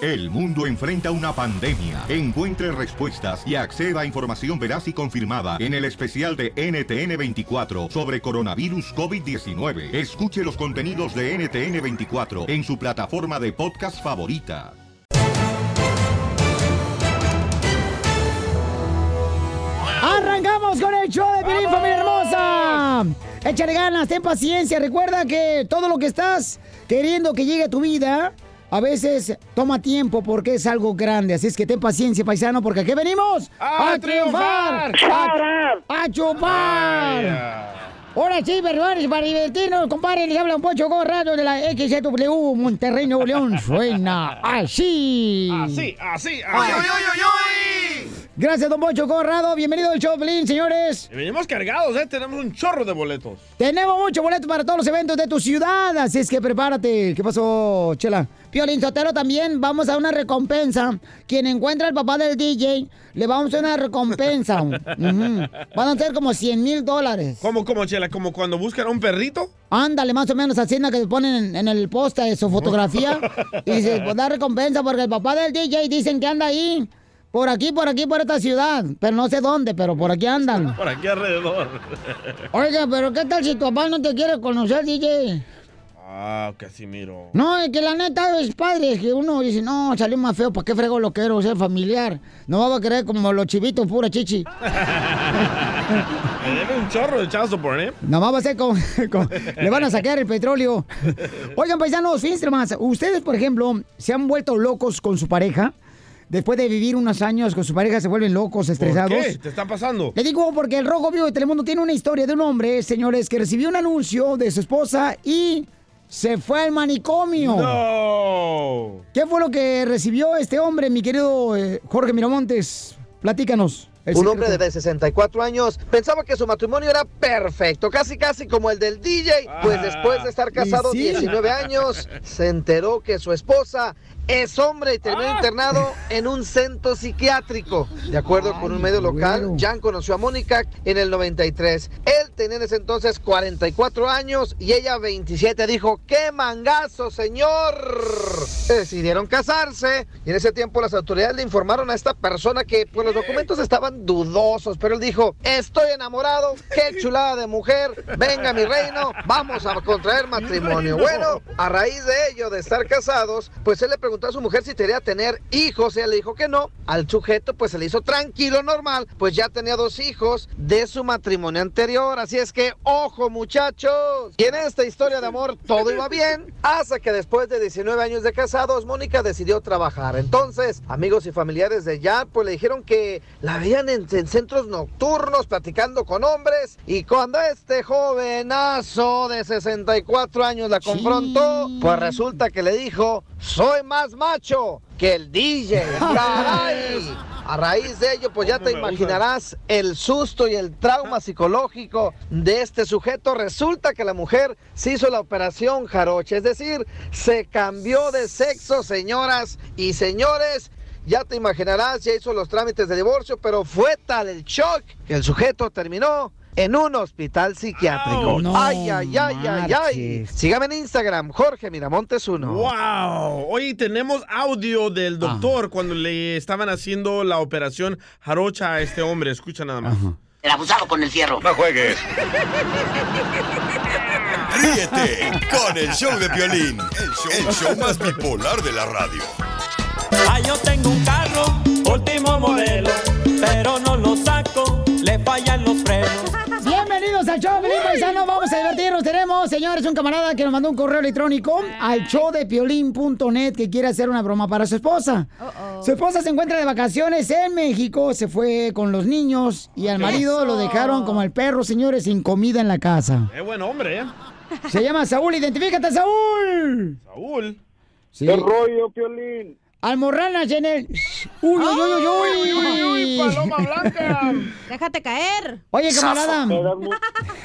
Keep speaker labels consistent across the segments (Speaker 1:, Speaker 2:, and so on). Speaker 1: El mundo enfrenta una pandemia. Encuentre respuestas y acceda a información veraz y confirmada en el especial de NTN24 sobre coronavirus COVID-19. Escuche los contenidos de NTN24 en su plataforma de podcast favorita.
Speaker 2: Arrancamos con el show de Piolín, familia hermosa. Échale ganas, ten paciencia. Recuerda que todo lo que estás queriendo que llegue a tu vida, a veces toma tiempo porque es algo grande. Así es que ten paciencia, paisano, porque aquí venimos
Speaker 3: ¡A
Speaker 2: triunfar. A, a chupar. Ahora sí, verdades para divertirnos, compadre, les habla un pocho gorrado de la XZW Monterrey Nuevo León. Suena así.
Speaker 3: Así, así, así.
Speaker 2: Gracias, don Pocho Corrado. Bienvenido al Choplin, señores.
Speaker 3: Venimos cargados, ¿eh? Tenemos un chorro de boletos.
Speaker 2: Tenemos muchos boletos para todos los eventos de tu ciudad, así es que prepárate. ¿Qué pasó, Chela? Piolín Sotero también, vamos a una recompensa. Quien encuentra al papá del DJ, le vamos a una recompensa. Ujú. Van a ser como 100 mil dólares.
Speaker 3: ¿Cómo, cómo, Chela? ¿Como cuando buscan a un perrito?
Speaker 2: Ándale, más o menos así, ¿no? que te ponen en, en el posta de su fotografía. Y dice, pues da recompensa porque el papá del DJ dicen que anda ahí. Por aquí, por aquí, por esta ciudad. Pero no sé dónde, pero por aquí andan.
Speaker 3: Por aquí alrededor.
Speaker 2: Oiga, pero ¿qué tal si tu papá no te quiere conocer, DJ?
Speaker 3: Ah, Casimiro.
Speaker 2: No, es que la neta es padre, que uno dice, no, salió más feo, ¿para qué frego lo quiero ser familiar? No va a querer como los chivitos, pura chichi.
Speaker 3: Me debe un chorro de chazo por ¿eh?
Speaker 2: Nomás va a ser como, como- le van a sacar el petróleo. Oigan, paisanos, fíjense más. Ustedes, por ejemplo, se han vuelto locos con su pareja. Después de vivir unos años con su pareja, se vuelven locos,
Speaker 3: ¿Por
Speaker 2: estresados.
Speaker 3: qué? ¿Te está pasando?
Speaker 2: Le digo porque el Rojo Vivo de Telemundo tiene una historia de un hombre, señores, que recibió un anuncio de su esposa y se fue al manicomio.
Speaker 3: No.
Speaker 2: ¿Qué fue lo que recibió este hombre, mi querido eh, Jorge Miramontes? pues, Platícanos. el
Speaker 4: Un
Speaker 2: secreto.
Speaker 4: hombre de 64 años pensaba que su matrimonio era perfecto, casi casi como el del DJ, pues después de estar casado
Speaker 2: y sí.
Speaker 4: 19 años, se enteró que su esposa es hombre y terminó internado en un centro psiquiátrico. De acuerdo con un medio local, Jan conoció a Mónica en el 93. Él tenía en ese entonces 44 años y ella 27. Dijo, ¡qué mangazo, señor! Decidieron casarse y en ese tiempo las autoridades le informaron a esta persona que pues, los documentos estaban dudosos, pero él dijo, estoy enamorado, qué chulada de mujer, venga a mi reino, vamos a contraer matrimonio. Bueno, a raíz de ello, de estar casados, pues él le preguntó a su mujer si quería tener hijos. Ella le dijo que no. Al sujeto, pues se le hizo tranquilo, normal. Pues ya tenía dos hijos de su matrimonio anterior. Así es que, ojo, muchachos. Y en esta historia de amor todo iba bien. Hasta que después de 19 años de casados, Mónica decidió trabajar. Entonces, amigos y familiares de Jan, pues le dijeron que la veían en, en centros nocturnos platicando con hombres. Y cuando este jovenazo de 64 años la confrontó, pues resulta que le dijo, soy más macho que el DJ. ¡Caray! A raíz de ello, pues ya te imaginarás el susto y el trauma psicológico de este sujeto. Resulta que la mujer se hizo la operación jaroche, es decir, se cambió de sexo, señoras y señores. Ya te imaginarás, ya hizo los trámites de divorcio, pero fue tal el shock que el sujeto terminó en un hospital psiquiátrico.
Speaker 2: Au, no
Speaker 4: ay, ay, ay, ay, ay.
Speaker 2: marches.
Speaker 4: Sígame en Instagram, Jorge Miramontes 1.
Speaker 3: ¡Wow! Oye, tenemos audio
Speaker 2: Ah.
Speaker 3: del doctor cuando le estaban haciendo la operación jarocha a este hombre. Escucha nada más.
Speaker 5: El abusado con el fierro.
Speaker 6: No juegues. Ríete con el show de violín, el show más bipolar de la radio.
Speaker 7: Ah, yo tengo un carro, último modelo, pero no lo saco, le fallan los frenos.
Speaker 2: Bienvenidos al show, Piolín Paisano. Vamos a divertirnos. Tenemos, señores, un camarada que nos mandó un correo electrónico al showdepiolín.net que quiere hacer una broma para su esposa. Su esposa se encuentra de vacaciones en México, se fue con los niños y al marido lo dejaron como el perro, señores, sin comida en la casa.
Speaker 3: Es buen hombre, ¿eh?
Speaker 2: Se llama Saúl, identifícate, Saúl.
Speaker 3: Saúl.
Speaker 2: Sí.
Speaker 8: rollo, Piolín?
Speaker 2: Almorranas en el. Uy, uy, uy, uy, uy,
Speaker 8: paloma blanca.
Speaker 9: Déjate caer.
Speaker 2: Oye, camarada.
Speaker 8: Me das, mu-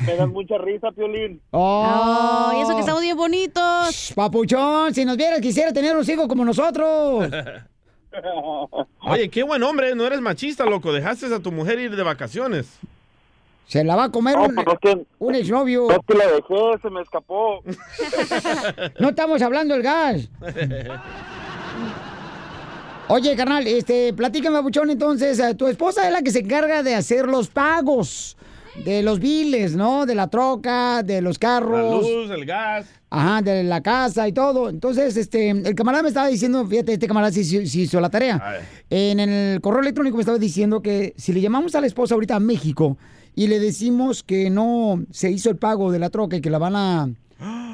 Speaker 8: me das mucha risa, Piolín.
Speaker 2: Oh.
Speaker 9: Oh, y eso que estamos bien bonitos.
Speaker 2: Papuchón, si nos vieras, quisiera tener un hijo como nosotros.
Speaker 3: Oye, qué buen hombre. ¿eh? No eres machista, loco. Dejaste a tu mujer ir de vacaciones.
Speaker 2: Se la va a comer
Speaker 8: No,
Speaker 2: un,
Speaker 8: pues es que,
Speaker 2: un exnovio.
Speaker 8: es que la dejé, se me escapó.
Speaker 2: No estamos hablando del gas. Oye, carnal, este, platícame, Buchón, entonces, eh, tu esposa es la que se encarga de hacer los pagos de los biles, ¿no? De la troca, de los
Speaker 3: La
Speaker 2: carros.
Speaker 3: luz, el gas.
Speaker 2: Ajá, de la casa y todo. Entonces, este, el camarada me estaba diciendo, fíjate, este camarada sí, sí- sí hizo la tarea. En el correo electrónico me estaba diciendo que si le llamamos a la esposa ahorita a México y le decimos que no se hizo el pago de la troca y que la van a,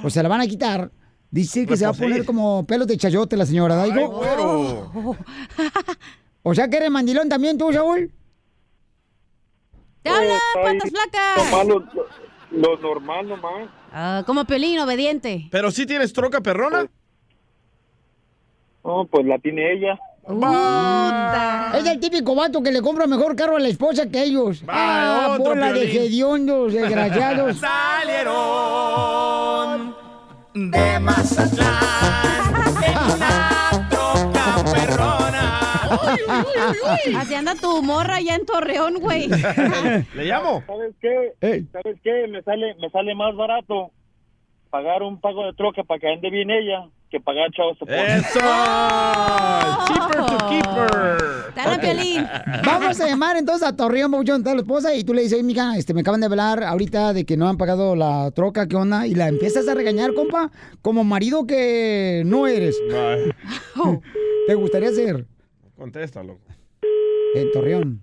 Speaker 2: o se la van a quitar, dice que se va a
Speaker 9: Reposeer.
Speaker 2: poner como pelos de chayote la señora, ¿daigo? O sea que eres mandilón también tú, Saúl.
Speaker 9: ¡Te habla,
Speaker 8: Ay,
Speaker 9: patas flacas!
Speaker 8: Nomás lo, lo- lo normal nomás.
Speaker 9: Ah, como pelín, obediente.
Speaker 3: Pero sí tienes troca perrona.
Speaker 8: No, pues la tiene ella.
Speaker 2: Mm. Es el típico vato que le compra mejor carro a la esposa que ellos. ah,
Speaker 7: otro,
Speaker 2: bola
Speaker 7: Piolín.
Speaker 2: de hediondos, desgraciados.
Speaker 7: Salieron de Mazatlán en una troca perrona.
Speaker 9: Así anda tu morra ya en Torreón, güey.
Speaker 3: ¿Le llamo?
Speaker 8: ¿Sabes qué?
Speaker 2: Ey.
Speaker 8: ¿Sabes qué? Me sale, me sale más barato pagar un pago de troca para que ande bien ella que pagar chavos.
Speaker 3: ¡Eso! ¡Cheaper to keeper!
Speaker 9: Te habla, Piolín.
Speaker 2: Vamos a llamar entonces a Torreón Bouchón, está la esposa, y tú le dices, oye, mija, este, me acaban de hablar ahorita de que no han pagado la troca, ¿qué onda? Y la empiezas a regañar, compa, como marido que no eres. ¿Te gustaría ser
Speaker 3: Contesta, loco.
Speaker 2: en Torreón?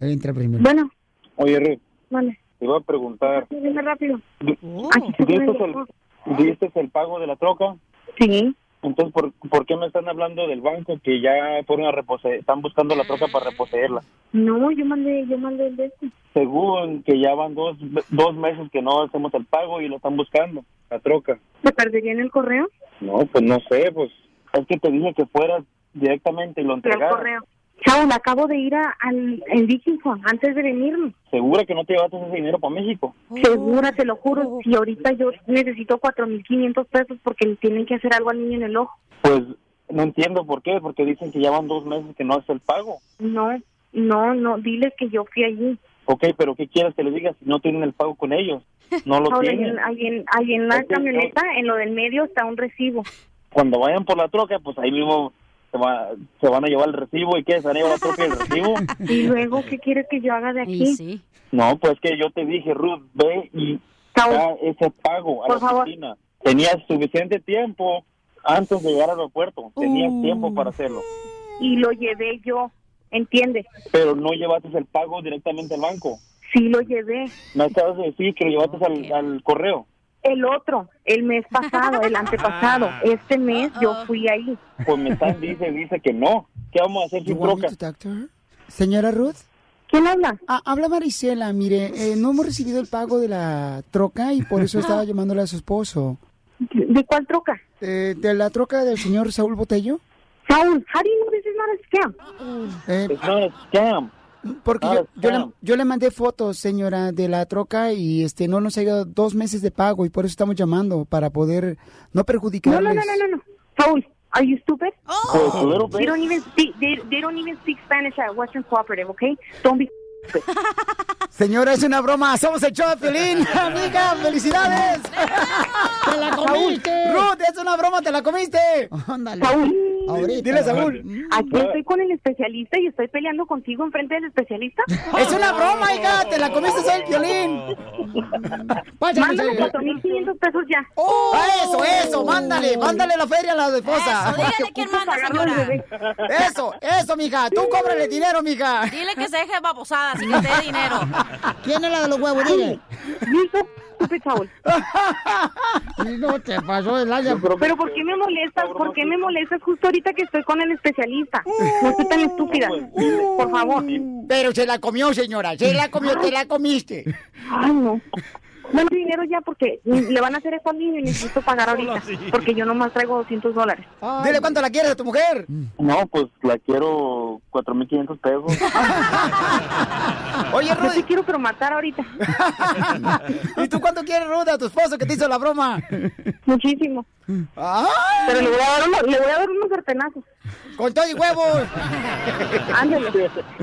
Speaker 2: Él entra primero.
Speaker 5: Bueno,
Speaker 8: Oye, Ruth,
Speaker 5: vale,
Speaker 8: te iba a preguntar.
Speaker 5: sí, dime rápido.
Speaker 9: Oh.
Speaker 5: Aquí se
Speaker 8: ¿Diste
Speaker 5: pone loco.
Speaker 8: el, diste el pago de la troca?
Speaker 5: Sí,
Speaker 8: Entonces, ¿por, ¿por qué me están hablando del banco que ya fueron a reposeer, están buscando la troca para reposeerla?
Speaker 5: no, yo mandé, yo mandé el de este.
Speaker 8: Según que ya van dos, dos meses que no hacemos el pago y lo están buscando, la troca.
Speaker 5: ¿Se perdería en el correo?
Speaker 8: No, pues no sé, pues es que te dije que fueras directamente y lo
Speaker 5: Pero el
Speaker 8: entregaras.
Speaker 5: correo. Chao, me acabo de ir a, al en Dickinson antes de venirme.
Speaker 8: ¿Segura que no te llevaste ese dinero para México?
Speaker 5: Oh. Segura, te lo juro. Y ahorita yo necesito 4.500 pesos porque le tienen que hacer algo al niño en el ojo.
Speaker 8: Pues no entiendo por qué, porque dicen que ya van dos meses que no haces el pago.
Speaker 5: No, no, no, diles que yo fui allí.
Speaker 8: Ok, pero ¿qué quieres que les digas? No tienen el pago con ellos. No lo
Speaker 5: Ahora, ahí
Speaker 8: tienen.
Speaker 5: en, ahí en, ahí en la
Speaker 8: Ok, yo-
Speaker 5: camioneta, en lo del medio, está un recibo.
Speaker 8: Cuando vayan por la troca, pues ahí mismo se, va- se van a llevar el recibo. ¿Y qué? ¿Se van a llevar la troca y el recibo?
Speaker 5: Y luego, ¿qué quieres que yo haga de aquí?
Speaker 9: Y sí.
Speaker 8: No, pues que yo te dije, Ruth, ve y
Speaker 5: Chao.
Speaker 8: da ese pago a
Speaker 5: Por
Speaker 8: la
Speaker 5: favor.
Speaker 8: oficina. Tenías suficiente tiempo antes de llegar al aeropuerto. Tenías tiempo para hacerlo.
Speaker 5: y lo llevé yo, ¿entiendes?
Speaker 8: Pero no llevaste el pago directamente al banco.
Speaker 5: Sí lo llevé.
Speaker 8: Me acabas de decir que lo llevaste al, al correo.
Speaker 5: El otro, el mes pasado, el antepasado,
Speaker 8: Ah.
Speaker 5: este mes yo fui ahí.
Speaker 8: Pues me están dice, dice que no. ¿Qué vamos a hacer sin troca?
Speaker 2: Señora Ruth.
Speaker 5: ¿Quién habla?
Speaker 2: Ah, habla Marisela, mire, eh, no hemos recibido el pago de la troca y por eso estaba llamándole a su esposo.
Speaker 5: ¿De cuál troca?
Speaker 2: Eh, ¿De la troca del señor Saúl Botello?
Speaker 5: Saúl, how do you know this is not a scam?
Speaker 2: Eh,
Speaker 8: Es not a scam.
Speaker 2: Porque
Speaker 8: Ah,
Speaker 2: yo, yo le,
Speaker 8: claro.
Speaker 2: yo le mandé fotos, señora, de la troca y este no nos ha llegado dos meses de pago y por eso estamos llamando para poder no
Speaker 5: No,
Speaker 2: perjudicarles.
Speaker 5: no, no, no, no, no. Saúl, are you stupid?
Speaker 8: Pues, a
Speaker 2: Oh.
Speaker 8: little
Speaker 5: Oh. They
Speaker 8: bit.
Speaker 5: don't even speak. They, they don't even speak Spanish at Western Cooperative, okay? Don't be.
Speaker 2: Señora, es una broma. Somos el show de Piolín. Amiga, felicidades. te la comiste. Ruth, es una broma, te la comiste. Ándale.
Speaker 5: Saúl,
Speaker 2: Ahorita. Eh. Dile, Saúl.
Speaker 5: Mm. aquí estoy con el especialista y estoy peleando contigo enfrente del especialista. Oh.
Speaker 2: Es una broma, hija. Te la comiste, soy el Piolín.
Speaker 5: Mándame 4.500 pesos ya.
Speaker 2: Oh. Ah, Eso, eso. Mándale, mándale la feria a la esposa.
Speaker 9: Eso, dígale quién manda, señora.
Speaker 2: Eso, eso, mija. Tú cóbrale dinero, mija.
Speaker 9: Dile que se deje de babosada, así que te dé dinero.
Speaker 2: ¿Quién es la de los huevos? Dile.
Speaker 5: You so stupid, Saúl.
Speaker 2: No te pasó el área.
Speaker 5: Pero ¿por qué me molestas? ¿Por qué me molestas justo ahorita que estoy con el especialista?
Speaker 2: Uh.
Speaker 5: No soy tan estúpida. Por favor.
Speaker 2: Pero se la comió, señora. Se la comió, te la comiste.
Speaker 5: Ay, no. Dame dinero ya porque le van a hacer eso al niño y necesito pagar ahorita. Porque yo nomás traigo 200 dólares.
Speaker 2: Dile cuánto la quieres a tu mujer.
Speaker 8: No, pues la quiero 4.500 pesos.
Speaker 2: Oye,
Speaker 5: Yo te
Speaker 2: Rudy.
Speaker 5: quiero pero matar ahorita.
Speaker 2: ¿Y tú cuánto quieres, Rudy, a tu esposo que te hizo la broma?
Speaker 5: Muchísimo.
Speaker 2: ¡Ah!
Speaker 5: Pero le voy a dar unos, le voy a dar unos sartenazos.
Speaker 2: Con todo y huevos.
Speaker 5: Ándale.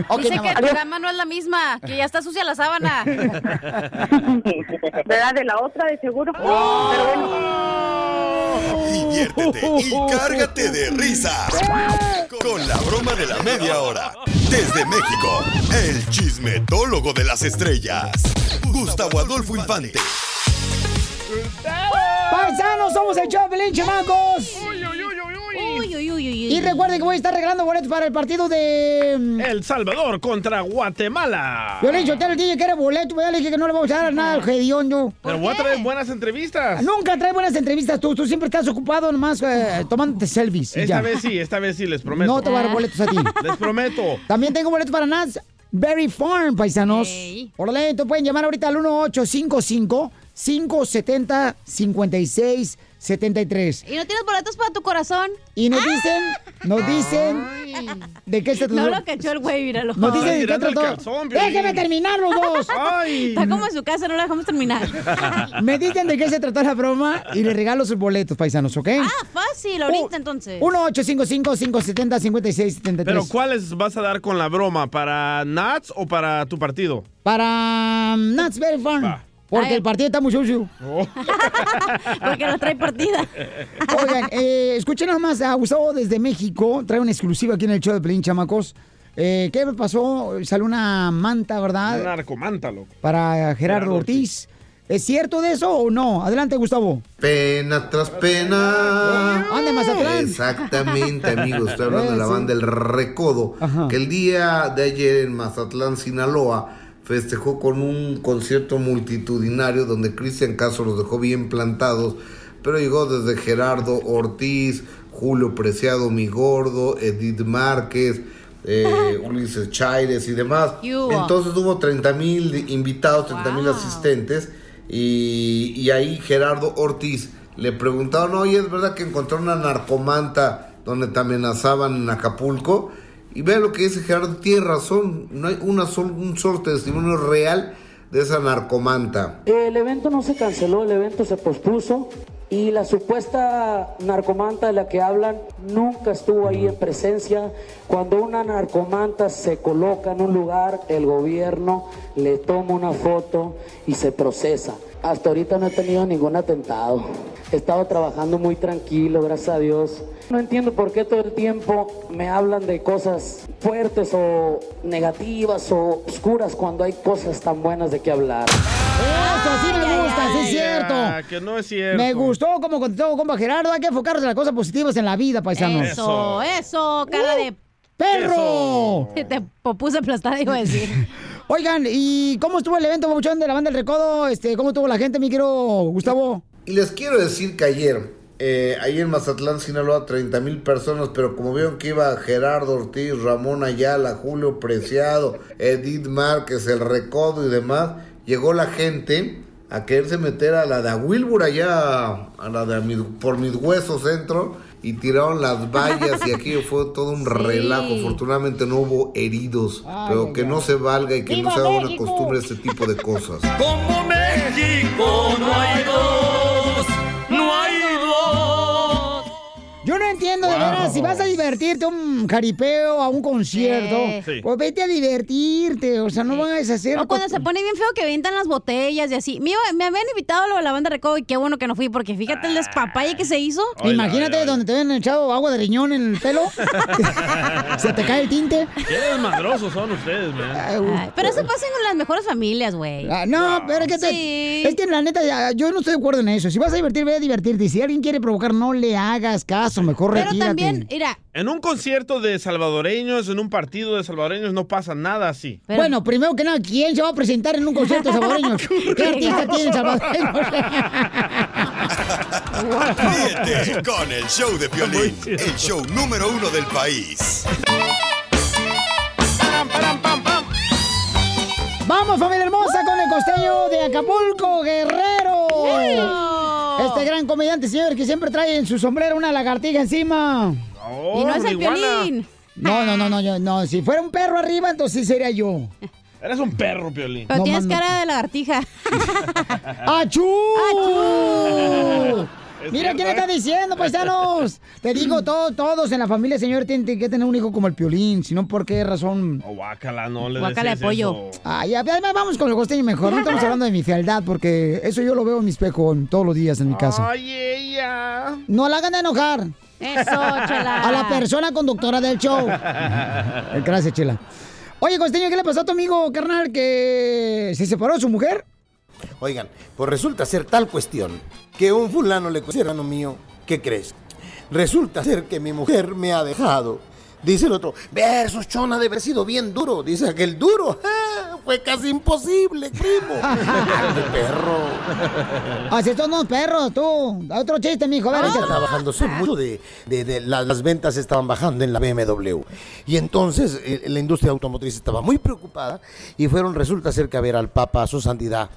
Speaker 2: Ok, mi
Speaker 9: Dice que
Speaker 2: amor.
Speaker 9: tu cama no es la misma, que ya está sucia la sábana.
Speaker 10: ¿verdad? De la otra, de seguro.
Speaker 11: Oh.
Speaker 10: Pero bueno.
Speaker 6: Diviértete y cárgate de risas con la broma de la media hora. Desde México, el chismetólogo de las estrellas, Gustavo Adolfo Infante.
Speaker 2: ¡Paisanos, somos el show de Pelín, chamacos!
Speaker 9: Uy, uy, uy, uy.
Speaker 2: Y recuerden que voy a estar regalando boletos para el partido de... mm,
Speaker 3: El Salvador contra Guatemala.
Speaker 2: Violín, yo te el dije que era boleto, pues ya le dije que no le vamos a dar nada al hediondo.
Speaker 3: Pero voy a traer buenas entrevistas.
Speaker 2: Nunca trae buenas entrevistas tú, tú siempre estás ocupado nomás eh, tomándote selfies. y
Speaker 3: Esta
Speaker 2: ya.
Speaker 3: vez sí, esta vez sí, les prometo.
Speaker 2: No te voy a dar boletos a ti.
Speaker 3: Les prometo.
Speaker 2: También tengo boletos para Nats Berry Farm, paisanos.
Speaker 9: Ey.
Speaker 2: Órale, tú pueden llamar ahorita al 1855 570 5673
Speaker 9: ¿Y no tienes boletos para tu corazón? ¡Ah!
Speaker 2: Y nos dicen, nos dicen de qué se trató.
Speaker 9: No lo cachó el güey, míralo.
Speaker 2: Nos dicen de qué
Speaker 3: Tirando el
Speaker 2: trató.
Speaker 3: calzón, Piolín.
Speaker 2: Déjeme terminar los dos.
Speaker 3: Ay.
Speaker 9: Está como en su casa, no lo dejamos terminar.
Speaker 2: Me dicen de qué se trató la broma y les regalo sus boletos, paisanos, ¿ok?
Speaker 9: Ah, fácil, ahorita entonces.
Speaker 2: 1-855-570-5673.
Speaker 3: Pero ¿cuáles vas a dar con la broma? ¿Para Nats o para tu partido?
Speaker 2: Para um, Nats Berry Farm.
Speaker 3: Va. Oh.
Speaker 2: Porque
Speaker 9: Ay.
Speaker 2: el partido está muy sucio.
Speaker 9: Porque nos trae partida.
Speaker 2: Oigan, eh, escuchen nada más a Gustavo desde México. Trae una exclusiva aquí en el show de Pelín, chamacos. Eh, ¿Qué pasó? Salió una manta,
Speaker 3: Un
Speaker 2: ¿verdad?
Speaker 3: narcomanta, loco.
Speaker 2: Para Gerardo
Speaker 3: Gerardo
Speaker 2: Ortiz. ¿Es cierto de eso o no? Adelante, Gustavo.
Speaker 12: Pena tras pena.
Speaker 2: Ande, Mazatlán.
Speaker 12: Exactamente, amigos. Estoy hablando de la
Speaker 2: Eso.
Speaker 12: banda El Recodo,
Speaker 2: Ajá.
Speaker 12: que el día de ayer en Mazatlán, Sinaloa, festejó con un concierto multitudinario donde Cristian Caso los dejó bien plantados, pero llegó desde Gerardo Ortiz, Julio Preciado, Mi Gordo, Edith Márquez. eh, Ulises Chaires y demás.
Speaker 9: ¿Qué hubo?
Speaker 12: Entonces hubo 30 mil invitados, 30 mil
Speaker 9: Wow.
Speaker 12: asistentes y, y ahí Gerardo Ortiz le preguntaron, oye, es verdad que encontró una narcomanta donde te amenazaban en Acapulco y ve lo que dice Gerardo, tiene razón, no hay una sol- un solo testimonio real de esa narcomanta.
Speaker 1: El evento no se canceló, el evento se pospuso y la supuesta narcomanta de la que hablan nunca estuvo ahí en presencia. Cuando una narcomanta se coloca en un lugar, el gobierno le toma una foto y se procesa. Hasta ahorita no he tenido ningún atentado. He estado trabajando muy tranquilo, gracias a Dios. No entiendo por qué todo el tiempo me hablan de cosas fuertes o negativas o oscuras cuando hay cosas tan buenas de qué hablar.
Speaker 2: Eso, así me gusta, sí es cierto.
Speaker 3: Ya, Ah, que no es cierto.
Speaker 2: Me gustó como contestó compa Gerardo. Hay que enfocarnos en las cosas positivas en la vida, paisanos.
Speaker 9: Eso, eso, cara de...
Speaker 2: ¡Perro!
Speaker 9: Te, te popuse aplastada, iba a decir.
Speaker 2: Oigan, ¿y cómo estuvo el evento, Papuchón, de la banda El Recodo? Este, ¿Cómo estuvo la gente, mi querido Gustavo?
Speaker 12: Y les quiero decir que ayer, eh, ahí en Mazatlán, Sinaloa, 30 mil personas, pero como vieron que iba Gerardo Ortiz, Ramón Ayala, Julio Preciado, Edith Márquez, El Recodo y demás, llegó la gente a quererse meter a la de Wilbur allá, a la de mis- por mis huesos centro, y tiraron las vallas y aquí fue todo un relajo. Afortunadamente no hubo heridos, pero que no se valga y que no se haga una costumbre este tipo de cosas.
Speaker 11: Como México no hay dos, no hay dos.
Speaker 2: Yo no entiendo, de veras, si vas a divertirte a un jaripeo, a un concierto,
Speaker 3: Sí.
Speaker 2: pues vete a divertirte, o sea, no vayas a hacer...
Speaker 9: O cuando se pone bien feo que avientan las botellas y así. Me, iba- me habían invitado a lo de la banda Recodo y qué bueno que no fui, porque fíjate el despapalle que se hizo.
Speaker 3: Ay,
Speaker 2: Imagínate
Speaker 3: ay, ay.
Speaker 2: donde te habían echado agua de riñón en el pelo, se te cae el tinte.
Speaker 3: Qué desmadrosos son ustedes, man.
Speaker 2: Ay,
Speaker 9: Ay, pero eso pasa en las mejores familias, güey.
Speaker 2: Ah, no, pero es que, te-
Speaker 9: Sí.
Speaker 2: es que la neta, ya, yo no estoy de acuerdo en eso. Si vas a divertir, ve a divertirte. Y Si alguien quiere provocar, no le hagas caso. Mejor
Speaker 9: Pero
Speaker 2: retírate.
Speaker 9: también, eh, mira,
Speaker 3: En un concierto de salvadoreños, en un partido de salvadoreños, no pasa nada así.
Speaker 9: pero-
Speaker 2: Bueno, primero que nada, ¿quién se va a presentar en un concierto salvadoreño? ¿Qué artista tiene salvadoreño?
Speaker 6: Ríete con el show de Piolín, el show número uno del país.
Speaker 2: Vamos, familia hermosa, con el costeño de Acapulco, Guerrero. Este gran comediante, señor, que siempre trae en su sombrero una lagartija encima.
Speaker 3: Oh,
Speaker 9: y no es el
Speaker 3: una iguana.
Speaker 9: violín.
Speaker 2: No, no, no, no, yo- no. Si fuera un perro arriba, entonces sí sería yo.
Speaker 3: Eres un perro, Piolín.
Speaker 9: Pero
Speaker 2: No,
Speaker 9: tienes
Speaker 2: mano.
Speaker 9: cara de lagartija.
Speaker 2: ¡Achú! Mira quién está diciendo, paisanos. Te digo, todo- todos en la familia, señor, tienen que tener un hijo como el Piolín, sino por qué razón.
Speaker 3: O Oh, guácala, no le
Speaker 2: Guácala de
Speaker 3: desees
Speaker 2: pollo.
Speaker 3: eso.
Speaker 2: Ay, ya, ya, vamos con el costeño mejor. No estamos hablando de mi fealdad, porque eso yo lo veo en mi espejo en- todos los días en mi casa.
Speaker 3: Ay, ella.
Speaker 2: No la hagan enojar.
Speaker 9: Eso, chela.
Speaker 2: A la persona conductora del show. Gracias, chela. Oye, costeño, ¿qué le pasó a tu amigo, carnal, que se separó de su mujer?
Speaker 13: Oigan, pues resulta ser tal cuestión que un fulano le cuesta hermano mío, ¿qué crees? Resulta ser que mi mujer me ha dejado. Dice el otro, ver, chona de haber sido bien duro. Dice aquel duro. "Ah, Fue casi imposible, primo. ¡Qué perro!
Speaker 2: Así Ah, son unos perros, tú. Otro chiste, mijo. A ver, échale.
Speaker 13: Estaba bajando son mucho de, de- de la- las ventas estaban bajando en la BMW. Y entonces eh, la industria automotriz estaba muy preocupada y fueron, resulta ser que a ver al Papa, a su santidad.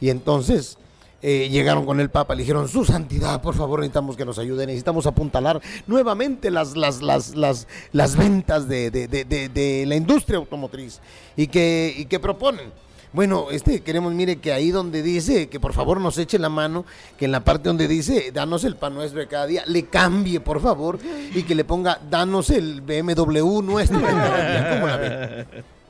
Speaker 13: Y entonces eh, llegaron con el Papa, le dijeron, su santidad, por favor, necesitamos que nos ayude, necesitamos apuntalar nuevamente las, las, las, las, las ventas de, de- de- de- de la industria automotriz. ¿Y que, y que proponen? Bueno, este queremos, mire, que ahí donde dice que por favor nos eche la mano, que en la parte donde dice danos el pan nuestro de cada día, le cambie por favor y que le ponga danos el BMW nuestro de cada día", ¿cómo la ve?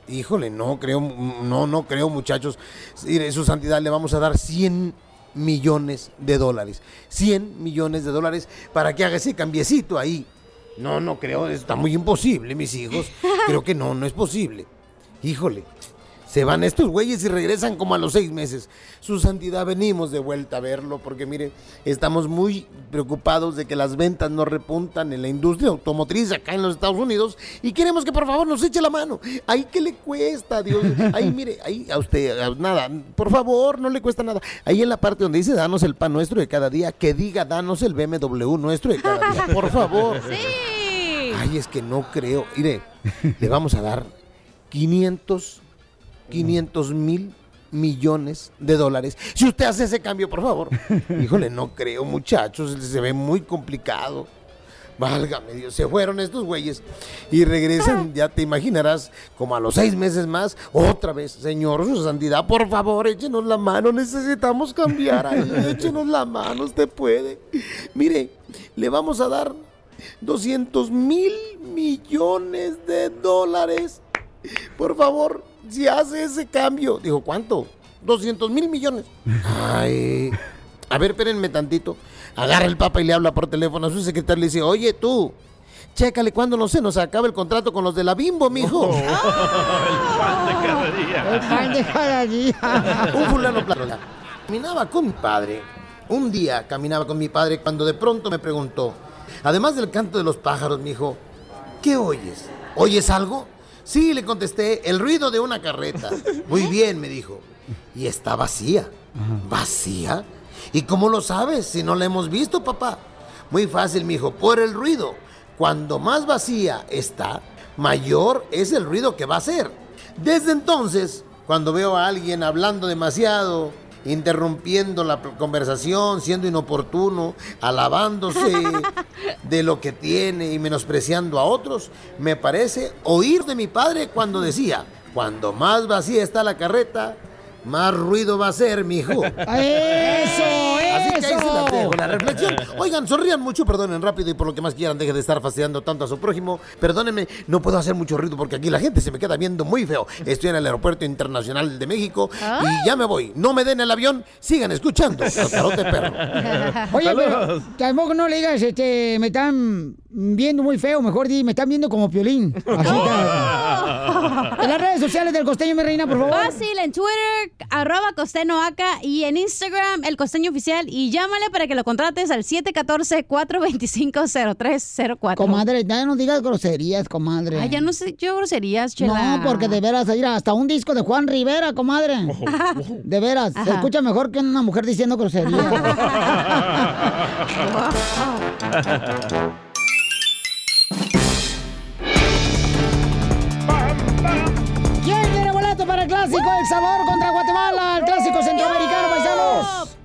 Speaker 13: Híjole, no creo, no, no creo, muchachos. Mire, Su santidad le vamos a dar 100 millones de dólares. 100 millones de dólares para que haga ese cambiecito ahí. No, no creo, está muy imposible, mis hijos. Creo que no, no es posible. Híjole, se van estos güeyes y regresan como a los seis meses. Su santidad, venimos de vuelta a verlo porque mire, estamos muy preocupados de que las ventas no repuntan en la industria automotriz acá en los Estados Unidos y queremos que por favor nos eche la mano. Ahí que le cuesta, Dios. Ahí mire, ahí a usted, a- nada, por favor, no le cuesta nada. Ahí en la parte donde dice danos el pan nuestro de cada día, que diga danos el BMW nuestro de cada día, por favor. Ay, es que no creo. Mire, le vamos a dar 500, 500 mil millones de dólares. Si usted hace ese cambio, por favor. Híjole, no creo, muchachos. Se ve muy complicado. Válgame Dios, se fueron estos güeyes y regresan, ya te imaginarás, como a los seis meses más, otra vez, señor, su santidad, por favor, échenos la mano, necesitamos cambiar ahí, échenos la mano, usted puede. Mire, le vamos a dar 200 mil millones de dólares. Por favor, si hace ese cambio. Dijo, ¿cuánto? 200 mil millones. Ay. A ver, espérenme tantito. Agarra el papa y le habla por teléfono a su secretario y le dice, oye tú, chécale cuando no se nos acaba el contrato con los de la bimbo, mijo.
Speaker 7: El pan de cada día.
Speaker 13: Un fulano plata. Caminaba con mi padre. Un día caminaba con mi padre cuando de pronto me preguntó, además del canto de los pájaros, me dijo, ¿qué oyes? ¿Oyes algo? Sí, le contesté, el ruido de una carreta. Muy bien, me dijo. Y está vacía. ¿Vacía? ¿Y cómo lo sabes si no la hemos visto, papá? Muy fácil, mi hijo, por el ruido. Cuando más vacía está, mayor es el ruido que va a hacer. Desde entonces, cuando veo a alguien hablando demasiado, interrumpiendo la pl- conversación, siendo inoportuno, alabándose de lo que tiene y menospreciando a otros, me parece oír de mi padre cuando decía, cuando más vacía está la carreta, más ruido va a ser, mijo.
Speaker 2: ¡Eso,
Speaker 13: Así que ahí se la
Speaker 2: eso!
Speaker 13: dejo, la reflexión. Oigan, sonrían mucho, perdonen rápido y por lo que más quieran, dejen de estar fastidiando tanto a su prójimo. Perdónenme, no puedo hacer mucho ruido porque aquí la gente se me queda viendo muy feo. Estoy en el Aeropuerto Internacional de México y ya me voy. No me den el avión, sigan escuchando. Cacarote perro.
Speaker 2: Oye, pero tampoco no le digas, este, me están viendo muy feo, mejor di, me están viendo como piolín. Así está. En las redes sociales del costeño, mi reina, por favor.
Speaker 9: Fácil, en Twitter, arroba costeño acá y en Instagram, el costeño oficial. Y llámale para que lo contrates al 714-425-0304.
Speaker 2: Comadre, ya no digas groserías, comadre.
Speaker 9: Ay, ya no sé, yo groserías, chela. Oh,
Speaker 2: No, porque de veras, mira, hasta un disco de Juan Rivera, comadre. De veras, se
Speaker 9: Ajá.
Speaker 2: escucha mejor que una mujer diciendo groserías. ¿Quién tiene boleto para el clásico El Salvador contra Guatemala? El clásico centroamericano, paisanos.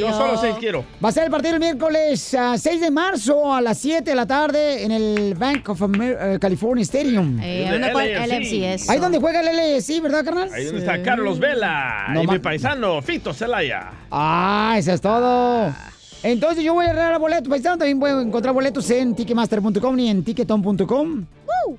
Speaker 3: Yo solo sé que quiero.
Speaker 2: Va a ser el partido el miércoles ah, 6 de marzo a las 7 de la tarde en el Bank of Amer- eh, California Stadium.
Speaker 9: Eh, ¿dónde juega el LAFC? eso.
Speaker 2: Ahí donde juega el LFC, ¿verdad, carnal?
Speaker 3: Ahí donde está Carlos Vela
Speaker 2: No
Speaker 3: y
Speaker 2: ma-
Speaker 3: mi paisano Fito Celaya.
Speaker 2: Ah, eso es todo. Entonces yo voy a regalar boletos, paisano. También voy a encontrar boletos en ticketmaster.com y en ticketon.com.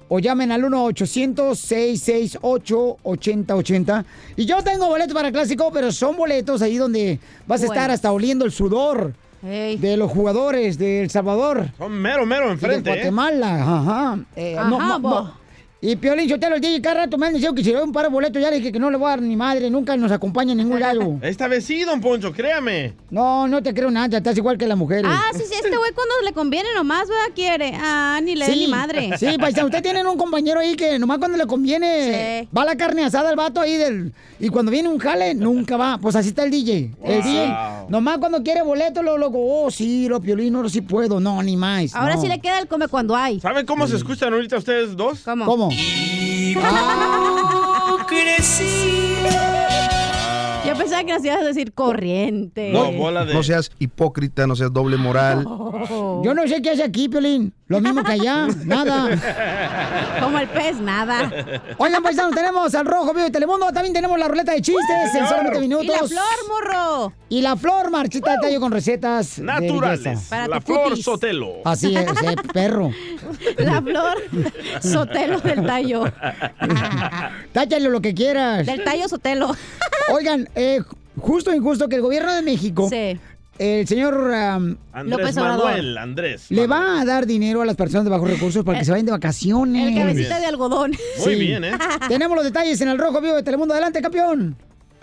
Speaker 2: O llamen al 1-800-668-8080. Y yo tengo boletos para el clásico, pero son boletos ahí donde vas a
Speaker 9: Bueno.
Speaker 2: estar hasta oliendo el sudor de los jugadores de El Salvador.
Speaker 3: Son mero, mero
Speaker 2: Y de
Speaker 3: enfrente. ¿eh?
Speaker 2: Guatemala, ajá. Eh, no,
Speaker 3: Ajá,
Speaker 2: mo-
Speaker 3: bo.
Speaker 2: mo- Y Piolín Sotelo, el DJ cada rato me han dicho que si le doy un par de boletos, ya le dije que no le voy a dar ni madre, nunca nos acompaña a ningún lado.
Speaker 3: Esta vez sí, don Poncho, créame.
Speaker 2: No, no te creo nada, estás igual que las mujeres.
Speaker 9: Ah, sí, sí, este güey cuando le conviene nomás, ¿verdad? Quiere. Ah, ni le dé
Speaker 2: Sí,
Speaker 9: ni madre.
Speaker 2: Sí, paisano, ustedes tienen un compañero ahí que nomás cuando le conviene va la carne asada al vato ahí del... Y cuando viene un jale, nunca va. Pues así está el DJ. El
Speaker 9: Wow.
Speaker 2: DJ, nomás cuando quiere boleto, lo loco, oh, sí, lo Piolín, no, sí puedo, no, ni más.
Speaker 9: Ahora
Speaker 2: no.
Speaker 9: sí le queda el come cuando hay.
Speaker 3: ¿Saben cómo se escuchan ahorita ustedes dos?
Speaker 9: ¿Cómo?
Speaker 2: ¿Cómo?
Speaker 9: Yo pensaba que nos ibas a decir corriente.
Speaker 14: No seas hipócrita, no seas doble moral.
Speaker 9: Oh.
Speaker 2: Yo no sé qué hace aquí, Piolín. Lo mismo que allá, nada.
Speaker 9: Como el pez, nada.
Speaker 2: Oigan, paisanos, tenemos al Rojo Vivo de Telemundo. También tenemos la ruleta de chistes en
Speaker 9: ¡Señor!
Speaker 2: solamente
Speaker 9: Y la
Speaker 2: minutos.
Speaker 9: flor, morro.
Speaker 2: Y la flor, Marchita de Tallo, con recetas de
Speaker 3: Naturales.
Speaker 2: belleza.
Speaker 3: La flor Sotelo.
Speaker 2: Así es, eh, perro.
Speaker 9: La flor Sotelo del tallo.
Speaker 2: Táchalo lo que quieras.
Speaker 9: Del tallo Sotelo.
Speaker 2: Oigan, eh, justo o injusto que el gobierno de México, el señor um,
Speaker 3: Andrés Manuel, Andrés.
Speaker 2: le va a dar dinero a las personas de bajos recursos para que se vayan de vacaciones.
Speaker 9: Eh, El cabecita de algodón.
Speaker 2: Muy bien, ¿eh? Tenemos los detalles en el Rojo Vivo de Telemundo. Adelante, campeón.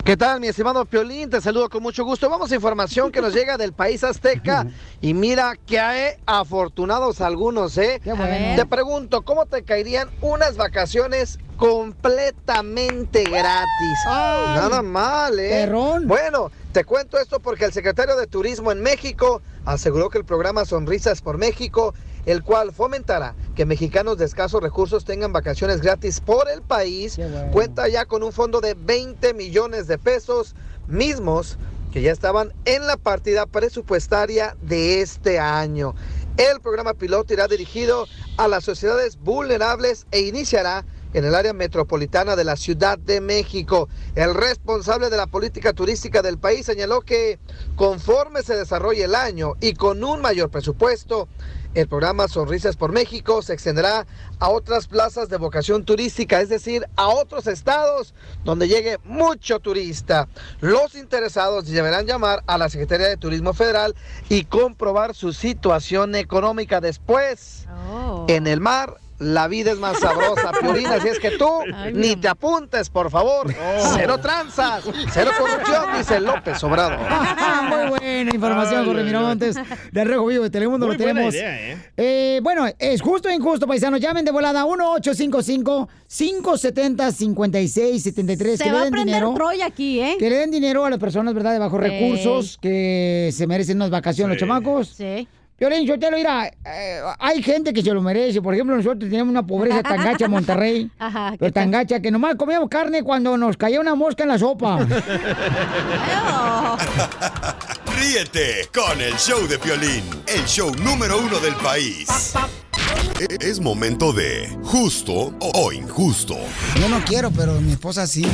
Speaker 4: ¿Qué tal, mi estimado Piolín? Te saludo con mucho gusto. Vamos a información que nos llega del país azteca. Y mira que hay afortunados algunos, ¿eh?
Speaker 2: bueno.
Speaker 4: Te pregunto, ¿cómo te caerían unas vacaciones completamente gratis? Nada mal, ¿eh? Bueno, te cuento esto porque el secretario de Turismo en México aseguró que el programa Sonrisas por México, el cual fomentará que mexicanos de escasos recursos tengan vacaciones gratis por el país, cuenta ya con un fondo de 20 millones de pesos mismos que ya estaban en la partida presupuestaria de este año. El programa piloto irá dirigido a las sociedades vulnerables e iniciará en el área metropolitana de la Ciudad de México. El responsable de la política turística del país señaló que conforme se desarrolle el año y con un mayor presupuesto, el programa Sonrisas por México se extenderá a otras plazas de vocación turística, es decir, a otros estados donde llegue mucho turista. Los interesados deberán llamar a la Secretaría de Turismo Federal y comprobar su situación económica después. En el mar, la vida es más sabrosa, Piolín, así es que tú ni te apuntes, por favor.
Speaker 2: Oh.
Speaker 4: Cero tranzas, cero corrupción, dice López Sobrado.
Speaker 2: Muy buena información,
Speaker 4: Ay,
Speaker 2: Jorge
Speaker 4: ay,
Speaker 2: Miramontes, de Rojo Vivo de Telemundo.
Speaker 4: Muy
Speaker 2: lo
Speaker 4: buena
Speaker 2: tenemos.
Speaker 4: idea, ¿eh?
Speaker 2: Eh, bueno, es justo o injusto, paisanos. Llamen de volada 1-855-570-5673.
Speaker 9: Se
Speaker 2: Que le
Speaker 9: va a
Speaker 2: den
Speaker 9: prender
Speaker 2: dinero.
Speaker 9: Troy aquí, ¿eh?
Speaker 2: Que le den dinero a las personas, ¿verdad?, de bajos
Speaker 9: Sí.
Speaker 2: recursos que se merecen unas vacaciones,
Speaker 9: Sí.
Speaker 2: los chamacos.
Speaker 9: Sí.
Speaker 2: Piolín, yo te lo dirá, hay gente que se lo merece. Por ejemplo, nosotros tenemos una pobreza tan gacha en Monterrey.
Speaker 9: Ajá.
Speaker 2: Pero tan gacha que nomás comíamos carne cuando nos caía una mosca en la sopa.
Speaker 6: Ríete con el show de Piolín, el show número uno del país. E- Es momento de justo o injusto.
Speaker 15: Yo no quiero, pero mi esposa sí.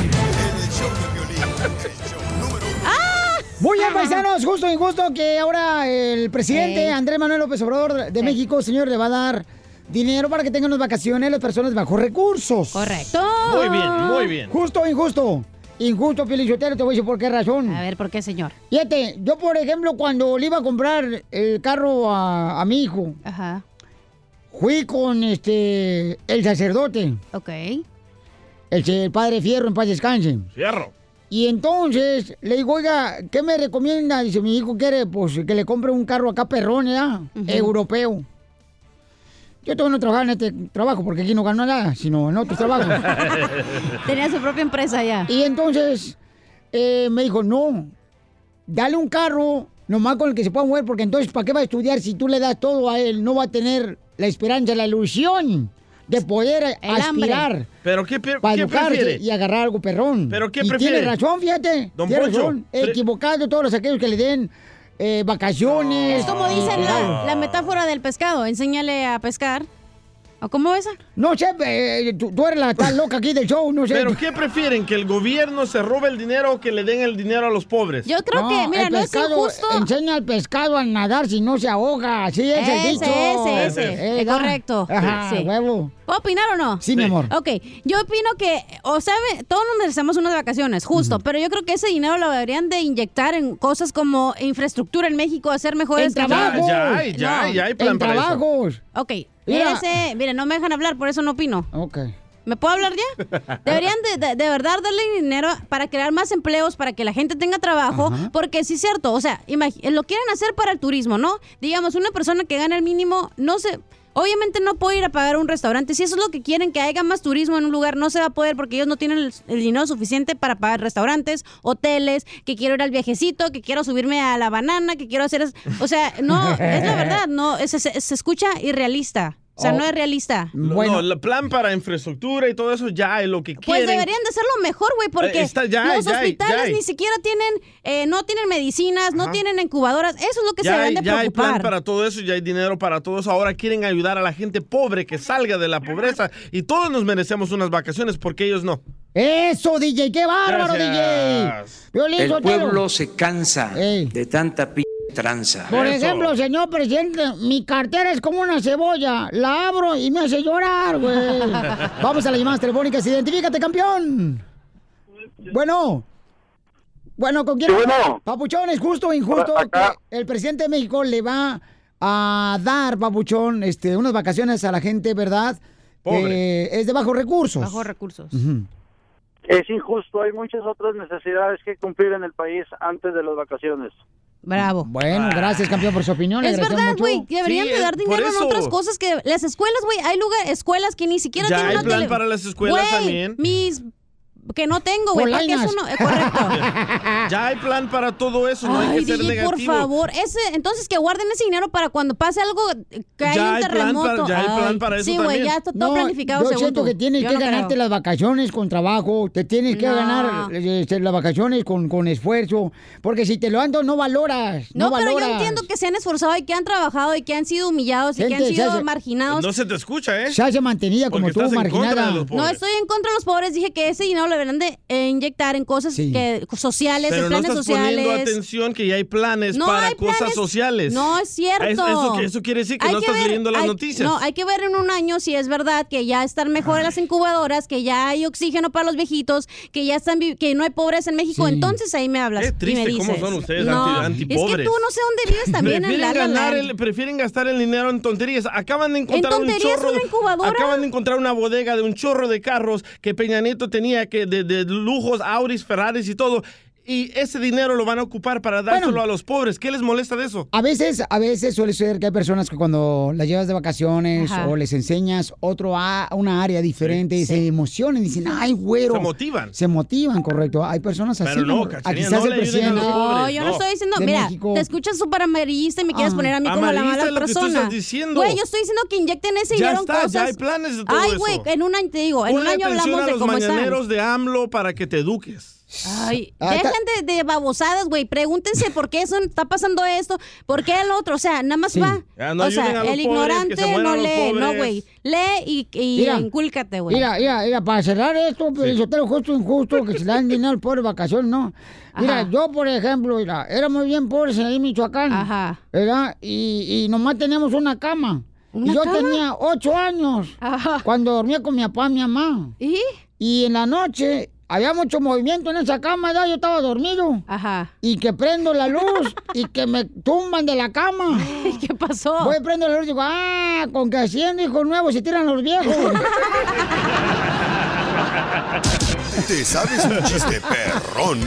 Speaker 2: Muy bien, paisanos, justo y justo que ahora el presidente
Speaker 15: Ey.
Speaker 2: Andrés Manuel López Obrador de México, señor, le va a dar dinero para que tengan unas vacaciones las personas de bajos recursos.
Speaker 9: Correcto.
Speaker 3: Muy bien, muy bien.
Speaker 2: Justo o injusto. Injusto, Piolín Sotelo, te voy a decir por qué razón. A
Speaker 9: ver, ¿por qué, señor?
Speaker 2: Fíjate, yo, por ejemplo, cuando le iba a comprar el carro a, a mi hijo,
Speaker 9: Ajá.
Speaker 2: fui con este el sacerdote.
Speaker 9: Ok.
Speaker 2: El, el padre Fierro, en paz descanse.
Speaker 3: Fierro.
Speaker 2: Y entonces le digo, oiga, ¿qué me recomienda? Dice, mi hijo quiere pues, que le compre un carro acá perrón, ¿ya? Europeo. Yo todavía no trabajaba en este trabajo porque aquí no ganó nada, sino en otros trabajos.
Speaker 9: Tenía su propia empresa ya.
Speaker 2: Y entonces eh, me dijo, no, dale un carro nomás con el que se pueda mover, porque entonces ¿para qué va a estudiar si tú le das todo a él? No va a tener la esperanza, la ilusión de poder aspirar
Speaker 3: ¿Pero qué, pe-
Speaker 2: para
Speaker 3: qué
Speaker 2: educarse
Speaker 3: prefiere?
Speaker 2: y agarrar algo perrón.
Speaker 3: ¿Pero qué
Speaker 2: y
Speaker 3: prefiere?
Speaker 2: Tiene razón, fíjate.
Speaker 3: Don
Speaker 2: tiene
Speaker 3: Poncho,
Speaker 2: razón.
Speaker 3: pre-
Speaker 2: Equivocado todos aquellos que le den eh, vacaciones.
Speaker 9: Es como dicen la,
Speaker 2: Ah.
Speaker 9: la metáfora del pescado. Enséñale a pescar ¿O cómo esa?
Speaker 2: No sé, eh, tú, tú eres la tan loca aquí del show, no sé.
Speaker 3: ¿Pero qué prefieren? ¿Que el gobierno se robe el dinero o que le den el dinero a los pobres?
Speaker 9: Yo creo que, mira,
Speaker 2: el
Speaker 9: no es
Speaker 2: pescado-
Speaker 9: injusto.
Speaker 2: Enseña al pescado a nadar si no se ahoga. Sí, es el
Speaker 9: Ese,
Speaker 2: dicho.
Speaker 9: ese, ese. Es
Speaker 2: da.
Speaker 9: correcto.
Speaker 2: Ajá,
Speaker 9: Sí.
Speaker 2: huevo.
Speaker 9: ¿Puedo opinar o no?
Speaker 2: Sí, mi Sí. amor.
Speaker 9: Ok, yo opino que, o sea, me- todos nos necesitamos unas vacaciones, justo, pero yo creo que ese dinero lo deberían de inyectar en cosas como infraestructura en México, hacer mejores...
Speaker 2: En trabajos. Ya, ya hay, ya hay, ya hay plan En para eso. trabajos.
Speaker 9: Ok,
Speaker 2: Mira.
Speaker 9: ese, mire, no me dejan hablar, por eso no opino.
Speaker 2: Ok.
Speaker 9: ¿Me puedo hablar ya? Deberían de, de- de verdad darle dinero para crear más empleos, para que la gente tenga trabajo,
Speaker 16: Ajá.
Speaker 9: porque sí es cierto, o sea, imagi- eh, lo quieren hacer para el turismo, ¿no? Digamos, una persona que gana el mínimo, no se... Obviamente no puede ir a pagar un restaurante. Si eso es lo que quieren, que haya más turismo en un lugar, no se va a poder porque ellos no tienen el, el dinero suficiente para pagar restaurantes, hoteles, que quiero ir al viajecito, que quiero subirme a la banana, que quiero hacer... es- O sea, no, es la verdad, no, es- es- se escucha irrealista. O sea,
Speaker 3: Oh.
Speaker 9: no es realista.
Speaker 3: Lo- No, el plan para infraestructura y todo eso ya es lo que
Speaker 9: Pues
Speaker 3: quieren.
Speaker 9: deberían de hacerlo mejor, güey, porque
Speaker 3: Eh, está- ya hay,
Speaker 9: los
Speaker 3: ya hay, ya
Speaker 9: hospitales
Speaker 3: hay.
Speaker 9: ni siquiera tienen, eh, no tienen medicinas, no
Speaker 3: Ajá.
Speaker 9: tienen incubadoras. Eso es lo que se
Speaker 3: ya hay,
Speaker 9: deben de
Speaker 3: ya hay
Speaker 9: preocupar.
Speaker 3: plan para todo eso, ya hay dinero para todo eso. Ahora quieren ayudar a la gente pobre que salga de la pobreza y todos nos merecemos unas vacaciones porque ellos no.
Speaker 2: Eso, DJ, qué bárbaro,
Speaker 3: Gracias.
Speaker 2: DJ. Violín
Speaker 11: El
Speaker 2: Sotelo.
Speaker 11: pueblo se cansa de tanta p tranza.
Speaker 2: Por ejemplo, señor presidente, mi cartera es como una cebolla. La abro y me hace llorar, güey. Vamos a las llamadas telefónicas. Identifícate, campeón. Bueno. Bueno, ¿con quién?
Speaker 17: Sí, bueno.
Speaker 2: Papuchón, ¿es justo o injusto
Speaker 17: Hola, acá.
Speaker 2: que el presidente de México le va a dar, Papuchón, este, unas vacaciones a la gente, ¿verdad?
Speaker 9: Pobre.
Speaker 2: Eh, es de bajos recursos.
Speaker 9: Bajos recursos.
Speaker 2: Ujú.
Speaker 17: Es injusto, hay muchas otras necesidades que cumplir en el país antes de las vacaciones.
Speaker 9: Bravo.
Speaker 2: Bueno, gracias, campeón, por su opinión. Le
Speaker 9: Es
Speaker 2: agradecemos
Speaker 9: verdad,
Speaker 2: mucho.
Speaker 9: güey. Deberían
Speaker 2: Ah.
Speaker 3: eh,
Speaker 2: Sí,
Speaker 9: de dar
Speaker 2: es-
Speaker 9: dinero
Speaker 2: por
Speaker 9: en
Speaker 2: eso.
Speaker 9: otras cosas que las escuelas, güey. Hay lugar, escuelas que ni siquiera
Speaker 3: Ya
Speaker 9: tienen
Speaker 3: hay
Speaker 9: una
Speaker 3: plan
Speaker 9: tele-
Speaker 3: para las escuelas
Speaker 9: Güey,
Speaker 3: también.
Speaker 9: Mis que no tengo, güey. ¿Para qué es
Speaker 3: Polainas.
Speaker 9: uno? Eh, correcto.
Speaker 3: Ya hay plan para todo eso, no hay
Speaker 9: Ay,
Speaker 3: que ser
Speaker 9: DJ, por
Speaker 3: negativo.
Speaker 9: favor, ese, entonces que guarden ese dinero para cuando pase algo, eh, que haya
Speaker 3: Ya
Speaker 9: un
Speaker 3: hay plan para-
Speaker 9: terremoto.
Speaker 3: ya hay plan
Speaker 9: Ay,
Speaker 3: para eso
Speaker 9: Sí, güey,
Speaker 3: también.
Speaker 9: ya está todo
Speaker 2: No,
Speaker 9: planificado
Speaker 2: Yo
Speaker 9: según
Speaker 2: siento
Speaker 9: tú.
Speaker 2: que tienes
Speaker 9: Yo
Speaker 2: que
Speaker 9: no creo.
Speaker 2: ganarte las vacaciones con trabajo, te tienes que
Speaker 9: No.
Speaker 2: ganar este, las vacaciones con, con esfuerzo, porque si te lo ando no valoras, no,
Speaker 9: No, pero
Speaker 2: valoras.
Speaker 9: yo entiendo que se han esforzado y que han trabajado y que han sido humillados y que
Speaker 2: Gente,
Speaker 9: han sido
Speaker 2: se hace-
Speaker 9: marginados.
Speaker 3: No se te escucha, ¿eh?
Speaker 2: Se haya mantenida como
Speaker 3: Porque
Speaker 2: tú,
Speaker 3: estás en contra
Speaker 2: marginada.
Speaker 3: de los pobres.
Speaker 9: No estoy en contra de los pobres, dije que ese dinero lo deberían de eh, inyectar en cosas que, sociales,
Speaker 3: Pero
Speaker 9: en
Speaker 3: no
Speaker 9: planes
Speaker 3: estás
Speaker 9: sociales.
Speaker 3: poniendo atención que ya hay planes
Speaker 9: No
Speaker 3: para
Speaker 9: hay
Speaker 3: cosas
Speaker 9: planes-
Speaker 3: sociales. Ah,
Speaker 9: No es cierto.
Speaker 3: Es- Eso, eso quiere decir que
Speaker 9: Hay
Speaker 3: no estás
Speaker 9: ver-
Speaker 3: leyendo las
Speaker 9: hay-
Speaker 3: noticias.
Speaker 9: No, hay que ver en un año si es verdad que ya están mejor las incubadoras, que ya hay oxígeno para los viejitos, que ya están vi- que no hay pobres en México. Entonces ahí me hablas.
Speaker 3: Qué triste,
Speaker 9: y me dices.
Speaker 3: ¿cómo son ustedes
Speaker 9: No,
Speaker 3: anti-
Speaker 9: Es que
Speaker 3: antipobres?
Speaker 9: tú no sé dónde vives también en
Speaker 3: prefieren,
Speaker 9: la La
Speaker 3: ganar
Speaker 9: Land.
Speaker 3: el- prefieren gastar el dinero en tonterías. Acaban de encontrar un
Speaker 9: tonterías
Speaker 3: chorro.
Speaker 9: una incubadora?
Speaker 3: Acaban de encontrar una bodega de un chorro de carros que Peña Nieto tenía que de, de lujos, Auris, Ferraris y todo. Y ese dinero lo van a ocupar para dárselo a los pobres. ¿Qué les molesta de eso?
Speaker 2: A veces, a veces suele ser que hay personas que cuando las llevas de vacaciones
Speaker 3: Ajá.
Speaker 2: o les enseñas otro a una área diferente y se emocionan y dicen, ay, güero.
Speaker 3: Se motivan.
Speaker 2: Se motivan, correcto. Hay personas así.
Speaker 3: Pero no,
Speaker 2: como-
Speaker 3: Cachanilla,
Speaker 2: quizás
Speaker 3: no
Speaker 2: el
Speaker 3: le ayuden a
Speaker 2: presidente.
Speaker 3: los pobres.
Speaker 9: No, yo no,
Speaker 3: no.
Speaker 9: estoy diciendo,
Speaker 2: De
Speaker 9: mira,
Speaker 2: México.
Speaker 9: te escuchas súper amarillista y me quieres
Speaker 2: Ah.
Speaker 9: poner a mí como la
Speaker 3: Amarillista
Speaker 9: mala
Speaker 3: es lo que tú
Speaker 9: persona.
Speaker 3: estás diciendo.
Speaker 9: Güey, yo estoy diciendo que inyecten ese
Speaker 3: Ya
Speaker 9: dinero
Speaker 3: está,
Speaker 9: en
Speaker 3: ya
Speaker 9: cosas.
Speaker 3: hay planes de todo
Speaker 9: Ay, güey,
Speaker 3: eso.
Speaker 9: en un año te digo, en un
Speaker 3: Ponle
Speaker 9: año
Speaker 3: atención
Speaker 9: hablamos
Speaker 3: a
Speaker 9: de
Speaker 3: los
Speaker 9: cómo están.
Speaker 3: mañaneros de AMLO para que te eduques.
Speaker 9: Ay,
Speaker 3: Ah, está-
Speaker 9: dejen de, de babosadas, güey. Pregúntense por qué eso está pasando esto, por qué el otro. O sea, nada más
Speaker 3: Sí.
Speaker 9: va.
Speaker 3: Ya, no
Speaker 9: o
Speaker 3: ayuden
Speaker 9: sea,
Speaker 3: a los
Speaker 9: el
Speaker 3: pobres,
Speaker 9: ignorante
Speaker 3: que se mueran
Speaker 9: no
Speaker 3: los
Speaker 9: lee, no,
Speaker 3: pobres.
Speaker 9: güey. Lee y, y
Speaker 2: Mira,
Speaker 9: incúlcate, güey.
Speaker 2: Mira, mira, mira, para cerrar esto, pero yo te lo justo injusto que se le dan dinero al pobre vacación, ¿no? Mira,
Speaker 9: Ajá.
Speaker 2: yo, por ejemplo, mira, éramos bien pobres ahí en Michoacán.
Speaker 9: Ajá.
Speaker 2: ¿Verdad? Y, y nomás teníamos una cama.
Speaker 9: ¿Una
Speaker 2: y yo
Speaker 9: cama?
Speaker 2: tenía ocho años cuando dormía con mi papá y mi mamá.
Speaker 9: ¿Y?
Speaker 2: en la noche había mucho movimiento en esa cama, ¿verdad? Yo estaba dormido.
Speaker 9: Ajá.
Speaker 2: Y que prendo la luz y que me tumban de la cama.
Speaker 9: ¿Qué pasó?
Speaker 2: Voy, prendo la luz y digo, ah, con que haciendo hijos nuevos se tiran los viejos.
Speaker 6: ¿Te sabes un chiste perrón?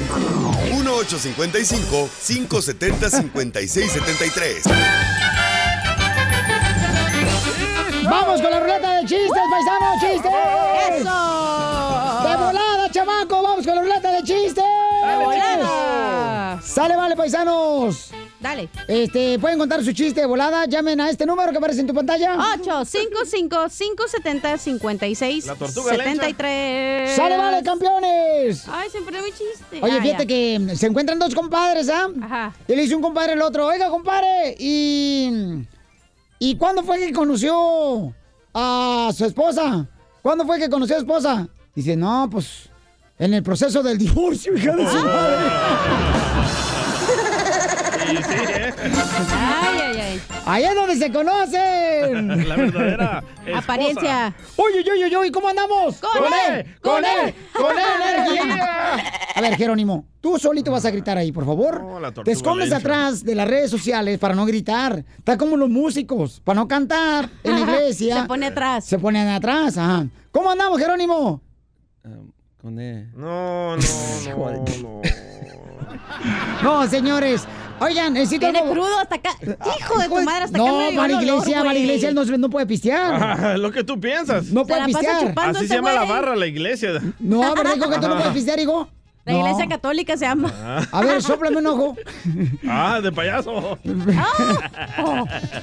Speaker 6: 1855-570-5673.
Speaker 2: ¡Vamos con la ruleta de chistes, paisano! ¡Chistes! ¡Eso! ¡De volada, chamaco! ¡Vamos con la ruleta de chistes! ¡De
Speaker 9: volada!
Speaker 2: ¡Sale, vale, paisanos!
Speaker 9: Dale.
Speaker 2: Este, pueden contar su chiste de volada. Llamen a este número que aparece en tu pantalla.
Speaker 9: 855-570-5673.
Speaker 2: La tortuga ¡Sale, vale, campeones!
Speaker 9: Ay, se me perdió mi chiste.
Speaker 2: Oye,
Speaker 9: Ah,
Speaker 2: fíjate
Speaker 9: ya.
Speaker 2: que se encuentran dos compadres, ¿ah?
Speaker 9: Ajá.
Speaker 2: Y le dice un compadre al otro, oiga, compadre, ¿y, ¿y cuándo fue que conoció a a su esposa. ¿Cuándo fue que conoció a su esposa? Dice, no, pues en el proceso del divorcio, hija de su
Speaker 9: Ah.
Speaker 2: madre.
Speaker 3: ¿eh?
Speaker 9: Ay, ay, ay.
Speaker 2: Ahí es donde se conocen.
Speaker 9: La verdadera esposa. Apariencia.
Speaker 2: Oye, oye, oye, oye, ¿cómo andamos?
Speaker 9: ¡Con él!
Speaker 2: ¡Con él! ¡Con él!
Speaker 9: energía!
Speaker 2: A ver, Jerónimo, tú solito vas a gritar ahí, por favor.
Speaker 3: la tortuga
Speaker 2: Te escondes
Speaker 3: Lynch.
Speaker 2: atrás de las redes sociales para no gritar. Está como los músicos, para no cantar en la iglesia.
Speaker 9: Se pone atrás.
Speaker 2: Se ponen atrás, ajá. ¿Cómo andamos, Jerónimo?
Speaker 3: Con él. No, no, no, no.
Speaker 2: No, señores. Oigan, necesito... Ah,
Speaker 9: Tiene crudo hasta acá. Hijo de tu madre, hasta acá me
Speaker 2: No,
Speaker 9: llegó
Speaker 2: para
Speaker 9: el olor,
Speaker 2: iglesia, para
Speaker 9: güey.
Speaker 2: iglesia, él no, se- no puede pistear.
Speaker 3: Ah, lo que tú piensas.
Speaker 2: No Se puede la pasa pistear. chupando
Speaker 3: Así se
Speaker 2: este
Speaker 3: llama la
Speaker 2: güey.
Speaker 3: barra, la iglesia.
Speaker 2: No, ¿verdad, hijo, que tú no puedes pistear, hijo?
Speaker 9: La
Speaker 2: No.
Speaker 9: iglesia católica se llama.
Speaker 2: A ver, sóplame un ojo.
Speaker 3: Ah, de payaso.
Speaker 9: Oh.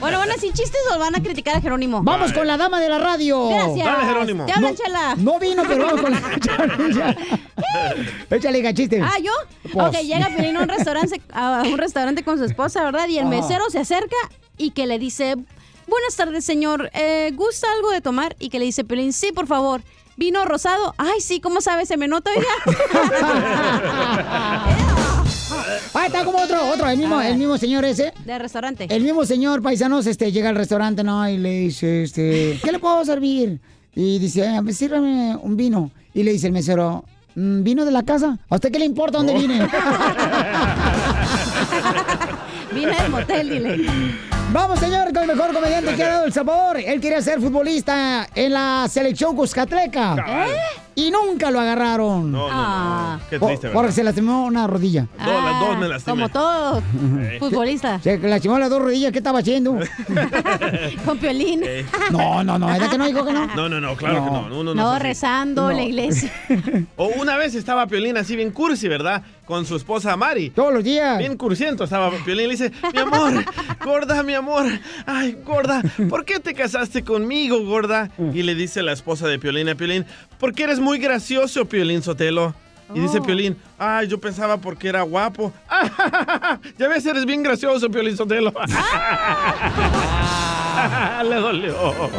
Speaker 9: Bueno, ¿van a decir chistes o van a criticar a Jerónimo?
Speaker 2: Vamos con la dama de la radio.
Speaker 9: Gracias. Dale, Jerónimo. Te habla
Speaker 2: no,
Speaker 9: Chela.
Speaker 2: No vino, pero vamos con la Chela. Échale gachiste.
Speaker 9: Ah, ¿yo?
Speaker 2: Pues.
Speaker 9: Ok, llega Piolín a un restaurante, a un restaurante con su esposa, ¿verdad? Y el
Speaker 2: Ajá.
Speaker 9: mesero se acerca y que le dice, buenas tardes, señor, eh, ¿gusta algo de tomar? Y que le dice Piolín, sí, por favor. ¿Vino rosado? Ay, sí, ¿cómo sabe? Se me nota, oiga.
Speaker 2: Ah, está como otro, otro, el mismo,
Speaker 9: A ver.
Speaker 2: el mismo señor ese.
Speaker 9: Del restaurante.
Speaker 2: El mismo señor, paisanos, este, llega al restaurante, ¿no? Y le dice, este, ¿qué le puedo servir? Y dice, "Ah, pues, sírvame un vino. Y le dice el mesero, "Mm, ¿vino de la casa? ¿A usted qué le importa
Speaker 3: Oh.
Speaker 2: dónde vine?
Speaker 9: Vine del motel, dile.
Speaker 2: Vamos, señor, con el mejor comediante que ha dado El Salvador. Él quería ser futbolista en la selección Cuscatleca.
Speaker 3: Cabal.
Speaker 2: Y nunca lo agarraron.
Speaker 3: ¿Eh? No, no,
Speaker 2: Ah.
Speaker 3: no, no. Qué
Speaker 2: Por-
Speaker 3: triste,
Speaker 2: Porque
Speaker 3: ¿verdad?
Speaker 2: se lastimó una rodilla.
Speaker 3: Ah, Dos, las dos me lastimé.
Speaker 9: Como todo
Speaker 3: Sí.
Speaker 9: futbolista.
Speaker 2: Se lastimó las dos rodillas. ¿Qué estaba haciendo?
Speaker 9: Con Piolín.
Speaker 3: Eh.
Speaker 2: No, no, no. ¿Verdad que no, hijo, que no?
Speaker 3: No, no, no, claro que no. No, no, no,
Speaker 9: No,
Speaker 3: es así.
Speaker 9: rezando en la iglesia.
Speaker 3: O una vez estaba Piolín así bien cursi, ¿verdad? Con su esposa Mari.
Speaker 2: Todos los días.
Speaker 3: Bien cursiento estaba Piolín. Le dice, mi amor, gorda, mi amor. Ay, gorda, ¿por qué te casaste conmigo, gorda? Y le dice la esposa de Piolín a Piolín, porque eres muy gracioso, Piolín Sotelo. Y dice
Speaker 9: Oh.
Speaker 3: Piolín, ay, yo pensaba porque era guapo. ya ves, eres bien gracioso, Piolín Sotelo. Le dolió.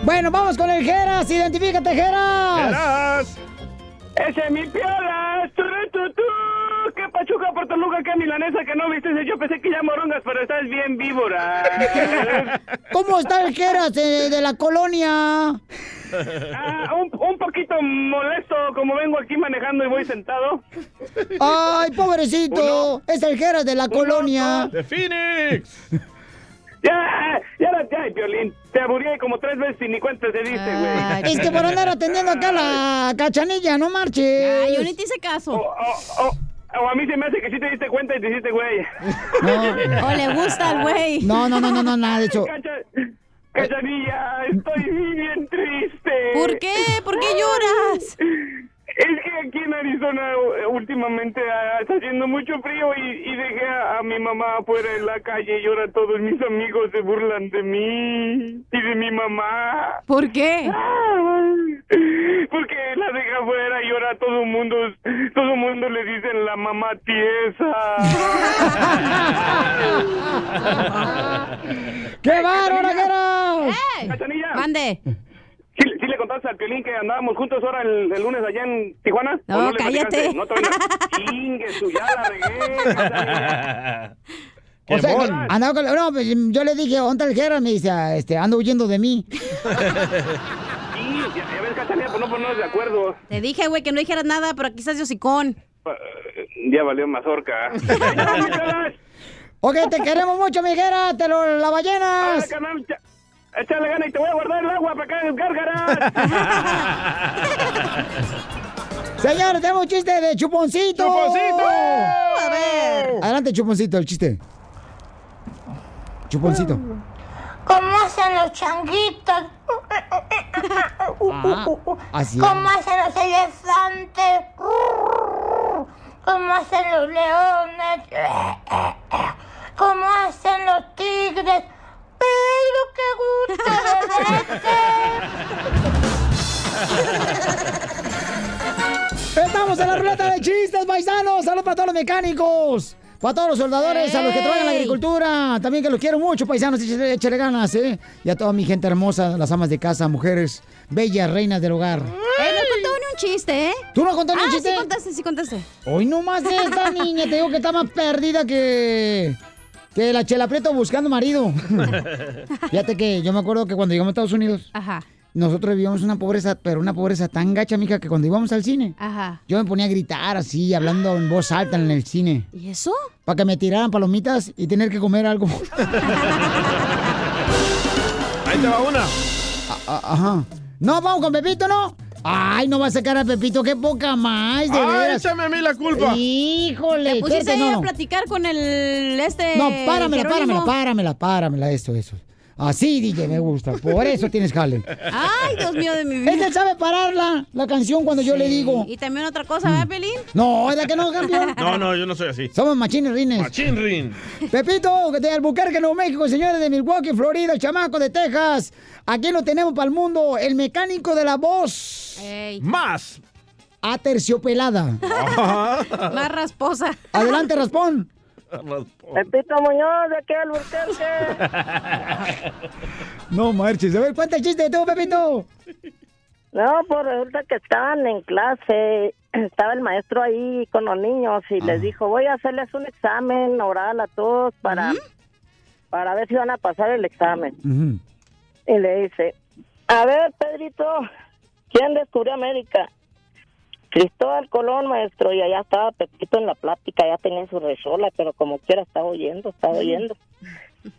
Speaker 2: Bueno, vamos con el Geras. Identifícate, Geras.
Speaker 18: ¡Ese es mi piola! ¡Tu reto tú! ¡Qué pachuca, portoluca, qué milanesa que no viste! Yo pensé que ya morongas, pero estás bien víbora.
Speaker 2: ¿Cómo está el Geras de, de la colonia?
Speaker 18: Ah, un, un poquito molesto, como vengo aquí manejando y voy sentado.
Speaker 2: Ay, pobrecito. es el Geras de la colonia.
Speaker 3: ¡De Phoenix!
Speaker 18: ¡Ya! ¡Ya la ya, Violín! Te aburrí como tres veces y ni cuenta te diste, güey.
Speaker 2: Es que por andar atendiendo acá la cachanilla, no marches.
Speaker 9: Ay, yo ni te hice caso.
Speaker 18: O a mí se me hace que sí te diste cuenta y te hiciste, güey.
Speaker 9: O le gusta al güey.
Speaker 2: No, no, no, no, no, nada de eso.
Speaker 18: Cachanilla, estoy bien triste.
Speaker 9: ¿Por qué? ¿Por qué lloras?
Speaker 18: Es que aquí en Arizona eh, últimamente ah, está haciendo mucho frío y, y dejé a, a mi mamá afuera en la calle y ahora todos mis amigos se burlan de mí y de mi mamá.
Speaker 9: ¿Por qué?
Speaker 18: Porque la dejé afuera y ahora todo el mundo, todo mundo le dicen la mamá tiesa.
Speaker 2: ¡Qué bárbaro, Geras!
Speaker 18: Cachanilla,
Speaker 9: Mande.
Speaker 18: ¿sí, sí le contaste al Piolín que andábamos juntos ahora el, el lunes allá en Tijuana? ¿O
Speaker 9: No,
Speaker 18: le
Speaker 9: cállate.
Speaker 18: platicaste? No, todavía no. Chingue su, ya la regué, Cachanilla.
Speaker 2: O sea, que
Speaker 18: bolas.
Speaker 2: andaba con- no, pues, yo le dije, ¿dónde está el Geras? Me dice, "Ah, este, ando huyendo de mí.
Speaker 18: Sí, ya, ya ves, Cachanilla, pues no ponernos de acuerdo.
Speaker 9: Te dije, güey, que no dijeras nada, pero aquí estás de hocicón.
Speaker 18: Eh, Ya valió mazorca.
Speaker 2: Ok, te queremos mucho, mi Geras, te lo la ballenas.
Speaker 18: Échale gana y te voy a guardar el agua para acá en gárgaras.
Speaker 2: Señores, tenemos un chiste de Chuponcito. Uh,
Speaker 18: ¡Chuponcito!
Speaker 2: A
Speaker 18: ver.
Speaker 2: Adelante, Chuponcito, el chiste. Chuponcito.
Speaker 19: ¿Cómo hacen los changuitos?
Speaker 2: Así.
Speaker 19: ¿Cómo hacen los elefantes? ¿Cómo hacen los leones? ¿Cómo hacen los tigres? Pero qué gusto de
Speaker 2: Estamos en la ruleta de chistes, paisanos. Saludos para todos los mecánicos. Para todos los soldadores, a los que trabajan en la agricultura, también que los quiero mucho, paisanos, échale, échale ganas, ¿eh? Y a toda mi gente hermosa, las amas de casa, mujeres, bellas, reinas del hogar.
Speaker 9: Eh, no he contado ni un chiste, ¿eh?
Speaker 2: ¿Tú no has contado ni un
Speaker 9: Ah,
Speaker 2: chiste?
Speaker 9: sí contaste, sí contaste.
Speaker 2: Hoy nomás esta niña, te digo que está más perdida que, que la Chela Prieto buscando marido. Fíjate que yo me acuerdo que cuando llegamos a Estados Unidos,
Speaker 9: Ajá,
Speaker 2: nosotros vivíamos una pobreza, pero una pobreza tan gacha, mija, que cuando íbamos al cine,
Speaker 9: ajá.
Speaker 2: yo me ponía a gritar así, hablando en voz alta en el cine.
Speaker 9: ¿Y eso?
Speaker 2: Para que me tiraran palomitas y tener que comer algo.
Speaker 3: Ahí te va una.
Speaker 2: A- a- Ah, Ajá. No, vamos con Pepito, ¿no? Ay, no va a sacar a Pepito, qué poca más, de
Speaker 3: Ay,
Speaker 2: veras.
Speaker 3: Ah, échame a mí la culpa.
Speaker 2: Híjole,
Speaker 9: Te pusiste
Speaker 2: espérate,
Speaker 9: ahí
Speaker 2: no,
Speaker 9: a
Speaker 2: no.
Speaker 9: platicar con el este.
Speaker 2: No, páramela, páramela,
Speaker 9: Jerónimo.
Speaker 2: páramela, páramela, eso, eso. Así, DJ, me gusta. Por eso tienes jale.
Speaker 9: Ay, Dios mío de mi vida.
Speaker 2: Él sabe pararla, la canción, cuando yo le digo.
Speaker 9: Y también otra cosa, ¿verdad, Pelín?
Speaker 2: No, es la que no, campeón.
Speaker 3: No, no, yo no soy así.
Speaker 2: Somos machines rines.
Speaker 3: Machín Rin.
Speaker 2: Pepito, que de Albuquerque, Nuevo México, señores de Milwaukee, Florida, el chamaco de Texas. Aquí lo tenemos para el mundo, el mecánico de la voz.
Speaker 3: Más.
Speaker 2: Aterciopelada.
Speaker 9: Más rasposa.
Speaker 2: Adelante, Raspón.
Speaker 20: Pepito Muñoz, de aquí al Albuquerque.
Speaker 2: No marches. A ver, cuenta el chiste de tú, Pepito.
Speaker 20: No, pues resulta que estaban en clase, estaba el maestro ahí con los niños y les dijo, voy a hacerles un examen oral a todos para, para ver si van a pasar el examen. Y le dice, a ver, Pedrito, ¿quién descubrió América? Cristóbal Colón, maestro, y allá estaba Pepito en la plática, ya tenía su resola, pero como quiera estaba oyendo, estaba
Speaker 5: Mm.
Speaker 20: oyendo.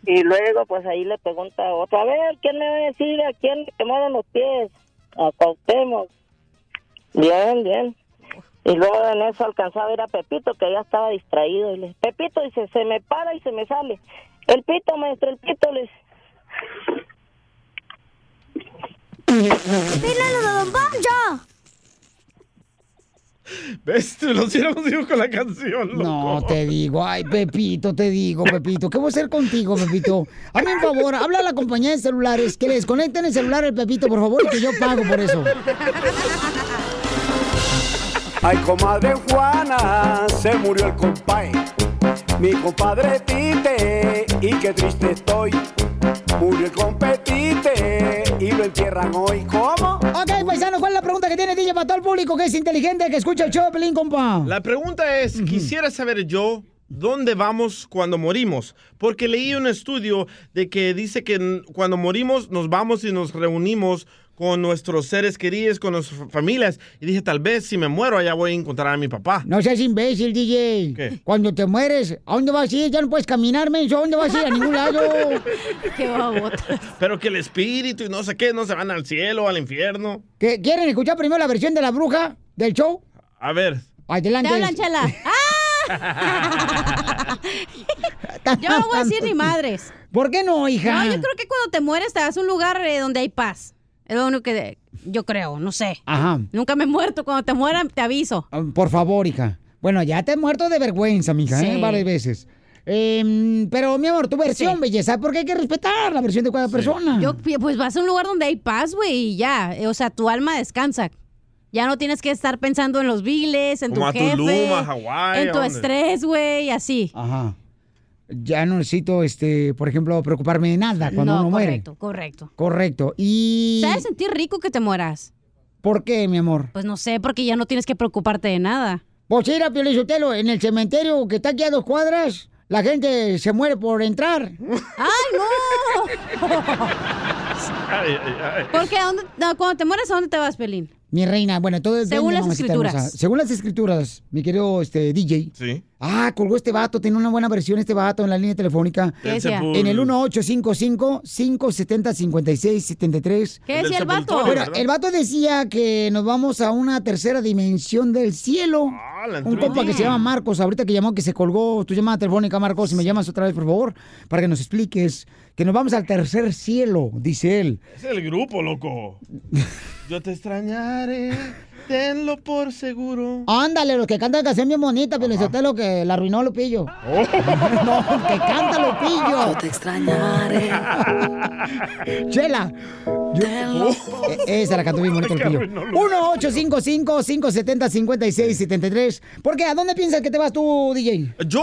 Speaker 20: Y luego, pues ahí le pregunta a otro, a ver, ¿quién me va a decir a quién le quemaron los pies? A Cuauhtémoc. Bien, bien. Y luego en eso alcanzaba a ver a Pepito, que ya estaba distraído. Y le Pepito dice, se me para y se me sale. El pito, maestro, el pito les...
Speaker 21: ¡Pílalo de Don Poncho!
Speaker 3: ¿Ves? Te Lo hicieron digo, con la canción.
Speaker 2: No, te digo, ay, Pepito, te digo, Pepito. ¿Qué voy a hacer contigo, Pepito? Hazme un favor, habla a la compañía de celulares, que le desconecten el celular al Pepito, por favor, que yo pago por eso.
Speaker 22: Ay, comadre Juana, se murió el compadre. Mi compadre Tite, y qué triste estoy. Murió el competite y lo entierran hoy. ¿Cómo?
Speaker 2: Ok, paisano, ¿cuál es la pregunta que tiene DJ para todo el público que es inteligente, que escucha el show de Pelín, compa?
Speaker 3: La pregunta es, quisiera saber yo dónde vamos cuando morimos, porque leí un estudio de que dice que n- cuando morimos nos vamos y nos reunimos con nuestros seres queridos, con nuestras familias, y dije, tal vez si me muero allá voy a encontrar a mi papá.
Speaker 2: No seas imbécil, DJ.
Speaker 3: ¿Qué?
Speaker 2: Cuando te mueres, ¿a dónde vas a ir? Ya no puedes caminar, menso. ¿A dónde vas a ir? A ningún lado.
Speaker 9: Qué babota.
Speaker 3: Pero que el espíritu y no sé qué, no se van al cielo, al infierno.
Speaker 2: ¿Qué- ¿Quieren escuchar primero la versión de la bruja del show?
Speaker 3: A ver.
Speaker 2: Adelante.
Speaker 9: Te hablan, Chela. Yo no voy a decir ni madres.
Speaker 2: ¿Por qué no,
Speaker 9: No,
Speaker 2: hija?
Speaker 9: yo creo que cuando te mueres te vas a un lugar eh, donde hay paz. Es lo único que yo creo, no sé.
Speaker 2: Ajá.
Speaker 9: Nunca me he muerto. Cuando te mueran, te aviso.
Speaker 2: Ah, Por favor, hija. Bueno, ya te he muerto de vergüenza, mija, ¿eh?
Speaker 9: Sí.
Speaker 2: Varias veces. Eh, pero, mi amor, tu versión, belleza, porque hay que respetar la versión de cada persona.
Speaker 9: Yo, pi- pues vas a un lugar donde hay paz, güey, y ya. Eh, O sea, tu alma descansa. Ya no tienes que estar pensando en los viles, en tu
Speaker 2: Como a
Speaker 9: jefe,
Speaker 2: Tulum, a Hawái,
Speaker 9: en tu
Speaker 2: ¿a dónde?
Speaker 9: estrés, güey, y así.
Speaker 2: Ajá. Ya no necesito, este, por ejemplo, preocuparme de nada cuando
Speaker 9: no,
Speaker 2: uno muere.
Speaker 9: correcto, correcto.
Speaker 2: Correcto. Y.
Speaker 9: ¿Sabes sentir rico que te mueras?
Speaker 2: ¿Por qué, mi amor?
Speaker 9: Pues no sé, porque ya no tienes que preocuparte de nada.
Speaker 2: Pues ir a Piolizotelo, en el cementerio que está aquí a dos cuadras, la gente se muere por entrar.
Speaker 9: ¡Ay, no!
Speaker 3: Ay, ay, ay.
Speaker 9: Porque ¿a dónde- no, cuando te mueres, ¿a dónde te vas, Pelín?
Speaker 2: Mi reina, bueno, todo depende,
Speaker 9: Según las
Speaker 2: mamacita
Speaker 9: escrituras.
Speaker 2: hermosa. Según las escrituras, mi querido este, DJ.
Speaker 3: Sí.
Speaker 2: Ah, colgó este vato, tiene una buena versión este vato en la línea telefónica.
Speaker 9: ¿Qué decía?
Speaker 2: En el 1855-570-5673.
Speaker 9: ¿Qué El decía del el vato? sepultorio,
Speaker 2: Bueno,
Speaker 9: ¿verdad?
Speaker 2: el vato decía que nos vamos a una tercera dimensión del cielo.
Speaker 9: Ah,
Speaker 2: Un compa que se llama Marcos, ahorita que llamó, que se colgó tu llamada telefónica, Marcos, si me llamas otra vez, por favor, para que nos expliques que nos vamos al tercer cielo, dice él.
Speaker 3: Es el grupo, loco. Yo te extrañaré, tenlo por seguro.
Speaker 2: Ándale, los que cantan canción bien bonita, pero usted lo que la arruinó Lupillo. No, que canta Lupillo.
Speaker 21: Yo te extrañaré.
Speaker 2: Chela, Eh, Esa la cantó bien bonito el pillo. 1-855-570-5673. ¿Por qué? ¿A dónde piensas que te vas tú, DJ?
Speaker 3: Yo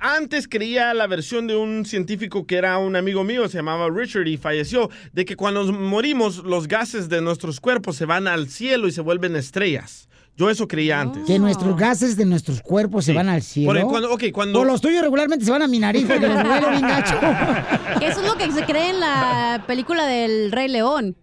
Speaker 3: antes creía la versión de un científico que era un amigo mío, se llamaba Richard y falleció, de que cuando nos morimos los gases de nuestros cuerpos se van al cielo y se vuelven estrellas. Yo eso creía antes.
Speaker 2: Que nuestros gases de nuestros cuerpos se van al cielo.
Speaker 3: Porque cuando- ok, cuando-
Speaker 2: O los tuyos regularmente se van a mi nariz porque me duele bien gacho.
Speaker 9: Que Eso es lo que se cree en la película del Rey León.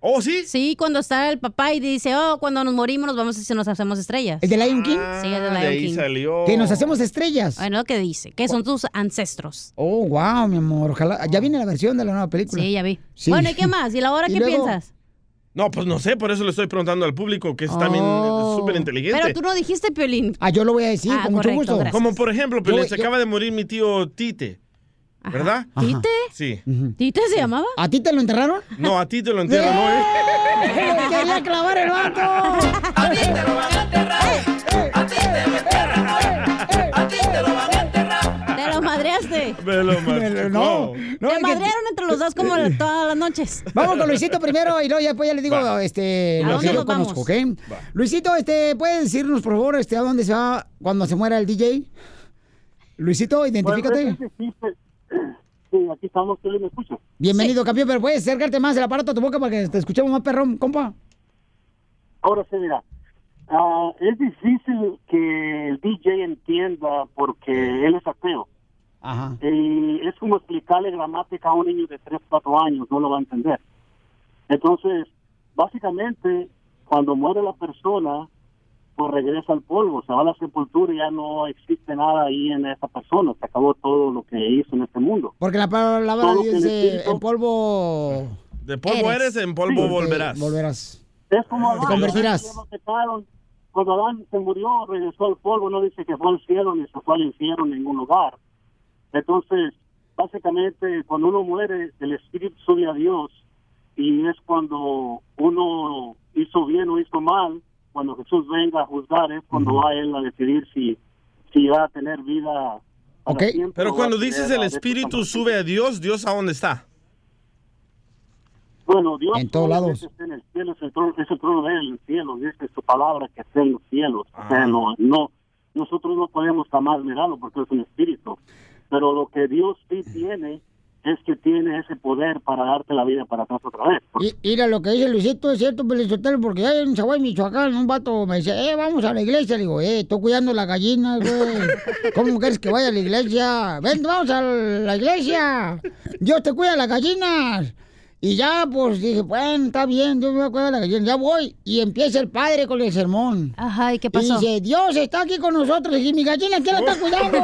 Speaker 3: ¿Oh, sí?
Speaker 9: Sí, cuando está el papá y dice, oh, cuando nos morimos nos vamos y se nos hacemos estrellas.
Speaker 2: ¿El de Lion King?
Speaker 9: Sí, el de Lion King.
Speaker 3: Ah, salió.
Speaker 2: Que nos hacemos estrellas.
Speaker 9: Bueno, que dice, que son tus ancestros.
Speaker 2: Oh, wow, mi amor. Ojalá. Ya viene la versión de la nueva película.
Speaker 9: Sí, ya vi.
Speaker 2: Sí.
Speaker 9: Bueno, ¿y qué más? ¿Y la hora
Speaker 2: Y
Speaker 9: qué
Speaker 2: luego-
Speaker 9: piensas?
Speaker 3: No, pues no sé, por eso le estoy preguntando al público que es también
Speaker 9: Oh.
Speaker 3: súper inteligente.
Speaker 9: Pero tú no dijiste, Piolín.
Speaker 2: Ah, yo lo voy a decir,
Speaker 9: Ah, con mucho correcto, gusto. gracias.
Speaker 3: Como por ejemplo, Piolín,
Speaker 9: Yo-
Speaker 3: se
Speaker 9: yo-
Speaker 3: acaba de morir mi tío Tite, ¿verdad?
Speaker 9: ¿Tite?
Speaker 3: Sí.
Speaker 9: ¿Tite se llamaba?
Speaker 2: ¿A ti te lo enterraron?
Speaker 3: No, a ti te lo entierro, ¿no? eh?
Speaker 2: ¡Le quería clavar el vato! Eh, ¡A
Speaker 11: ti te lo van a enterrar! ¡A ti te
Speaker 2: eh,
Speaker 11: lo enterran! ¡A ti te lo van a enterrar!
Speaker 9: Te lo madreaste.
Speaker 3: Me lo
Speaker 2: lo- no, no,
Speaker 9: Te
Speaker 2: es que- eh,
Speaker 9: madrearon entre los dos como todas las noches.
Speaker 2: Vamos con Luisito primero y luego ya, pues, ya le digo
Speaker 9: Va.
Speaker 2: este,
Speaker 9: ¿A
Speaker 2: lo
Speaker 9: dónde
Speaker 2: que yo
Speaker 9: nos vamos?
Speaker 2: conozco, ¿ok? Luisito, este, ¿puedes decirnos, por favor, este, a dónde se va cuando se muera el DJ? Luisito, identifícate.
Speaker 23: pues, Sí, aquí estamos, ¿tú me escuchas?
Speaker 2: Bienvenido, campeón, pero puedes acercarte más el aparato a tu boca para que te escuchemos más perrón, compa.
Speaker 23: Ahora sí, mira. ah, es difícil que el DJ entienda porque él es ateo.
Speaker 2: Ajá.
Speaker 23: Y es como explicarle gramática a un niño de 3, 4 años, no lo va a entender. Entonces, básicamente, cuando muere la persona, pues regresa al polvo, se va a la sepultura y ya no existe nada ahí en esa persona, se acabó todo lo que hizo en este mundo.
Speaker 2: Porque la palabra
Speaker 23: Todo
Speaker 2: dice,
Speaker 23: Luisito.
Speaker 2: en polvo...
Speaker 3: De polvo eres, en polvo
Speaker 2: Porque
Speaker 3: volverás.
Speaker 2: Volverás.
Speaker 23: Es como Adán.
Speaker 2: Te convertirás.
Speaker 23: Adán y Eva pecaron. Cuando Adán se murió, regresó al polvo, no dice que fue al cielo ni se fue al infierno en ningún lugar. Entonces, básicamente, cuando uno muere, el espíritu sube a Dios y es cuando uno hizo bien o hizo mal. Cuando Jesús venga a juzgar, es cuando va él a decidir si, si va a tener vida. para siempre o
Speaker 3: Pero
Speaker 23: va
Speaker 3: cuando
Speaker 23: a tener
Speaker 3: dices
Speaker 23: a
Speaker 3: el
Speaker 23: veces
Speaker 3: espíritu sube a Dios, ¿Dios a dónde está?
Speaker 23: Bueno, Dios
Speaker 3: En todos lados.
Speaker 23: solamente está en el cielo, es el trono, es el trono de él, el cielo, dice su palabra que está en los cielos. O sea, no, no- nosotros no podemos jamás mirarlo porque es un espíritu. Pero lo que Dios sí tiene es que tiene ese poder para darte la vida para atrás otra vez.
Speaker 2: Y, mira, lo que dice Luisito es cierto, Pelizotelo, porque hay en Chihuahua, Michoacán, un vato me dice, eh, vamos a la iglesia. Le digo, eh, estoy cuidando la gallina, güey. ¿Cómo quieres que vaya a la iglesia? Ven, vamos a la iglesia. Dios te cuida las gallinas. Y ya, pues dije, bueno, está bien, yo me voy a cuidar de la gallina, ya voy. Y empieza el padre con el sermón.
Speaker 9: Ajá, ¿y qué
Speaker 2: pasó? Y dice, Dios está aquí con nosotros. Y dije, mi gallina, ¿quién la está cuidando?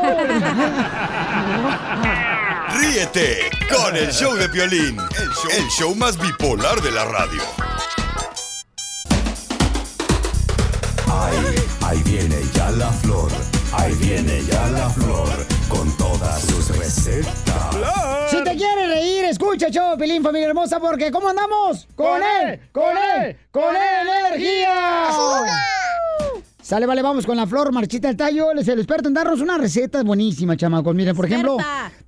Speaker 24: Ríete con el show de Piolín, el show, el show más bipolar de la radio.
Speaker 6: Ahí, ahí viene ya la flor, ahí viene ya la flor, con todas sus recetas.
Speaker 2: Si te quieres reír, escucha, chavo, Pelín, familia hermosa, porque ¿cómo andamos? Con él, con él, con él, energía. Sale, vale, vamos con la flor, marchita el tallo, él es el experto en darnos unas recetas buenísimas, chamacos. Miren, por ejemplo,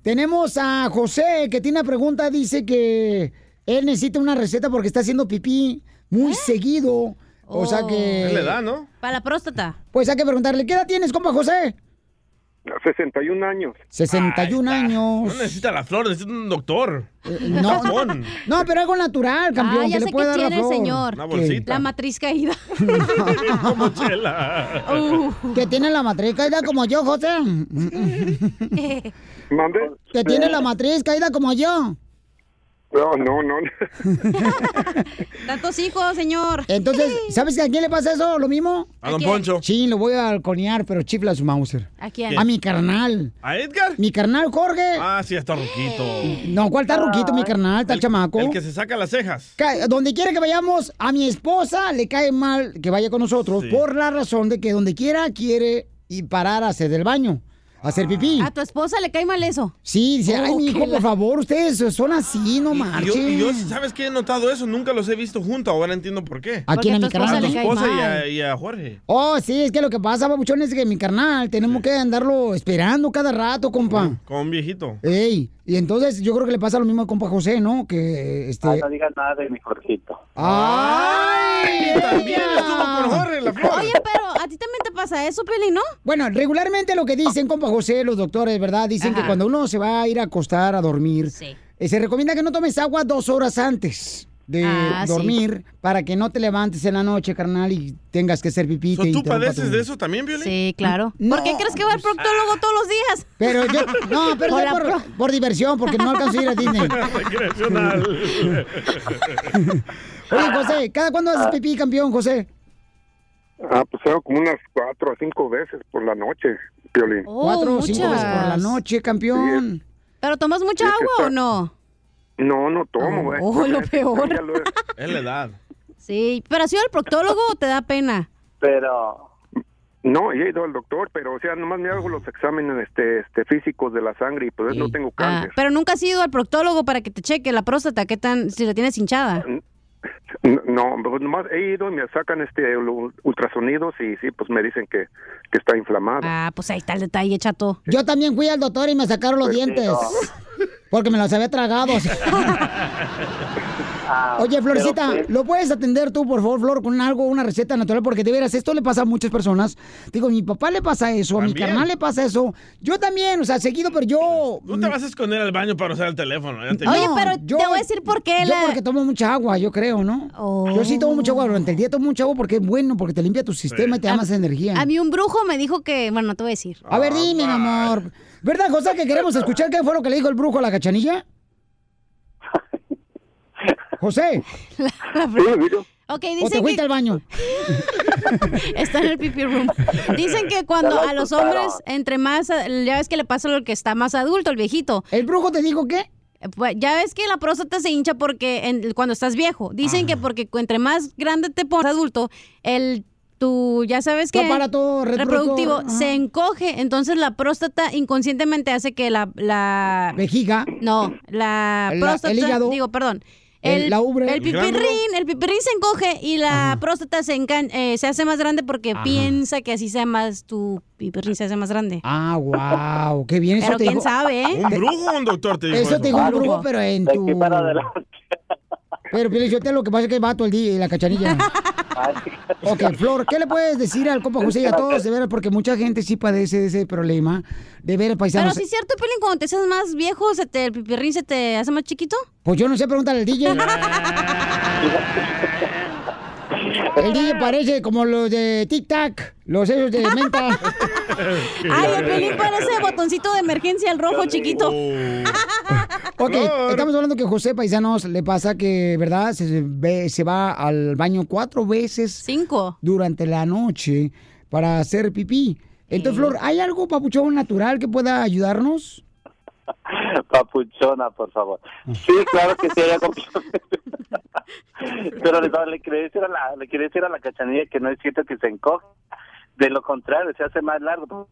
Speaker 2: tenemos a José que tiene una pregunta, dice que él necesita una receta porque está haciendo pipí muy seguido. O sea que...
Speaker 3: ¿no?
Speaker 9: Oh. Para la próstata.
Speaker 2: Pues hay que preguntarle, ¿qué edad tienes, compa José?
Speaker 25: 61 años.
Speaker 2: 61 años. Eh,
Speaker 3: No necesita la flor, necesita un doctor. Un
Speaker 2: No,
Speaker 3: tapón.
Speaker 2: no, pero algo natural, campeón.
Speaker 9: ah, ya
Speaker 2: que
Speaker 9: sé
Speaker 2: le pueda
Speaker 9: qué
Speaker 2: dar la
Speaker 9: tiene el
Speaker 2: flor.
Speaker 9: señor.
Speaker 3: Una bolsita.
Speaker 9: La matriz caída.
Speaker 3: Como chela.
Speaker 2: Uh,
Speaker 3: Uh.
Speaker 2: Que tiene la matriz caída como yo, José.
Speaker 25: ¿Mande?
Speaker 2: Que tiene la matriz caída como yo.
Speaker 25: No, no, no.
Speaker 9: Tantos hijos, señor.
Speaker 2: Entonces, ¿sabes a quién le pasa eso? ¿Lo mismo?
Speaker 9: ¿A don ¿A quién? Poncho?
Speaker 2: Sí, lo voy a balconear, pero chifla a su Mauser.
Speaker 9: ¿A quién?
Speaker 2: A mi carnal.
Speaker 3: ¿A Edgar?
Speaker 2: Mi carnal Jorge.
Speaker 3: Ah, sí, está roquito.
Speaker 2: No, ¿cuál está ruquito, mi carnal? Está el chamaco.
Speaker 3: Ah, El que se saca las cejas.
Speaker 2: Ca- Donde quiera que vayamos, a mi esposa le cae mal que vaya con nosotros por la razón de que donde quiera quiere y parar a hacer del baño. hacer pipí.
Speaker 9: Ah, A tu esposa le cae mal eso.
Speaker 2: Sí, dice, ay,
Speaker 9: Oh,
Speaker 2: mi
Speaker 9: qué
Speaker 2: hijo,
Speaker 9: la-
Speaker 2: por favor, ustedes son así, no
Speaker 3: Y yo,
Speaker 2: marchen.
Speaker 3: y yo, ¿sabes qué? He notado eso. Nunca los he visto juntos. Ahora entiendo por qué.
Speaker 2: ¿A quién, a Porque a mi tu
Speaker 3: A
Speaker 2: esposa carnal?
Speaker 3: tu
Speaker 2: le cae
Speaker 3: esposa y
Speaker 2: mal.
Speaker 3: a, y a Jorge.
Speaker 2: Oh, sí, es que lo que pasa, babuchón, es que mi carnal tenemos que andarlo esperando cada rato, compa.
Speaker 3: Con un viejito.
Speaker 2: Ey, y entonces yo creo que le pasa lo mismo al compa José, ¿no? Que este.
Speaker 17: Ah, no digas nada de mi Jorgito.
Speaker 2: ¡Ay!
Speaker 17: También
Speaker 2: estuvo con
Speaker 3: Jorge la flor.
Speaker 9: Oye, pero a ti también te pasa eso, Peli, ¿no?
Speaker 2: Bueno, regularmente lo que dicen, compa José, los doctores, ¿verdad? Dicen que
Speaker 9: Ajá.
Speaker 2: cuando uno se va a ir a acostar a dormir,
Speaker 9: Sí.
Speaker 2: eh, se recomienda que no tomes agua dos horas antes de
Speaker 9: Ah, sí.
Speaker 2: dormir para que no te levantes en la noche, carnal, y tengas que ser pipí.
Speaker 3: ¿Tú padeces de eso también, Violín?
Speaker 9: Sí, claro. ¿Por qué crees que va al proctólogo todos los días?
Speaker 2: Pero yo, no, pero
Speaker 9: Con
Speaker 2: yo
Speaker 9: la pro-
Speaker 2: por, por diversión, porque no alcanzo a ir a Disney.
Speaker 3: Recreacional.
Speaker 2: Oye, José, ¿cada cuándo haces pipí, campeón, José?
Speaker 25: Ah, pues hago como unas cuatro o cinco veces por la noche, Piolín.
Speaker 9: Oh,
Speaker 2: Cuatro o cinco veces por la noche, campeón.
Speaker 9: ¿Pero tomas mucha
Speaker 25: Sí, es que
Speaker 9: agua o
Speaker 25: está-
Speaker 9: no?
Speaker 25: No, no tomo, güey. Pues,
Speaker 9: Oh, lo peor.
Speaker 3: Es la edad.
Speaker 9: Sí, pero ¿has ido al proctólogo o te da pena?
Speaker 25: Pero... No, he ido al doctor, pero o sea, nomás me hago los exámenes este, este físicos de la sangre y pues no tengo
Speaker 9: Ah,
Speaker 25: cáncer.
Speaker 9: pero nunca has ido al proctólogo para que te cheque la próstata, qué tan, si la tienes hinchada.
Speaker 25: N- No, pues, nomás he ido y me sacan este lu- ultrasonidos y sí, pues me dicen que, que está inflamado.
Speaker 9: Ah, pues ahí está el detalle, chato.
Speaker 2: Yo también fui al doctor y me sacaron los
Speaker 25: Pues sí,
Speaker 2: dientes.
Speaker 25: no.
Speaker 2: Porque me los había tragado. Oye, Florcita,
Speaker 25: pues
Speaker 2: ¿lo puedes atender tú, por favor, Flor, con algo, una receta natural? Porque de veras, esto le pasa a muchas personas. Digo, mi papá le pasa eso, a mi
Speaker 3: También.
Speaker 2: carnal le pasa eso. Yo también, o sea, seguido, pero yo...
Speaker 3: Tú te vas a esconder al baño para usar el teléfono. ya te
Speaker 9: Oye,
Speaker 3: vi.
Speaker 9: pero te voy a decir por qué.
Speaker 2: Este, Yo
Speaker 9: la-
Speaker 2: porque tomo mucha agua, yo creo, ¿no? Yo sí tomo mucha agua durante el día, tomo mucha agua porque es bueno, porque te limpia tu sistema y te da más energía.
Speaker 9: A mí un brujo me dijo que, bueno, no te voy a decir. Ah,
Speaker 2: A ver, dime, mi amor. ¿Verdad, José, que queremos escuchar qué fue lo que le dijo el brujo a la cachanilla? José.
Speaker 9: Ok,
Speaker 2: o te
Speaker 9: dicen
Speaker 2: fuiste
Speaker 9: que
Speaker 2: al baño.
Speaker 9: está en el pipi room. Dicen que cuando a los hombres, entre más, ya ves que le pasa lo que está más adulto, el viejito. Pues,
Speaker 2: ¿El brujo te dijo qué?
Speaker 9: ya ves que la próstata se hincha porque en- cuando estás viejo. Dicen que porque cu- entre más grande te pones adulto, el tu, ya sabes
Speaker 2: Tu
Speaker 9: que
Speaker 2: aparato
Speaker 9: reproductivo
Speaker 2: reproductor, ajá.
Speaker 9: se encoge, entonces la próstata inconscientemente hace que la, la
Speaker 2: vejiga,
Speaker 9: no, la
Speaker 2: La-
Speaker 9: próstata,
Speaker 2: el hígado.
Speaker 9: digo, perdón,
Speaker 2: El- la ubre.
Speaker 9: el
Speaker 2: El glándula.
Speaker 9: pipirrín, el pipirrín se encoge y la próstata se, engan- eh, se hace más grande porque
Speaker 2: Ajá.
Speaker 9: piensa que así sea más tu pipirrín se hace más grande.
Speaker 2: Ah, wow, qué bien. Eso
Speaker 9: Pero
Speaker 2: te
Speaker 9: quién
Speaker 2: dijo-
Speaker 9: sabe, ¿eh?
Speaker 3: ¿Un brujo o un doctor te dijo eso?
Speaker 2: Eso te dijo un brujo, pero en tu... Pero, Piolín, yo te lo que pasa es que va todo el día y la cachanilla. ok, Flor, ¿qué le puedes decir al compa José y a todos, de veras? Porque mucha gente sí padece de ese problema. De veras,
Speaker 9: Pero
Speaker 2: paisanos.
Speaker 9: sí es cierto, Pelín, cuando te haces más viejo, se te, el pipirrín se te hace más chiquito.
Speaker 2: Pues yo no sé, preguntarle al DJ. el DJ parece como los de Tic Tac, los esos de menta.
Speaker 9: Ay, el Pelín parece botoncito de emergencia, el rojo chiquito.
Speaker 2: Ok,
Speaker 9: Flor.
Speaker 2: estamos hablando que José Paisanos le pasa que, ¿verdad? Se, se ve- se va al baño cuatro veces.
Speaker 9: Cinco.
Speaker 2: Durante la noche para hacer pipí. Entonces, Flor, ¿hay algo, papuchón, natural que pueda ayudarnos?
Speaker 17: Papuchona, por favor. Sí, claro que sí, ella compró. Pero le, le quería decir a la, le quería decir a la cachanilla que no es cierto que se encoge. De lo contrario, se hace más largo.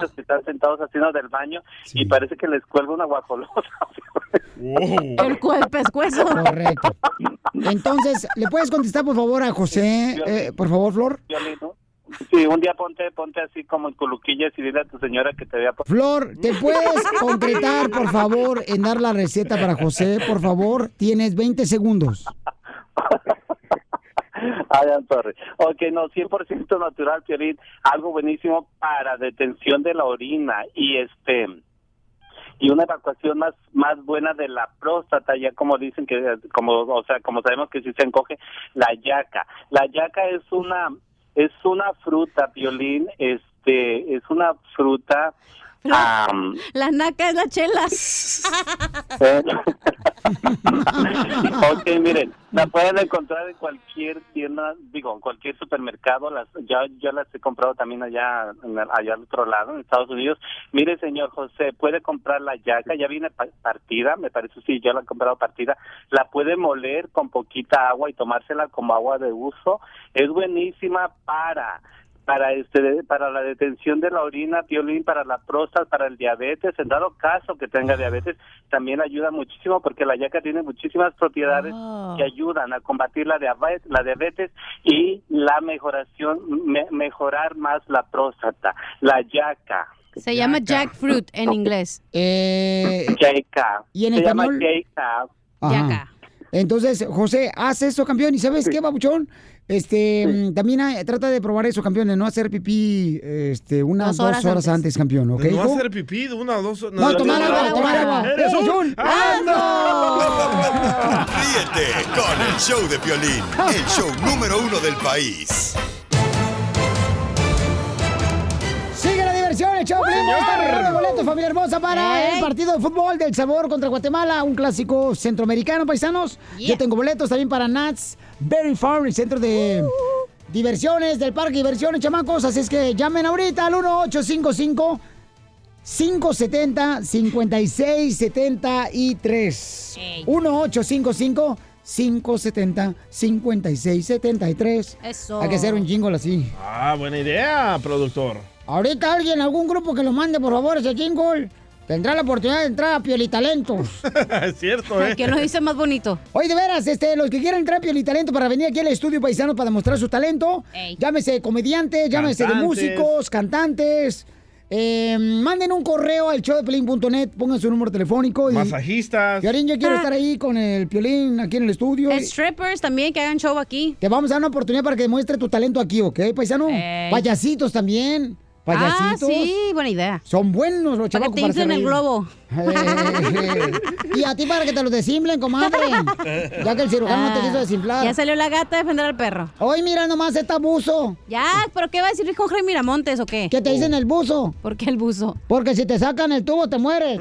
Speaker 17: Los que están sentados haciendo del baño y parece que les cuelga una guajolota. Oh.
Speaker 9: El, cu- el pescuezo.
Speaker 2: Correcto. Entonces, ¿le puedes contestar, por favor, a José? Eh, por favor, Flor.
Speaker 17: Sí, un día ponte ponte así como en culuquillas y dile a tu señora que te vea. por-
Speaker 2: Flor, ¿te puedes concretar, por favor, en dar la receta para José? Por favor, tienes 20 segundos.
Speaker 17: Adrián Torres. Ok, no, 100% natural, Piolín. Algo buenísimo para detención de la orina y este y una evacuación más más buena de la próstata, ya como dicen que como o sea, como sabemos que si se encoge la yaca. La yaca es una es una fruta, Piolín, este es una fruta am,
Speaker 9: La naca es la chela.
Speaker 17: eh, ok, miren, la pueden encontrar en cualquier tienda, digo, en cualquier supermercado. Las, ya, yo las he comprado también allá, en el- allá al otro lado, en Estados Unidos. Mire, señor José, puede comprar la yaca, ya viene pa- partida, me parece, sí, yo la he comprado partida. La puede moler con poquita agua y tomársela como agua de uso. Es buenísima para para este para la detención de la orina, piolín, para la próstata, para el diabetes, en dado caso que tenga diabetes, también ayuda muchísimo porque la yaca tiene muchísimas propiedades que ayudan a combatir la diabetes, la diabetes y la mejoración me- mejorar más la próstata, la yaca.
Speaker 9: Se llama jackfruit en inglés.
Speaker 2: Eh,
Speaker 17: Yaca.
Speaker 2: ¿Y en
Speaker 17: Se llama
Speaker 2: español?
Speaker 17: yaca.
Speaker 2: Ajá. Entonces, José, haz eso, campeón. ¿Y sabes qué, babuchón? Este, mm, también ah, trata de probar eso, campeón, de no hacer pipí este, unas
Speaker 3: Dos
Speaker 2: dos horas,
Speaker 3: horas
Speaker 2: antes. campeón, ¿ok?
Speaker 3: no
Speaker 2: hijo?
Speaker 3: hacer pipí de una o dos...
Speaker 2: No, tomar agua, tomar agua.
Speaker 3: ¡Eres un
Speaker 2: ¡Ando!
Speaker 6: Ríete con el show de Piolín, el show número uno del país.
Speaker 2: Sigue la diversión, el show. de Piolín. Está regalando boletos, familia hermosa, para
Speaker 9: Ey.
Speaker 2: el partido de fútbol del Sabor contra Guatemala, un clásico centroamericano, paisanos. Yo tengo boletos también para Nats Berry Farm, el centro de diversiones del parque, diversiones, chamacos. Así es que llamen ahorita al 1855 570 5673 1855 570 5673
Speaker 9: Eso.
Speaker 2: Hay que hacer un jingle así.
Speaker 3: Ah, buena idea, productor.
Speaker 2: Ahorita alguien, algún grupo que lo mande, por favor, ese jingle. Tendrá la oportunidad de entrar a Piolitalentos.
Speaker 3: es cierto, ¿eh?
Speaker 2: dice más bonito? Oye, de veras, este, los que quieran entrar a Piolitalento para venir aquí al estudio paisano para demostrar su talento, llámese comediante, llámese de
Speaker 1: Cantantes.
Speaker 2: músicos, cantantes, eh, manden un correo al showdepiolín.net, pongan su número telefónico. Y,
Speaker 3: Masajistas.
Speaker 2: Piolín, yo quiero
Speaker 9: Ah.
Speaker 2: estar ahí con el Piolín, aquí en el estudio.
Speaker 9: Strippers también que hagan show aquí.
Speaker 2: Te vamos a dar una oportunidad para que demuestre tu talento aquí, ¿ok, paisano? Payasitos también, payasitos.
Speaker 9: Ah, sí, buena idea.
Speaker 2: Son buenos los
Speaker 9: Para
Speaker 2: chavacos
Speaker 9: que te inflen el
Speaker 2: hacer reír. Eh,
Speaker 9: globo.
Speaker 2: Y a ti para que te los desinflen, comadre. Ya que el cirujano no te quiso desinflar.
Speaker 9: Ah. Ya salió la gata a defender al perro.
Speaker 2: Hoy mira nomás este abuso.
Speaker 9: Ya, pero ¿qué va a decir Jorge Miramontes o qué?
Speaker 2: ¿Qué te dicen el buzo?
Speaker 9: ¿Por qué el buzo?
Speaker 2: Porque si te sacan el tubo, te mueres.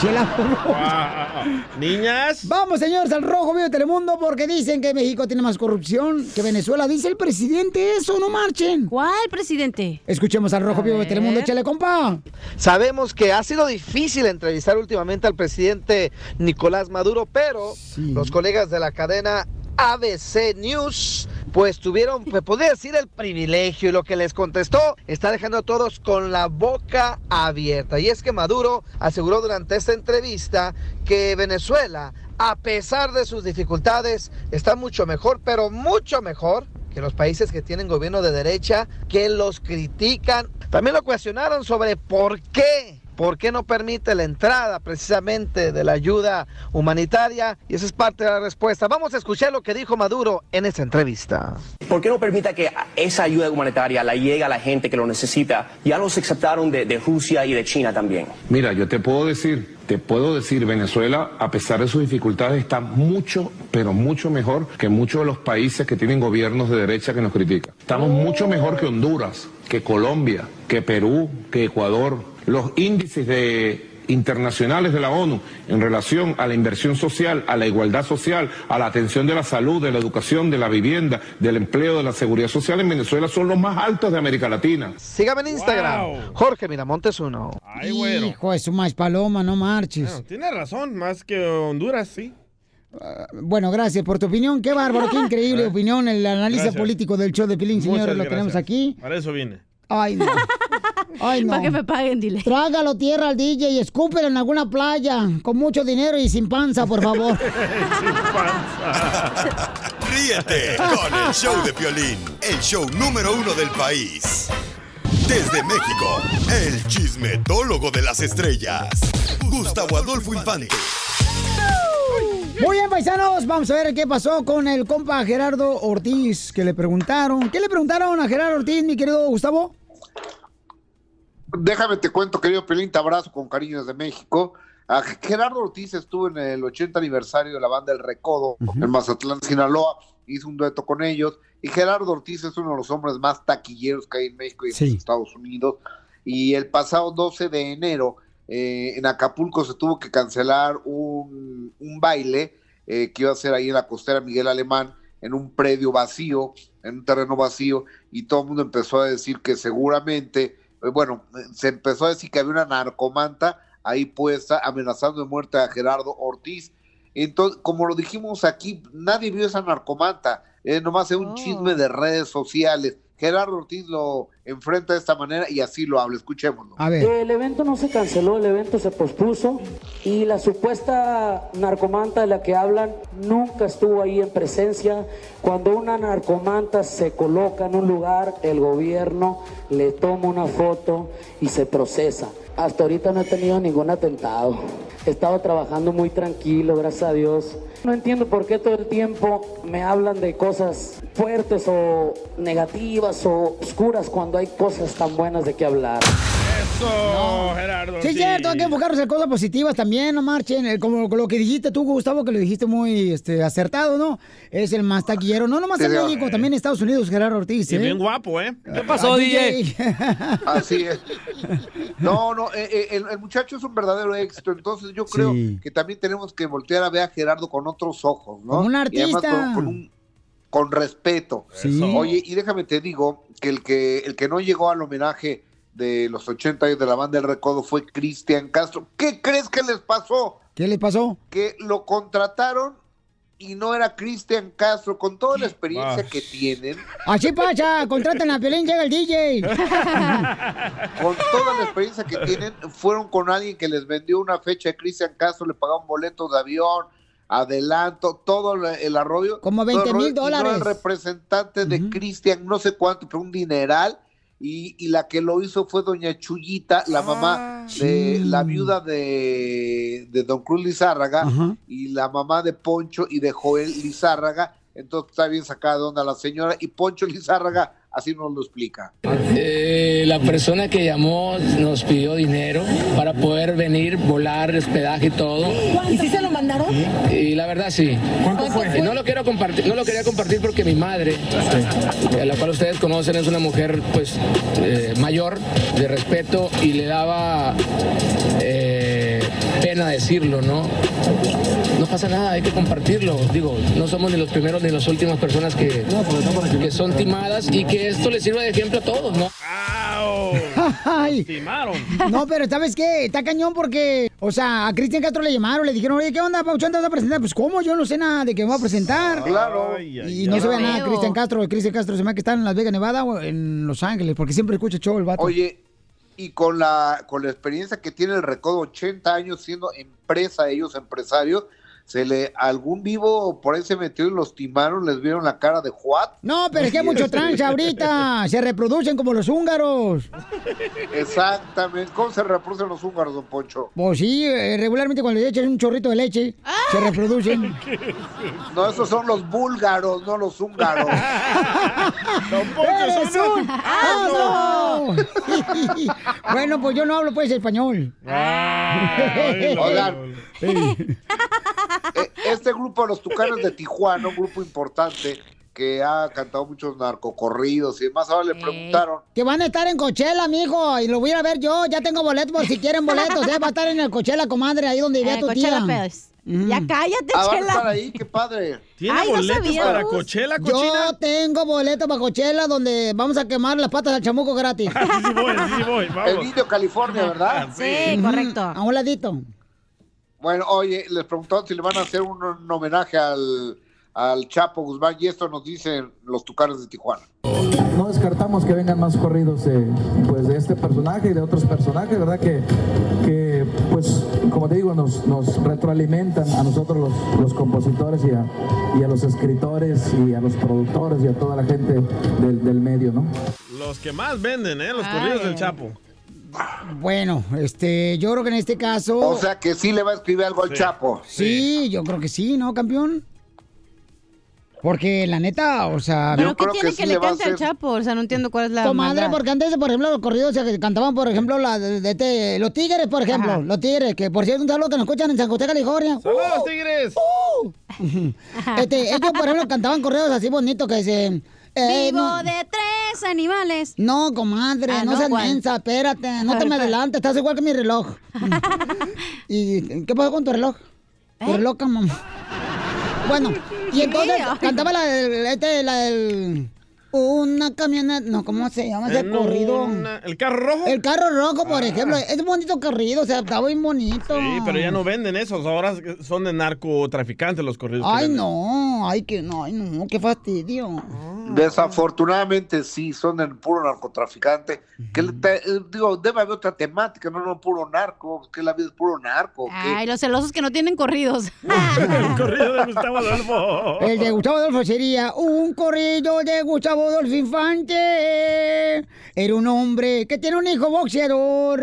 Speaker 2: Chela, por favor. ah.
Speaker 3: Niñas.
Speaker 2: Vamos, señores, al rojo vivo de Telemundo porque dicen que México tiene más corrupción que Venezuela. Dice el presidente eso, no marchen.
Speaker 9: ¿Cuál presidente?
Speaker 2: Escuchemos al rojo vivo de Telemundo, échale compa.
Speaker 4: Sabemos que ha sido difícil entrevistar últimamente al presidente Nicolás Maduro, pero los colegas de la cadena ABC News pues tuvieron, pues, podría decir, el privilegio y lo que les contestó está dejando a todos con la boca abierta. Y es que Maduro aseguró durante esta entrevista que Venezuela, a pesar de sus dificultades, está mucho mejor, pero mucho mejor que los países que tienen gobierno de derecha, que los critican. También lo cuestionaron sobre por qué, por qué no permite la entrada precisamente de la ayuda humanitaria. Y esa es parte de la respuesta. Vamos a escuchar lo que dijo Maduro en esta entrevista.
Speaker 8: ¿Por qué no permita que esa ayuda humanitaria la llegue a la gente que lo necesita? Ya los aceptaron de, de Rusia y de China también.
Speaker 26: Mira, yo te puedo decir, te puedo decir, Venezuela, a pesar de sus dificultades, está mucho, pero mucho mejor que muchos de los países que tienen gobiernos de derecha que nos critican. Estamos mucho mejor que Honduras, que Colombia, que Perú, que Ecuador. Los índices de internacionales de la ONU en relación a la inversión social, a la igualdad social, a la atención de la salud, de la educación, de la vivienda, del empleo, de la seguridad social en Venezuela son los más altos de América Latina.
Speaker 4: Sígame en Instagram, Jorge Miramontes 1.
Speaker 2: Hijo de su más paloma, no marches.
Speaker 3: Tiene razón, más que Honduras, sí.
Speaker 2: Ah, Bueno, gracias por tu opinión. Qué bárbaro, qué increíble opinión. El análisis
Speaker 3: Eh. Gracias.
Speaker 2: político del show de Pilín, señores,
Speaker 3: Muchas
Speaker 2: lo
Speaker 3: gracias.
Speaker 2: tenemos aquí.
Speaker 3: Para eso vine.
Speaker 2: Ay, no. Ay, no.
Speaker 9: Para que me paguen, dile.
Speaker 2: Trágalo tierra al DJ y escúpelo en alguna playa con mucho dinero y sin panza, por favor.
Speaker 6: Ríete con el show de Piolín, el show número uno del país. Desde México, el chismetólogo de las estrellas, Gustavo Adolfo Infante.
Speaker 2: Muy bien, paisanos, vamos a ver qué pasó con el compa Gerardo Ortiz, que le preguntaron. ¿Qué le preguntaron a Gerardo Ortiz, mi querido Gustavo?
Speaker 12: Déjame te cuento, querido Pelín, te abrazo con cariño desde México. A Gerardo Ortiz estuvo en el 80 aniversario de la banda El Recodo en Mazatlán, Sinaloa, hizo un dueto con ellos. Y Gerardo Ortiz es uno de los hombres más taquilleros que hay en México y en los Estados Unidos. Y el pasado 12 de enero eh, en Acapulco se tuvo que cancelar un, un baile eh, que iba a ser ahí en la costera Miguel Alemán, en un predio vacío, en un terreno vacío, y todo el mundo empezó a decir que seguramente, eh, bueno, eh, se empezó a decir que había una narcomanta ahí puesta amenazando de muerte a Gerardo Ortiz. Entonces, como lo dijimos aquí, nadie vio esa narcomanta, eh, nomás es un chisme de redes sociales Gerardo Ortiz lo enfrenta de esta manera y así lo habla. Escuchémoslo.
Speaker 1: El evento no se canceló, el evento se pospuso y la supuesta narcomanta de la que hablan nunca estuvo ahí en presencia. Cuando una narcomanta se coloca en un lugar, el gobierno le toma una foto y se procesa. Hasta ahorita no he tenido ningún atentado. He estado trabajando muy tranquilo, gracias a Dios. No entiendo por qué todo el tiempo me hablan de cosas fuertes o negativas o oscuras cuando hay cosas tan buenas de qué hablar.
Speaker 3: Eso, Gerardo.
Speaker 2: Sí, es cierto, hay que enfocarnos en cosas positivas también, no marchen. Eh, Como lo que dijiste tú, Gustavo, que lo dijiste muy este, acertado, ¿no? Es el más taquillero, no nomás
Speaker 12: Sí,
Speaker 2: en
Speaker 12: señor.
Speaker 2: México, también en Estados Unidos, Gerardo Ortiz.
Speaker 12: Y
Speaker 2: ¿eh?
Speaker 12: bien guapo, ¿eh? ¿Qué
Speaker 2: pasó, Ah, DJ?
Speaker 12: Así es. No, no, eh, eh, el, el muchacho es un verdadero éxito, entonces yo creo
Speaker 2: Sí.
Speaker 12: que también tenemos que voltear a ver a Gerardo con otros ojos, ¿no?
Speaker 2: Como un
Speaker 12: Y además con-
Speaker 2: artista.
Speaker 12: con un con respeto.
Speaker 2: Sí.
Speaker 12: Oye, y déjame te digo que el que el que no llegó al homenaje de los 80 años de la banda El Recodo fue Cristian Castro. ¿Qué crees que les pasó?
Speaker 2: ¿Qué le pasó?
Speaker 12: Que lo contrataron y no era Cristian Castro con toda la experiencia
Speaker 2: Ah.
Speaker 12: que tienen,
Speaker 2: Así pasa, contraten a Piolín, llega el DJ.
Speaker 12: con toda la experiencia que tienen, fueron con alguien que les vendió una fecha de Cristian Castro, le pagaron boletos de avión, adelanto, todo el- el arroyo.
Speaker 2: Como 20
Speaker 12: todo el
Speaker 2: mil
Speaker 12: rollo, y no
Speaker 2: dólares.
Speaker 12: el representante de Cristian, no sé cuánto, pero un dineral. Y, y la que lo hizo fue doña Chullita, la mamá de
Speaker 2: sí.
Speaker 12: la viuda de, de don Cruz Lizárraga
Speaker 2: Ajá.
Speaker 12: y la mamá de Poncho y de Joel Lizárraga. Entonces está bien sacada de onda la señora y Poncho Lizárraga así nos lo explica.
Speaker 5: Eh, la persona que llamó nos pidió dinero para poder venir, volar, hospedaje y todo.
Speaker 27: ¿Y si se lo mandaron?
Speaker 5: Y la verdad sí.
Speaker 27: ¿Cuánto fue?
Speaker 5: Eh, No lo quiero compartir, no lo quería compartir porque mi madre, a la cual ustedes conocen, es una mujer pues eh, mayor, de respeto y le daba eh, pena decirlo, ¿no? No pasa nada, hay que compartirlo. Digo, no somos ni los primeros ni las últimas personas que, que son timadas y que esto les sirva de ejemplo a todos, ¿no?
Speaker 2: Ay. No, pero ¿sabes qué? Está cañón porque, o sea, a Cristian Castro le llamaron, le dijeron, oye, ¿qué onda, Pauchón? ¿Te vas a presentar? Pues, ¿cómo? Yo no sé nada de que me voy a presentar.
Speaker 12: Claro.
Speaker 2: Y no se ve nada, Cristian Castro. Cristian Castro se me hace que está en Las Vegas, Nevada o en Los Ángeles, porque siempre escucha show el vato.
Speaker 12: Oye, y con la, con la experiencia que tiene el Recodo, 80 años siendo empresa, ellos empresarios, se le, algún vivo por ahí se metió y los timaron, les vieron la cara de Juat.
Speaker 2: No, pero es que hay mucho trancha ahorita. Se reproducen como los húngaros.
Speaker 12: Exactamente. ¿Cómo se reproducen los húngaros, don Poncho?
Speaker 2: Pues sí, eh, regularmente cuando le echas un chorrito de leche, se reproducen.
Speaker 12: No, esos son los búlgaros, no los húngaros.
Speaker 2: ¡Eres un asno! bueno, pues yo no hablo pues español.
Speaker 12: Oigan, eh, este grupo, los Tucanes de Tijuana, un grupo importante que ha cantado muchos narcocorridos y demás, ahora le preguntaron
Speaker 2: Que van a estar en Coachella, mijo, y lo voy a ir a ver yo. Ya tengo boletos por si quieren boletos. ¿eh? Va a estar en el Coachella, comadre, ahí donde vive
Speaker 9: Eh,
Speaker 2: tu tía. Mm.
Speaker 9: Coachella, pues. Ya cállate,
Speaker 12: Ah, van a
Speaker 9: Chela.
Speaker 12: estar ahí, qué padre.
Speaker 3: ¿Tiene
Speaker 2: Ay, no
Speaker 3: boletos
Speaker 2: sabíamos.
Speaker 3: para Coachella, cochina?
Speaker 2: Yo tengo boletos para Coachella donde vamos a quemar las patas al chamuco gratis.
Speaker 12: El Indio California, ¿verdad?
Speaker 2: correcto. A un ladito.
Speaker 12: Bueno, oye, les preguntaron si le van a hacer un, un homenaje al, al Chapo Guzmán y esto nos dicen los Tucanes de Tijuana.
Speaker 28: No descartamos que vengan más corridos eh, pues de este personaje y de otros personajes, ¿verdad? Que, que, pues, como te digo, nos, nos retroalimentan a nosotros los, los compositores y a, y a los escritores y a los productores y a toda la gente del, del medio, ¿no?
Speaker 3: Los que más venden, ¿eh? Los corridos del Chapo.
Speaker 2: Bueno, este, yo creo que en este caso.
Speaker 12: O sea que sí le va a escribir algo al Chapo.
Speaker 2: Sí, yo creo que sí, ¿no, campeón? Porque la neta, o sea.
Speaker 9: ¿Pero qué tiene que, le cante al Chapo? O sea, no entiendo cuál es la
Speaker 2: Comadre,
Speaker 9: maldad.
Speaker 2: porque antes, por ejemplo, los corridos se cantaban, por ejemplo, la de, de- de- los tigres, por ejemplo. Los tigres, que por cierto, un saludo que nos escuchan en San José, California.
Speaker 3: ¡Saludos,
Speaker 2: ¡Uh!
Speaker 3: tigres!
Speaker 2: Este, ellos, por ejemplo, cantaban correos así bonitos que dicen... eh,
Speaker 9: Vivo
Speaker 2: no-
Speaker 9: de tres animales.
Speaker 2: No, comadre,
Speaker 9: Ah,
Speaker 2: no,
Speaker 9: no,
Speaker 2: seas
Speaker 9: ¿cuál?
Speaker 2: mensa, espérate, no te
Speaker 9: ¿Cuál,
Speaker 2: me
Speaker 9: cuál?
Speaker 2: adelantes, estás igual que mi reloj. ¿Y qué pasó con tu reloj? Tu
Speaker 9: ¿Eh?
Speaker 2: reloj, mamá. Bueno, y entonces cantaba la del, este, la del- Una camioneta, no, ¿cómo se llama ese
Speaker 3: En
Speaker 2: corrido?
Speaker 3: una- ¿El carro rojo?
Speaker 2: El carro rojo, por
Speaker 3: Ah.
Speaker 2: ejemplo, es un bonito corrido, o sea, está bien bonito.
Speaker 3: Sí, pero ya no venden esos. Ahora son de narcotraficantes los corridos. que
Speaker 2: Ay,
Speaker 3: venden.
Speaker 2: no, ay, que no, ay, no, qué fastidio. Mm,
Speaker 12: Desafortunadamente sí, son el puro narcotraficante. Que le te- eh, digo, debe haber otra temática, no, no puro narco, que la vida es puro narco.
Speaker 9: Ay, los celosos que no tienen corridos.
Speaker 3: corrido de Gustavo Adolfo.
Speaker 2: El de Gustavo Adolfo sería un corrido de Gustavo Adolfo Infante. Era un hombre que tiene un hijo boxeador.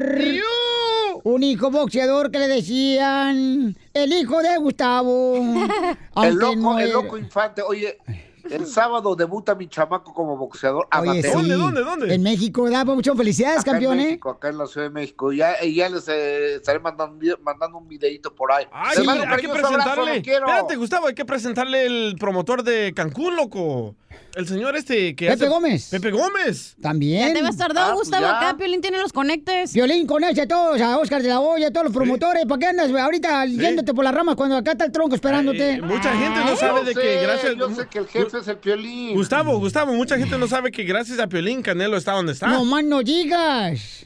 Speaker 2: Un hijo boxeador que le decían el hijo de Gustavo. Aunque
Speaker 12: El loco,
Speaker 2: no
Speaker 12: el
Speaker 2: era-
Speaker 12: loco infante, oye, el sábado debuta mi chamaco como boxeador
Speaker 2: Oye,
Speaker 12: amateur.
Speaker 2: sí. En México, da muchas felicidades,
Speaker 12: Acá en
Speaker 2: campeón, ¿eh?
Speaker 12: México, acá en la Ciudad de México. Ya, y ya les eh, estaré mandando, un video- mandando un videito por ahí.
Speaker 3: Ay,
Speaker 12: Les
Speaker 3: sí,
Speaker 12: mando un
Speaker 3: hay que
Speaker 12: cariñoso abrazo,
Speaker 3: presentarle.
Speaker 12: los quiero.
Speaker 3: Espérate, Gustavo, hay que presentarle el promotor de Cancún, loco. El señor este que
Speaker 2: Pepe
Speaker 3: hace-
Speaker 2: Gómez.
Speaker 3: Pepe Gómez.
Speaker 2: También.
Speaker 9: Ya te vas tardado,
Speaker 12: Ah,
Speaker 2: Ah,
Speaker 12: pues
Speaker 9: Gustavo, acá Piolín tiene los conectes.
Speaker 2: Violín, conoce a todos, a Oscar de la Hoya, a todos los promotores. ¿Para qué andas ahorita yéndote por las ramas cuando acá está el tronco esperándote?
Speaker 3: Mucha gente no sabe de
Speaker 12: sé,
Speaker 3: que gracias.
Speaker 12: Yo sé que el jefe es el piolín.
Speaker 3: Gustavo, Gustavo, mucha gente no sabe que gracias a Piolín Canelo está donde está.
Speaker 2: No más no digas.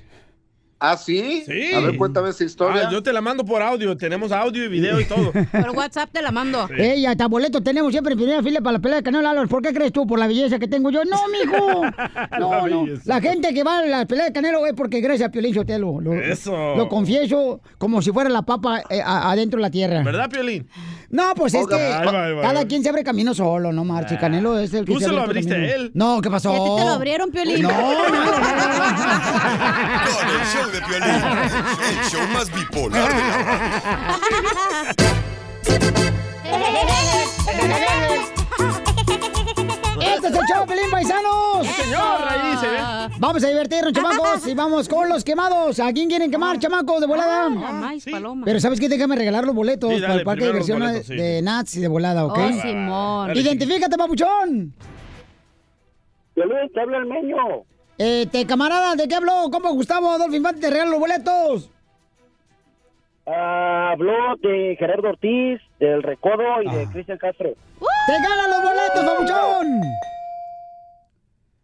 Speaker 12: ¿Ah, sí?
Speaker 3: Sí.
Speaker 12: A ver, cuéntame esa historia.
Speaker 3: Ah, yo te la mando por audio. Tenemos audio y video y todo.
Speaker 9: Por WhatsApp te la mando.
Speaker 2: Ey, hasta boletos tenemos siempre en primera fila para la pelea de Canelo Álvarez. ¿Por qué crees tú? ¿Por la belleza que tengo yo? No, mijo. No,
Speaker 21: La
Speaker 2: no.
Speaker 21: belleza.
Speaker 2: La gente que va a la pelea de Canelo es porque gracias a Piolín Sotelo. Lo,
Speaker 21: Eso.
Speaker 2: Lo confieso como si fuera la papa eh, a- adentro de la tierra.
Speaker 3: ¿Verdad, Piolín?
Speaker 2: No, pues es
Speaker 3: Oiga,
Speaker 2: que
Speaker 3: ahí va, ahí va, ahí
Speaker 2: cada
Speaker 3: va. Ah.
Speaker 2: quien se abre camino solo, no marches. Canelo es el que
Speaker 3: Tú se
Speaker 2: abre
Speaker 3: lo
Speaker 2: otro
Speaker 3: abriste
Speaker 2: camino.
Speaker 3: a él.
Speaker 2: No, ¿qué pasó?
Speaker 9: Y a ti te lo abrieron, Piolín.
Speaker 2: No,
Speaker 6: Con el show de Piolín, el show más bipolar de la
Speaker 2: Este es el show, Pelín Paisanos.
Speaker 21: señor, ahí se ve.
Speaker 2: Vamos a divertirnos, chamacos, y vamos con los quemados. ¿A quién quieren
Speaker 9: Ah.
Speaker 2: quemar, chamacos, de volada?
Speaker 9: Maíz, paloma.
Speaker 2: Ah, Pero ¿sabes qué? Déjame regalar los boletos
Speaker 9: Sí,
Speaker 2: para
Speaker 9: dale,
Speaker 2: el parque de
Speaker 9: primero los
Speaker 2: diversiones
Speaker 9: boletos, sí.
Speaker 2: de Nazi de volada, ¿ok?
Speaker 9: Oh, Simón. Dale,
Speaker 2: Identifícate, papuchón.
Speaker 7: Piolín, te habla el meño.
Speaker 2: Este, camarada, ¿de qué habló? ¿Cómo Gustavo Adolfo Infante te regala los boletos?
Speaker 7: Ah, habló de Gerardo Ortiz, del Recodo y
Speaker 27: Ah.
Speaker 7: de Cristian Castro.
Speaker 2: ¡Te ganan los boletos, papuchón!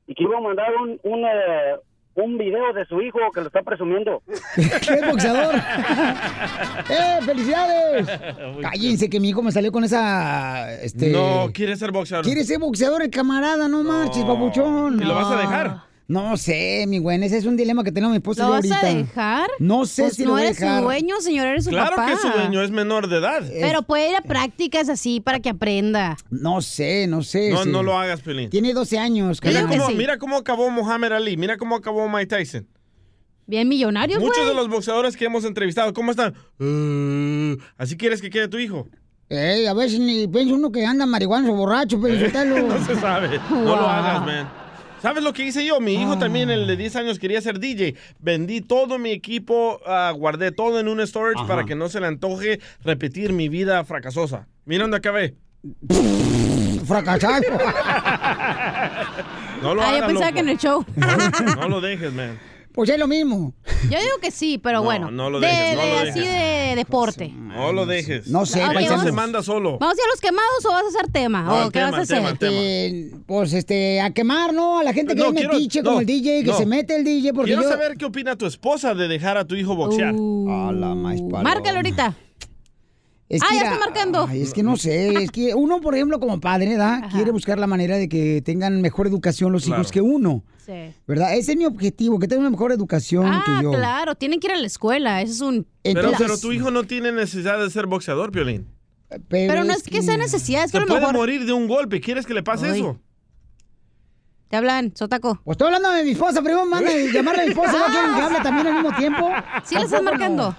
Speaker 7: Y que iba a mandar un, un, eh, un video de su hijo que lo está presumiendo.
Speaker 2: ¡Qué boxeador! ¡Eh, felicidades! Cállense que mi hijo me salió con esa... Este...
Speaker 3: No, quiere ser boxeador.
Speaker 2: ¿Quieres ser boxeador, el camarada? No marches, papuchón.
Speaker 3: ¿Y lo vas a dejar?
Speaker 2: No sé, mi güey. Ese es un dilema que tenemos mi esposa y
Speaker 9: ¿Lo
Speaker 2: yo
Speaker 9: vas
Speaker 2: ahorita.
Speaker 9: a dejar?
Speaker 2: No sé
Speaker 9: Pues
Speaker 2: si
Speaker 9: no
Speaker 2: lo voy a
Speaker 9: eres
Speaker 2: dejar.
Speaker 9: su dueño, señor, eres su
Speaker 3: Claro
Speaker 9: papá.
Speaker 3: que su dueño es menor de edad.
Speaker 9: Pero puede ir a prácticas así para que aprenda.
Speaker 2: No sé, no sé.
Speaker 3: No,
Speaker 2: sí.
Speaker 3: no lo hagas, Piolín.
Speaker 2: Tiene 12 años.
Speaker 3: Mira
Speaker 2: carnal.
Speaker 3: cómo, mira cómo acabó Muhammad Ali, mira cómo acabó Mike Tyson.
Speaker 9: Bien millonario, güey.
Speaker 3: Muchos de los boxeadores que hemos entrevistado, ¿cómo están? "Uh, ¿Así quieres que quede tu hijo?
Speaker 2: Ey, a veces ni piensa uno que anda marihuano o borracho, pero
Speaker 3: Eh, no se sabe. No lo hagas, man. ¿Sabes lo que hice yo? Mi hijo también, el de 10 años, quería ser DJ. Vendí todo mi equipo, ah, guardé todo en un storage
Speaker 27: Ajá.
Speaker 3: para que no se le antoje repetir mi vida fracasosa. Mira dónde acabé.
Speaker 2: Fracasado.
Speaker 3: No lo
Speaker 9: ah, yo
Speaker 3: hagas,
Speaker 9: pensaba
Speaker 3: loco.
Speaker 9: que en el show.
Speaker 3: No lo dejes, man.
Speaker 2: Pues es lo mismo.
Speaker 9: Yo digo que sí, pero
Speaker 3: No,
Speaker 9: bueno.
Speaker 3: no lo
Speaker 9: de,
Speaker 3: dejes, no
Speaker 9: de
Speaker 3: lo
Speaker 9: así
Speaker 3: dejes.
Speaker 9: de deporte.
Speaker 3: No lo dejes.
Speaker 2: No sé,
Speaker 3: Eso
Speaker 2: paisanos.
Speaker 3: se manda solo.
Speaker 9: ¿Vamos a ir a los quemados o vas a hacer tema?
Speaker 3: No,
Speaker 9: ¿O qué
Speaker 3: tema,
Speaker 9: vas a hacer?
Speaker 3: tema, tema.
Speaker 2: Eh, pues este, a quemar, ¿no? A la gente que
Speaker 3: No,
Speaker 2: es
Speaker 3: quiero-
Speaker 2: metiche como
Speaker 3: no,
Speaker 2: el DJ, que
Speaker 3: no.
Speaker 2: se mete el DJ, porque
Speaker 3: Quiero
Speaker 2: yo.
Speaker 3: saber qué opina tu esposa de dejar a tu hijo boxear.
Speaker 9: Uh.
Speaker 2: A la más
Speaker 9: Márcalo ahorita.
Speaker 2: Es
Speaker 9: ah,
Speaker 2: que
Speaker 9: ya
Speaker 2: era-
Speaker 9: está marcando.
Speaker 2: Ay, es que no sé, es que uno, por ejemplo, como padre, ¿da? Quiere buscar la manera de que tengan mejor educación los hijos
Speaker 9: Claro.
Speaker 2: que uno,
Speaker 9: Sí.
Speaker 2: ¿verdad? Ese es mi objetivo, que tengan una mejor educación que yo.
Speaker 9: Ah, Claro, tienen que ir a la escuela. Ese es un.
Speaker 3: Pero,
Speaker 2: Entonces-
Speaker 3: pero tu hijo no tiene necesidad de ser boxeador, Piolín.
Speaker 2: Eh,
Speaker 9: Pero no es que sea necesidad, es que a
Speaker 3: Se
Speaker 9: lo
Speaker 3: puede
Speaker 9: mejor.
Speaker 3: morir de un golpe. ¿Quieres que le pase
Speaker 9: Ay.
Speaker 3: eso?
Speaker 9: Te hablan, Sotaco.
Speaker 2: Pues estoy hablando de mi esposa, primero manda a llamarle a mi esposa, ¿no quieren que hable también al mismo tiempo?
Speaker 9: Sí, le estás
Speaker 2: Tampoco, no.
Speaker 9: marcando.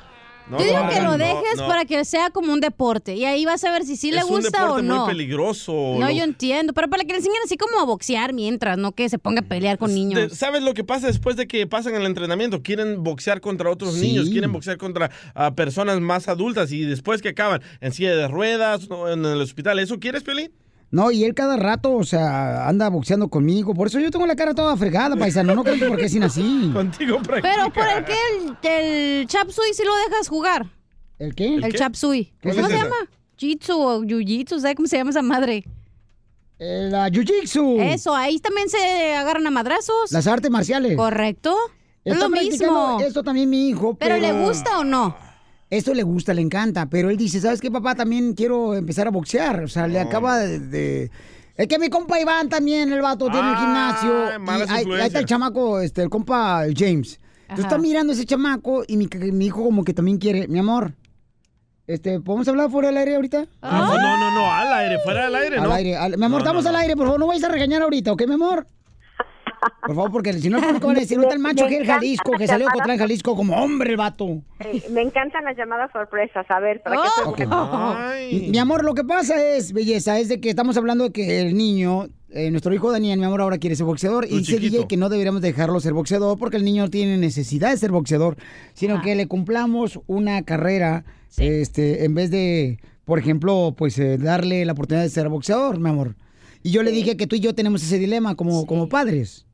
Speaker 3: No
Speaker 9: Yo digo
Speaker 3: lo
Speaker 9: que
Speaker 3: hagan,
Speaker 9: lo
Speaker 3: no,
Speaker 9: dejes
Speaker 3: no.
Speaker 9: para que sea como un deporte. Y ahí vas a ver si sí le
Speaker 3: es un
Speaker 9: gusta
Speaker 3: deporte
Speaker 9: o no.
Speaker 3: muy peligroso.
Speaker 9: No,
Speaker 3: lo-
Speaker 9: yo entiendo. Pero para que le enseñen así como a boxear mientras, no que se ponga a pelear con
Speaker 3: Te-
Speaker 9: niños.
Speaker 3: ¿Sabes lo que pasa después de que pasan el entrenamiento? Quieren boxear contra otros
Speaker 2: Sí.
Speaker 3: niños, quieren boxear contra ah, personas más adultas y después que acaban en silla de ruedas, o en el hospital. ¿Eso quieres, Piolín?
Speaker 2: No, y él cada rato, o sea, anda boxeando conmigo, por eso yo tengo la cara toda fregada, paisano, no creo que porque es así.
Speaker 3: Contigo
Speaker 9: Pero por el que el, el Chapsui sí lo dejas jugar.
Speaker 2: ¿El qué?
Speaker 9: El, Chapsui.
Speaker 2: ¿Cuál
Speaker 9: ¿Cómo
Speaker 2: es
Speaker 9: se
Speaker 2: esa?
Speaker 9: llama? Jitsu o Jiu-Jitsu, ¿sabes cómo se llama esa madre?
Speaker 2: Eh, La jiu-jitsu.
Speaker 9: Eso, ahí también se agarran a madrazos.
Speaker 2: Las artes marciales.
Speaker 9: Correcto. Es
Speaker 2: Está
Speaker 9: lo mismo.
Speaker 2: practicando Esto también mi hijo.
Speaker 9: ¿Pero le gusta
Speaker 2: o no? Esto le gusta, le encanta. Pero él dice, ¿sabes qué, papá? También quiero empezar a boxear. O sea, le acaba de... de- Es que mi compa Iván también, el vato, tiene el gimnasio.
Speaker 11: malas
Speaker 2: y ahí- ahí, está el
Speaker 11: influencias.
Speaker 2: chamaco, este, el compa el James. Entonces
Speaker 11: Ajá.
Speaker 2: está mirando ese chamaco y mi, mi hijo como que también quiere. Mi amor, este, ¿podemos hablar fuera del aire ahorita?
Speaker 9: Ah.
Speaker 3: No, Ah, pues, no, no, no, al aire, fuera del aire,
Speaker 2: Al
Speaker 3: ¿no?
Speaker 2: aire, al- mi
Speaker 3: No, no,
Speaker 2: amor, estamos al aire, por favor, no vayas a regañar ahorita, ¿ok, mi amor? Por favor, porque si no, el público van a decir, no está el macho
Speaker 5: Me-
Speaker 2: que el
Speaker 5: me encanta
Speaker 2: Jalisco, que
Speaker 5: la
Speaker 2: salió de
Speaker 5: llamada.
Speaker 2: Cotlán, Jalisco, como hombre el vato.
Speaker 5: Eh, Me encantan las llamadas sorpresas. A ver, ¿para qué te
Speaker 9: Oh.
Speaker 2: Ok.
Speaker 5: gusta?
Speaker 2: Mi amor, lo que pasa es, belleza, es de que estamos hablando de que el niño, eh, nuestro hijo Daniel, mi amor, ahora quiere ser boxeador. y dice DJ que no deberíamos dejarlo ser boxeador porque el niño no tiene necesidad de ser boxeador, sino que le cumplamos una carrera este, en vez de, por ejemplo, pues eh, darle la oportunidad de ser boxeador, mi amor. Y yo le dije que tú y yo tenemos ese dilema como, como padres.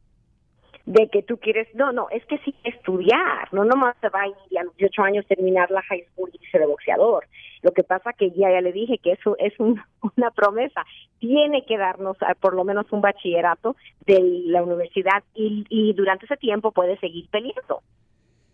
Speaker 5: De que tú quieres. No, no, es que sí estudiar. No nomás se va a ir a los 18 años terminar la high school y ser boxeador. Lo que pasa que ya, ya le dije que eso es un- una promesa. Tiene que darnos ah, por lo menos un bachillerato de la universidad y, y durante ese tiempo puede seguir peleando.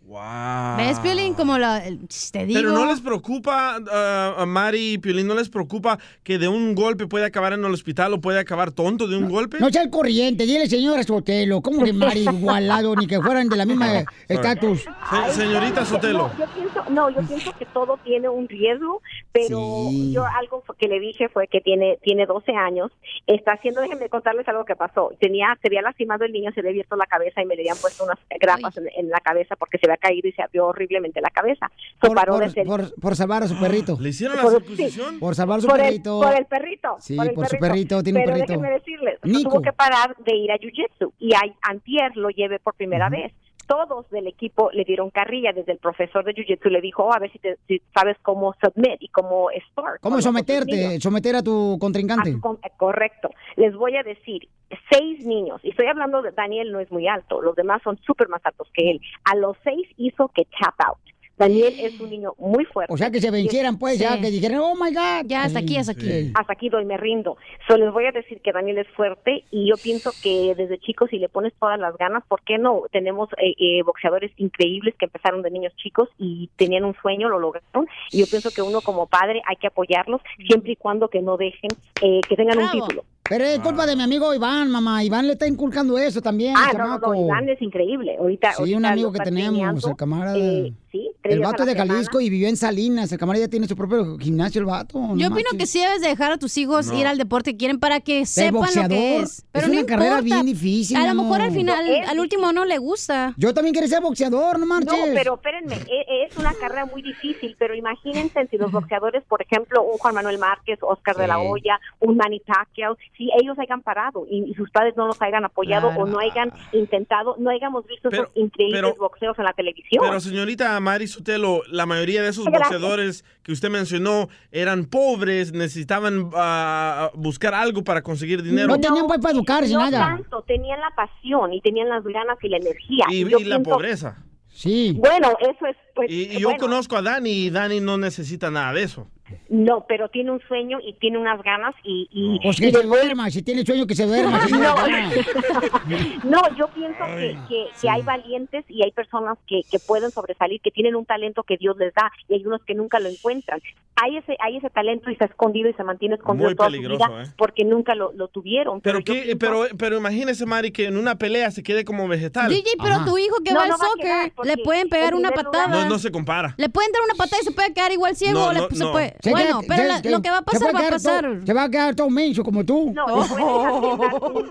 Speaker 3: Wow.
Speaker 9: ¿Ves, Piolín? Como la... el- Te digo.
Speaker 3: Pero no les preocupa, ah, a Mari y Piolín, no les preocupa que de un golpe puede acabar en el hospital o puede acabar tonto de un golpe.
Speaker 2: No sea el corriente, dile señora Sotelo, ¿cómo que Mari igualado ni que fueran de la misma estatus?
Speaker 3: Se- señorita Sotelo.
Speaker 5: No, yo pienso, no, yo pienso que todo tiene un riesgo, pero yo algo fue- que le dije fue que tiene tiene 12 años, está haciendo, déjenme contarles algo que pasó. Tenía se había lastimado el niño, se le había abierto la cabeza y me le habían puesto unas grapas en, en la cabeza porque se había caído y se abrió horriblemente la cabeza. So,
Speaker 2: Por,
Speaker 5: paró
Speaker 2: por-
Speaker 5: de ser-
Speaker 2: por- por salvar a su perrito.
Speaker 3: ¿Le hicieron
Speaker 5: la Por- circuncisión? sí.
Speaker 2: Por salvar a su
Speaker 5: por el-
Speaker 2: perrito.
Speaker 5: por el perrito.
Speaker 2: Sí,
Speaker 5: el
Speaker 2: por su perrito, tiene un
Speaker 5: Pero
Speaker 2: perrito.
Speaker 5: déjenme decirles,
Speaker 2: Nico.
Speaker 5: tuvo que parar de ir a Jiu-Jitsu y a, antier lo llevé por primera vez. Todos del equipo le dieron carrilla, desde el profesor de Jiu-Jitsu le dijo, "Oh, a ver si, te- si sabes cómo submit y cómo start.
Speaker 2: ¿Cómo someterte? Someter a tu contrincante.
Speaker 5: Com- eh, Correcto. Les voy a decir, seis niños, y estoy hablando de Daniel, no es muy alto, los demás son súper más altos que él. A los seis hizo que tap out. Daniel es un niño muy fuerte.
Speaker 2: O sea, que se vencieran, pues, ya, que dijeran, oh my God.
Speaker 5: Ya, hasta aquí, hasta
Speaker 2: aquí. Sí.
Speaker 5: Hasta aquí doy, me rindo. Solo les voy a decir que Daniel es fuerte y yo pienso que desde chicos, si le pones todas las ganas, ¿por qué no? Tenemos eh, eh, boxeadores increíbles que empezaron de niños chicos y tenían un sueño, lo lograron. Y yo pienso que uno como padre hay que apoyarlos siempre y cuando que no dejen eh, que tengan un
Speaker 2: Bravo.
Speaker 5: título.
Speaker 2: Pero es culpa de mi amigo Iván, mamá. Iván le está inculcando eso también.
Speaker 5: Ah,
Speaker 2: al
Speaker 5: no, no,
Speaker 2: chamaco.
Speaker 5: no, Iván es increíble. Ahorita,
Speaker 2: Sí, un
Speaker 5: ahorita
Speaker 2: amigo
Speaker 5: lo
Speaker 2: que
Speaker 5: está
Speaker 2: tenemos,
Speaker 5: enseñando.
Speaker 2: el camarada.
Speaker 5: Eh, sí, tres
Speaker 2: el
Speaker 5: días a
Speaker 2: vato
Speaker 5: la
Speaker 2: de Jalisco y vivió en Salinas. El camarada ya tiene su propio gimnasio, el vato. no
Speaker 9: Yo opino
Speaker 2: marches.
Speaker 9: que sí debes de dejar a tus hijos
Speaker 2: No.
Speaker 9: ir al deporte que quieren para que
Speaker 2: Ser
Speaker 9: sepan lo que
Speaker 2: boxeador
Speaker 9: es. Pero
Speaker 2: es
Speaker 9: no
Speaker 2: una carrera
Speaker 9: importa.
Speaker 2: bien difícil, mi
Speaker 9: A lo mejor
Speaker 2: amor.
Speaker 9: al final,
Speaker 5: No, es
Speaker 9: al último no le gusta.
Speaker 2: Yo también quería ser boxeador, no marches.
Speaker 5: No, pero espérenme, e- es una carrera muy difícil, pero imagínense si los boxeadores, por ejemplo, un Juan Manuel Márquez, Oscar de la
Speaker 2: Sí.
Speaker 5: Hoya, un Manny Pacquiao, si ellos hayan parado y, y sus padres no los hayan apoyado
Speaker 3: Claro.
Speaker 5: o no hayan intentado, no hayamos visto
Speaker 3: Pero-
Speaker 5: esos increíbles
Speaker 3: pero-
Speaker 5: boxeos en la televisión.
Speaker 3: Pero señorita Mari Sotelo, la mayoría de esos
Speaker 5: Gracias.
Speaker 3: boxeadores que usted mencionó eran pobres, necesitaban ah, buscar algo para conseguir dinero.
Speaker 2: No tenían pues para educarse,
Speaker 5: no
Speaker 2: nada.
Speaker 5: tanto, tenían la pasión y tenían las ganas y la energía.
Speaker 3: Y,
Speaker 5: yo
Speaker 3: y la
Speaker 5: pienso-
Speaker 3: pobreza.
Speaker 2: Sí.
Speaker 5: Bueno, eso es... Pues,
Speaker 3: Y, y yo
Speaker 5: bueno.
Speaker 3: conozco a Dani y Dani no necesita nada de eso.
Speaker 5: No, pero tiene un sueño y tiene unas ganas y... y
Speaker 2: Pues
Speaker 5: y
Speaker 2: que
Speaker 5: les
Speaker 2: se
Speaker 5: voy a-
Speaker 2: duerma, si tiene sueño que se duerma. si tiene
Speaker 5: No.
Speaker 2: ganas.
Speaker 5: No, yo pienso que, que, que hay valientes y hay personas que, que pueden sobresalir, que tienen un talento que Dios les da y hay unos que nunca lo encuentran. Hay ese, hay ese talento y está escondido y se mantiene escondido
Speaker 3: Muy
Speaker 5: toda su
Speaker 3: peligroso,
Speaker 5: vida
Speaker 3: ¿eh?
Speaker 5: porque nunca lo, lo tuvieron.
Speaker 3: Pero,
Speaker 5: yo
Speaker 3: qué,
Speaker 5: pienso-
Speaker 3: pero, pero imagínese, Mari, que en una pelea se quede como vegetal.
Speaker 9: DJ, pero tu hijo que
Speaker 5: No,
Speaker 9: va
Speaker 5: no
Speaker 9: al
Speaker 5: va a
Speaker 9: soccer,
Speaker 5: quedar, porque
Speaker 9: le pueden pegar
Speaker 5: en
Speaker 9: una
Speaker 5: primer
Speaker 9: patada.
Speaker 3: No, no se compara.
Speaker 9: Le pueden dar una patada y se puede quedar igual ciego.
Speaker 3: No,
Speaker 9: o le-
Speaker 3: no,
Speaker 9: se
Speaker 3: no.
Speaker 9: puede-
Speaker 2: Se
Speaker 9: Bueno,
Speaker 2: queda-
Speaker 9: pero
Speaker 2: se-
Speaker 9: la-
Speaker 2: se-
Speaker 9: lo que va a
Speaker 2: se puede
Speaker 9: pasar va a
Speaker 2: quedar todo-
Speaker 9: pasar.
Speaker 2: se va a quedar todo menso como tú.
Speaker 5: No, le
Speaker 2: Oh.
Speaker 5: pueden, también dar un,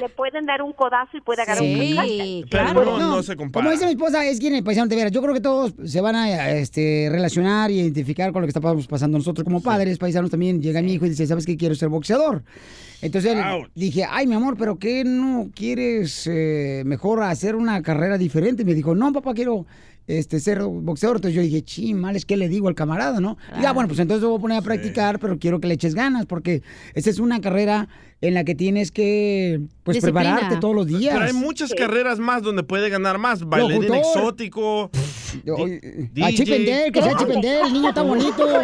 Speaker 5: le pueden dar un codazo y puede agarrar un
Speaker 9: Sí,
Speaker 3: Pero no, no se compara.
Speaker 2: Como dice mi esposa, es quien el paisano te verá. Yo creo que todos se van a este, relacionar y identificar con lo que estamos pasando nosotros como padres, paisanos también. Llega mi hijo y dice, ¿sabes qué? Quiero ser boxeador. Entonces
Speaker 11: Ouch.
Speaker 2: dije, ay, mi amor, ¿pero qué no quieres eh, mejor hacer una carrera diferente? Y me dijo, no, papá, quiero este, ser boxeador. Entonces yo dije, chimales, mal, es que le digo al camarada, ¿no? Y
Speaker 3: Ah.
Speaker 2: ya, bueno, pues entonces lo voy a poner a practicar, pero quiero que le eches ganas, porque esta es una carrera en la que tienes que, pues, prepararte todos los días.
Speaker 3: Pero hay muchas carreras más donde puede ganar más. Bailarín
Speaker 2: Locutor.
Speaker 3: exótico, DJ.
Speaker 2: Achipendel, que sea Chipendel, el niño está bonito.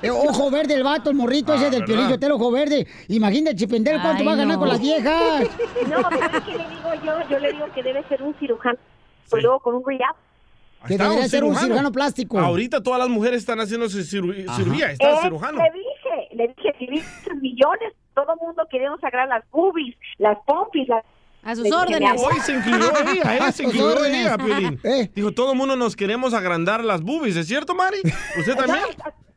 Speaker 2: Eh, Ojo verde el vato, el morrito
Speaker 27: Ah,
Speaker 2: ese del
Speaker 27: ¿verdad?
Speaker 2: piolín, Sotelo, ojo verde. Imagínate, Chipendel, cuánto
Speaker 27: Ay,
Speaker 2: va a ganar
Speaker 27: no.
Speaker 2: con las viejas.
Speaker 13: No, ¿sabes qué le digo yo? Yo le digo que debe ser un cirujano,
Speaker 5: pues
Speaker 13: pero luego con un rehab.
Speaker 2: Que
Speaker 3: Está
Speaker 2: debería ser un cirujano plástico.
Speaker 3: Ahorita todas las mujeres están haciendo su ciru- cirugía. Está
Speaker 13: Eh,
Speaker 3: el cirujano.
Speaker 13: Le dije, le dije, si viste millones, todo el mundo queremos sacar las boobies, las pompis, las...
Speaker 9: A
Speaker 3: sus Hoy se incluyó ella, eh, se incluyó ella, Piolín.
Speaker 2: Eh.
Speaker 3: Dijo, todo el mundo nos queremos agrandar las boobies, ¿es cierto, Mari? ¿Usted también?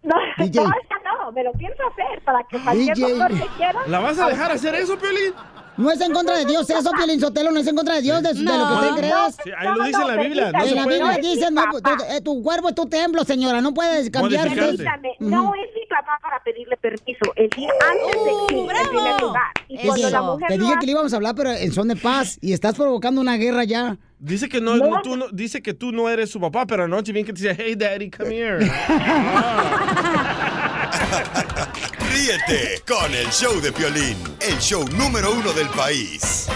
Speaker 13: No, no, esta no, me lo pienso hacer para que cualquier
Speaker 2: DJ.
Speaker 13: doctor que quiera...
Speaker 3: ¿La vas a dejar hacer eso, Piolín?
Speaker 2: No es en contra de Dios eso, Piolín Sotelo, no es en contra de Dios, de, de lo que usted creas.
Speaker 3: Sí, ahí lo dice en la Biblia. No
Speaker 2: en
Speaker 3: se
Speaker 2: la
Speaker 3: puede.
Speaker 2: Biblia dice, no, tu, eh, tu cuerpo es tu templo, señora, no puedes cambiar.
Speaker 13: Permítame, no es mi papá para pedirle permiso, el día antes de que en primer lugar. Y cuando la mujer
Speaker 2: Te
Speaker 13: lo
Speaker 2: dije
Speaker 13: hace-
Speaker 2: que le íbamos a hablar, pero en son de paz, y estás provocando una guerra ya.
Speaker 3: Dice que no,
Speaker 2: No.
Speaker 3: tú no- dice que tú no eres su papá, pero anoche bien que te dice, hey daddy, come here.
Speaker 6: Ríete con el show de Piolín, el show número uno del país.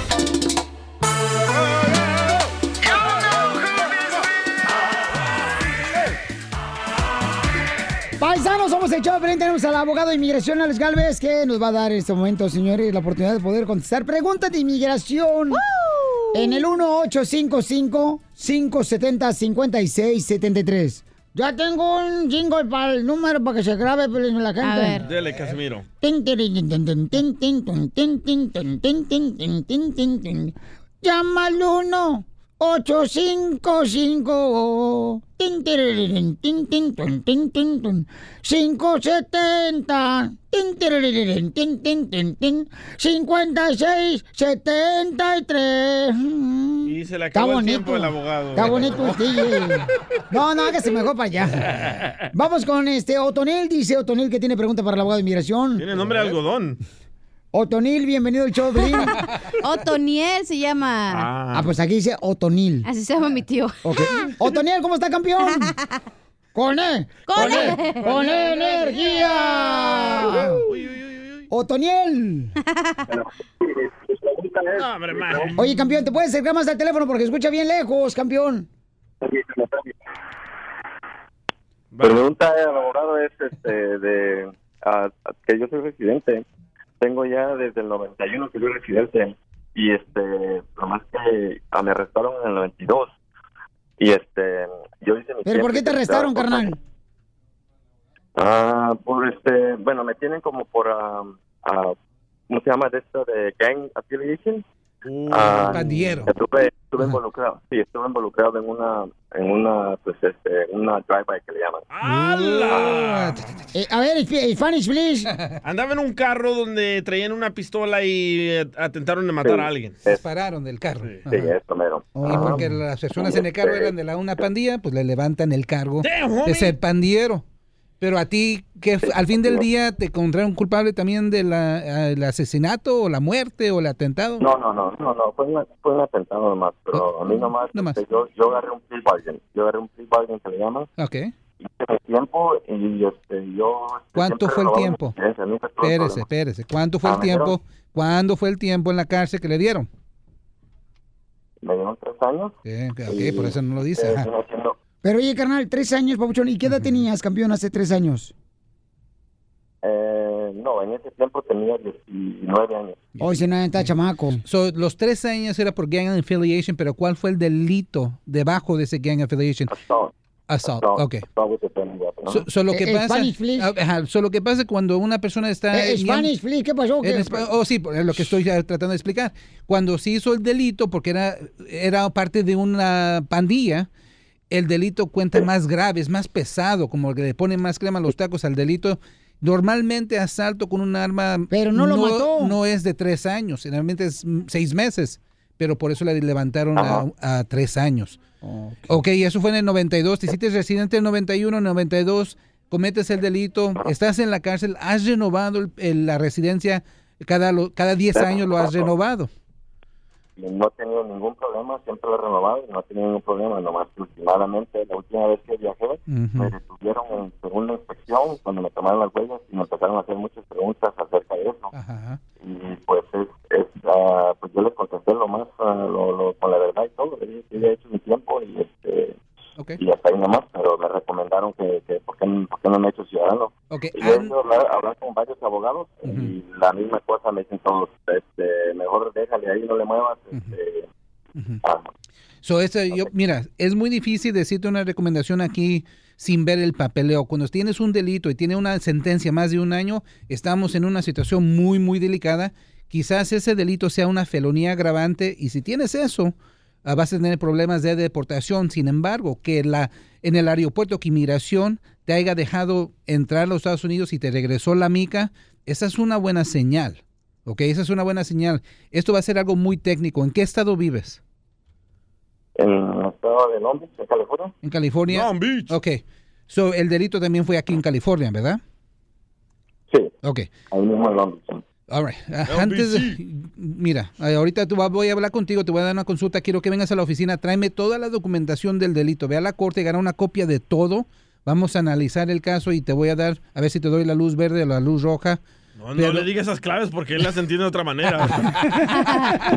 Speaker 2: Paisanos, somos el show, pero tenemos al abogado de inmigración, Alex Galvez, que nos va a dar en este momento, señores, la oportunidad de poder contestar preguntas de inmigración. En el 1-855-570-5673. Ya tengo un jingle para el número para que se grabe pero en la gente.
Speaker 3: Dele, Casimiro.
Speaker 2: Tin, tirin, tin, tin, tin, tin, tin, tin, tin, tin, tin, tin, tin, tin, tin, tin, tin. Llama al 1 855 tin, tirin, tin, tin, tin, tin, tin, tin. 570 tin, tirin, tin, tin, tin, tin. 5673 Mm.
Speaker 3: Y se le
Speaker 2: Está
Speaker 3: acabó el
Speaker 2: bonito.
Speaker 3: tiempo el abogado.
Speaker 2: Está bonito el DJ. No, no, hágase mejor para allá. Vamos con este Otonel, dice Otonel que tiene pregunta para el abogado de inmigración.
Speaker 3: Tiene nombre de algodón.
Speaker 2: Otonil, bienvenido al show, Pelín.
Speaker 9: Otoniel se llama.
Speaker 2: Ah, pues aquí dice Otonil.
Speaker 9: Así se llama mi tío.
Speaker 2: Ok. Otoniel, ¿cómo está, campeón? Con él.
Speaker 9: Con E.
Speaker 2: Con E energía. Otoniel.
Speaker 3: No, hombre, ma.
Speaker 2: Oye, campeón, ¿te puedes acercar más al teléfono porque escucha bien lejos, campeón?
Speaker 14: pregunta del abogado es este, de ah, que yo soy residente. Tengo ya desde el 91 que soy residente y este, nomás que ah, me arrestaron en el 92 y este, yo hice mi.
Speaker 2: ¿Pero por qué te
Speaker 14: tiempo y
Speaker 2: arrestaron,
Speaker 14: estaba-
Speaker 2: carnal?
Speaker 14: Ah, por este, bueno, me tienen como por, ah, ah, ¿cómo se llama de esto de gang affiliation? Ah, estuve, estuve involucrado, sí, estuve involucrado en una, en una, pues este, una drive-by que le llaman.
Speaker 3: Ah.
Speaker 2: Eh, a ver, Sp- Spanish, please.
Speaker 3: Andaba en un carro donde traían una pistola y eh, atentaron de matar
Speaker 14: Sí,
Speaker 3: a alguien.
Speaker 14: es-
Speaker 15: Dispararon del carro.
Speaker 14: Sí, eso mero.
Speaker 15: Y porque las personas en el carro eran de la una pandilla, pues le levantan el cargo de ser pandillero. Pero a ti, que f- al fin del día te encontraron culpable también del asesinato o la muerte o el atentado.
Speaker 14: No, no, no, no, no, fue un, fue un atentado nomás, pero a mí nomás, este, yo, yo agarré un plea bargain, yo agarré un plea bargain que le llaman,
Speaker 15: Ok.
Speaker 14: hice mi tiempo y este, yo... este,
Speaker 15: ¿Cuánto
Speaker 14: siempre
Speaker 15: fue el
Speaker 14: robaba
Speaker 15: tiempo?
Speaker 14: mis creencias, nunca tuve
Speaker 15: Espérese,
Speaker 14: problemas.
Speaker 15: espérese. ¿Cuánto fue
Speaker 14: Ah,
Speaker 15: el
Speaker 14: me
Speaker 15: tiempo?
Speaker 14: dieron-
Speaker 15: ¿Cuándo fue el tiempo en la cárcel que le dieron?
Speaker 14: Me dieron tres años.
Speaker 15: Sí, ok, por eso no lo dice.
Speaker 14: Eh,
Speaker 15: ajá.
Speaker 14: vine haciendo-
Speaker 2: Pero oye, carnal, tres años, papuchón. ¿Y qué edad tenías, campeón, hace tres años?
Speaker 14: eh, no, en ese tiempo tenía 19 años.
Speaker 2: Hoy se nada Oh, está chamaco.
Speaker 15: So, los tres años era por gang affiliation, pero ¿cuál fue el delito debajo de ese gang affiliation?
Speaker 14: Assault.
Speaker 15: Assault, ok.
Speaker 14: Estaba de pena, ya, ¿no?
Speaker 15: So, so lo que
Speaker 2: Eh, eh,
Speaker 15: pasa,
Speaker 2: Spanish, please.
Speaker 15: Ah, ajá, so lo que pasa cuando una persona está...
Speaker 2: Eh,
Speaker 15: en gang-
Speaker 2: Spanish, please, ¿qué pasó? ¿Qué-
Speaker 15: en espa- oh, sí, por- es lo que estoy ya tratando de explicar. Cuando se hizo el delito, porque era, era parte de una pandilla, el delito cuenta más grave, es más pesado, como que le ponen más crema a los tacos al delito. Normalmente asalto con un arma
Speaker 2: pero no lo mató.
Speaker 15: no es de tres años, generalmente es mm, seis meses, pero por eso le levantaron a, a tres años. Ok, eso fue en el 92. Te hiciste residente en el 91, 92, cometes el delito, estás en la cárcel, has renovado el- el- la residencia, cada, lo- cada 10 años lo has renovado.
Speaker 14: y no he tenido ningún problema, siempre lo he renovado y no he tenido ningún problema, nomás que últimamente, la última vez que viajé, me detuvieron en segunda inspección cuando me tomaron las huellas y me empezaron a hacer muchas preguntas acerca de eso. Y pues es, es, ah, pues yo les contesté lo más, ah, lo, lo- con la verdad y todo, le dije que había hecho mi tiempo y este y hasta ahí
Speaker 15: Porque
Speaker 14: Yo he ido a hablar, a hablar con varios abogados y la misma cosa me dicen todos, este, mejor déjale ahí, no le muevas. este, ah,
Speaker 15: So, este, yo, mira, es muy difícil decirte una recomendación aquí sin ver el papeleo. Cuando tienes un delito y tiene una sentencia más de un año, estamos en una situación muy, muy delicada. Quizás ese delito sea una felonía agravante y si tienes eso, ah, vas a tener problemas de deportación. Sin embargo, que la en el aeropuerto que inmigración te haya dejado entrar a los Estados Unidos y te regresó la mica, esa es una buena señal. ¿Ok? Esa es una buena señal. Esto va a ser algo muy técnico. ¿En qué estado vives?
Speaker 14: en el estado de Long Beach, en California.
Speaker 15: En California. Ok. So, el delito también fue aquí en California, ¿verdad?
Speaker 14: Sí.
Speaker 15: Ok.
Speaker 14: Ahí mismo en Long Beach.
Speaker 15: All right. Ah, Antes de- mira, ah, ahorita tú, vas- voy a hablar contigo, te voy a dar una consulta, quiero que vengas a la oficina, tráeme toda la documentación del delito, ve a la corte, gana una copia de todo, vamos a analizar el caso y te voy a dar, a ver si te doy la luz verde o la luz roja.
Speaker 3: No, no
Speaker 15: Pero-
Speaker 3: le digas esas claves porque él las entiende de otra manera.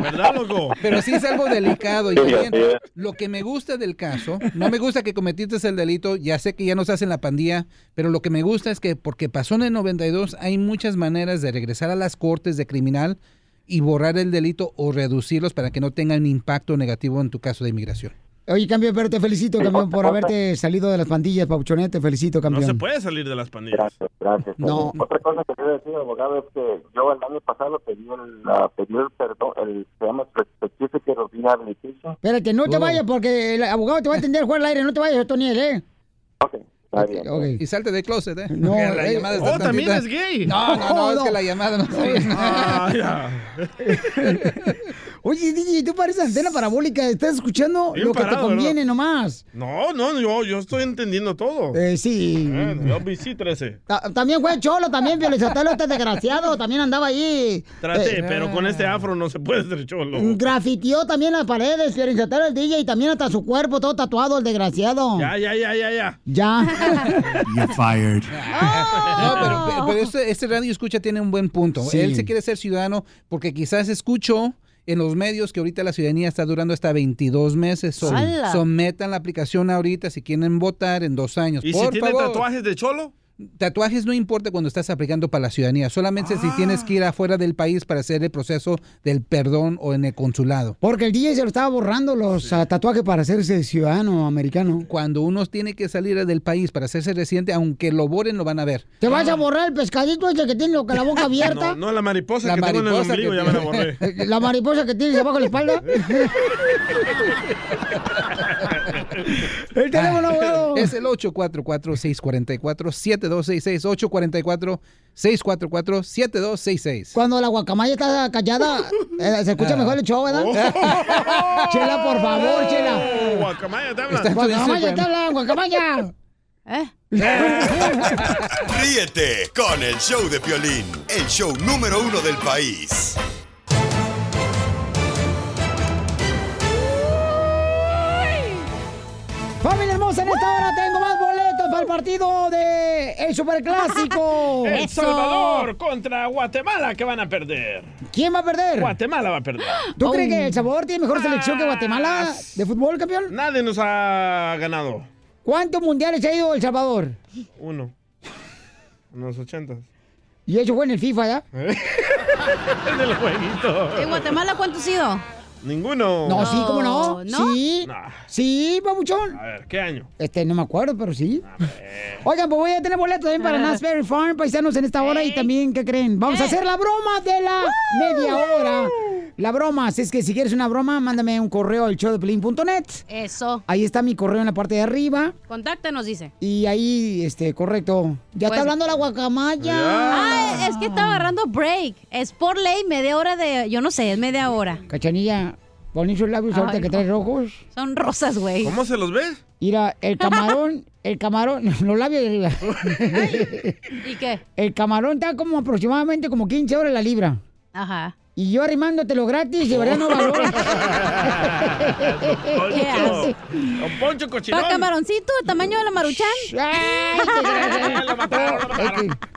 Speaker 3: ¿Verdad, loco?
Speaker 15: Pero sí es algo delicado. Y
Speaker 3: Sí,
Speaker 15: también,
Speaker 3: así es.
Speaker 15: lo que me gusta del caso, no me gusta que cometiste el delito, ya sé que ya nos hacen la pandilla, pero lo que me gusta es que porque pasó en el 92, hay muchas maneras de regresar a las cortes de criminal y borrar el delito o reducirlos para que no tengan impacto negativo en tu caso de inmigración.
Speaker 2: Oye, campeón, pero te felicito, campeón,
Speaker 15: Oh,
Speaker 2: por haberte salido de las pandillas, Pauchonete. Te felicito,
Speaker 3: No
Speaker 2: campeón.
Speaker 3: se puede salir de las pandillas.
Speaker 14: Gracias.
Speaker 2: No.
Speaker 14: Este, Otra cosa que quiero decir, abogado, es que yo el año pasado pedí el, ah, pedí el perdón, el, se llama Certificate of Rehabilitation.
Speaker 2: Espérate, no te vayas porque el abogado te va a atender jugar al aire. No te vayas, Toniel, ¿eh?
Speaker 14: Está bien.
Speaker 15: Y salte del closet, ¿eh?
Speaker 2: No,
Speaker 15: Porque la
Speaker 2: eh,
Speaker 15: llamada
Speaker 2: oh,
Speaker 15: está tantita-
Speaker 2: también es gay.
Speaker 15: No, no, no,
Speaker 2: Oh,
Speaker 15: es que
Speaker 2: no.
Speaker 15: la llamada no está bien.
Speaker 2: Ah, Oye, DJ, tú pareces antena parabólica. Estás escuchando
Speaker 3: Bien
Speaker 2: lo que
Speaker 3: parado,
Speaker 2: te conviene nomás.
Speaker 3: No, no, yo, yo estoy entendiendo todo.
Speaker 2: Eh, sí.
Speaker 3: yo sí 13.
Speaker 2: Ta- también fue cholo, también Violizotelo, este desgraciado. También andaba ahí.
Speaker 3: Traté,
Speaker 2: eh,
Speaker 3: pero con este afro no se puede ser cholo.
Speaker 2: Grafiteó también las paredes, Violizotelo, el DJ. Y también hasta su cuerpo todo tatuado, el desgraciado.
Speaker 3: Ya, ya, ya, ya, ya.
Speaker 2: Ya.
Speaker 27: You're fired.
Speaker 15: No, pero, pe- pero este, este radio escucha tiene un buen punto.
Speaker 27: Sí.
Speaker 15: Él se quiere ser ciudadano porque quizás escuchó en los medios que ahorita la ciudadanía está durando hasta 22 meses. So-
Speaker 3: ¡Hala!
Speaker 15: Sometan la aplicación ahorita si quieren votar en dos años.
Speaker 3: ¿Y si
Speaker 15: Por
Speaker 3: tiene
Speaker 15: favor.
Speaker 3: tatuajes de cholo?
Speaker 15: Tatuajes no importa cuando estás aplicando para la ciudadanía, solamente si tienes que ir afuera del país para hacer el proceso del perdón o en el consulado.
Speaker 2: Porque el DJ se lo estaba borrando los ah, tatuajes para hacerse ciudadano americano.
Speaker 15: Cuando uno tiene que salir del país para hacerse residente, aunque lo borren, lo van a ver.
Speaker 2: ¿Te vas a borrar el pescadito ese que tiene lo- la boca abierta?
Speaker 3: Ah, No, no, la mariposa
Speaker 15: La
Speaker 3: que tengo en el
Speaker 15: mariposa
Speaker 3: ombligo
Speaker 15: que
Speaker 3: ya me la
Speaker 15: tiene.
Speaker 3: borré.
Speaker 2: La mariposa que tienes abajo de la espalda. El
Speaker 3: Ah.
Speaker 2: teléfono, abogado.
Speaker 15: Es el 844-644-7266. 844-644-7266.
Speaker 2: Cuando la guacamaya está callada, eh, se escucha
Speaker 15: Ah.
Speaker 2: mejor el show, ¿verdad?
Speaker 3: Oh.
Speaker 2: chela, por favor, chela.
Speaker 3: Guacamaya, te
Speaker 2: Está
Speaker 3: hablan.
Speaker 2: en tu Guacamaya, te hablan, guacamaya.
Speaker 6: Ríete con el show de Piolín, el show número uno del país.
Speaker 2: Familia hermosa, en esta hora tengo más boletos para el partido de El Superclásico.
Speaker 3: El Salvador contra Guatemala que van a perder.
Speaker 2: ¿Quién va a perder?
Speaker 3: Guatemala va a perder. Oh.
Speaker 2: ¿Tú crees que El Salvador tiene mejor selección que Guatemala de fútbol, campeón?
Speaker 3: Nadie nos ha ganado.
Speaker 2: ¿Cuántos mundiales ha ido El Salvador?
Speaker 3: Uno. En los ochentas.
Speaker 2: Y eso fue en el FIFA, ¿ya?
Speaker 3: ¿Eh? en el jueguito.
Speaker 9: ¿En Guatemala cuánto ha sido?
Speaker 3: Ninguno.
Speaker 2: No, sí, ¿cómo no? Sí.
Speaker 3: Nah.
Speaker 2: Sí, papuchón.
Speaker 3: A ver, ¿qué año?
Speaker 2: Este, no me acuerdo, pero sí. Oigan, pues voy a tener boletos también para Nasberry Farm, paisanos, en esta hora. Y también, ¿qué creen?
Speaker 9: Eh.
Speaker 2: Vamos a hacer la broma de la media hora. La broma, así es que si quieres una broma, mándame un correo al showdeplin.net.
Speaker 9: Eso.
Speaker 2: Ahí está mi correo en la parte de arriba.
Speaker 9: Contáctanos, dice.
Speaker 2: Y ahí, este, correcto. Ya
Speaker 9: Pues-
Speaker 2: está hablando la guacamaya.
Speaker 9: Ah, es que está agarrando break. Es por ley media hora de... Yo no sé, es media hora.
Speaker 2: Cachanilla, poní sus labios
Speaker 9: Ay,
Speaker 2: ahorita que
Speaker 9: no.
Speaker 2: traes rojos.
Speaker 9: Son rosas, güey.
Speaker 3: ¿Cómo se los ves?
Speaker 2: Mira, el camarón, el camarón, los labios de arriba.
Speaker 9: ¿Y qué?
Speaker 2: El camarón está como aproximadamente como 15 horas la libra.
Speaker 9: Ajá.
Speaker 2: Y yo arrimándotelo gratis, de verdad
Speaker 3: Oh.
Speaker 2: no valor.
Speaker 9: ¿Qué hace?
Speaker 3: Don Poncho Cochinón.
Speaker 9: ¿Para camaroncito? ¿Tamaño de la maruchan?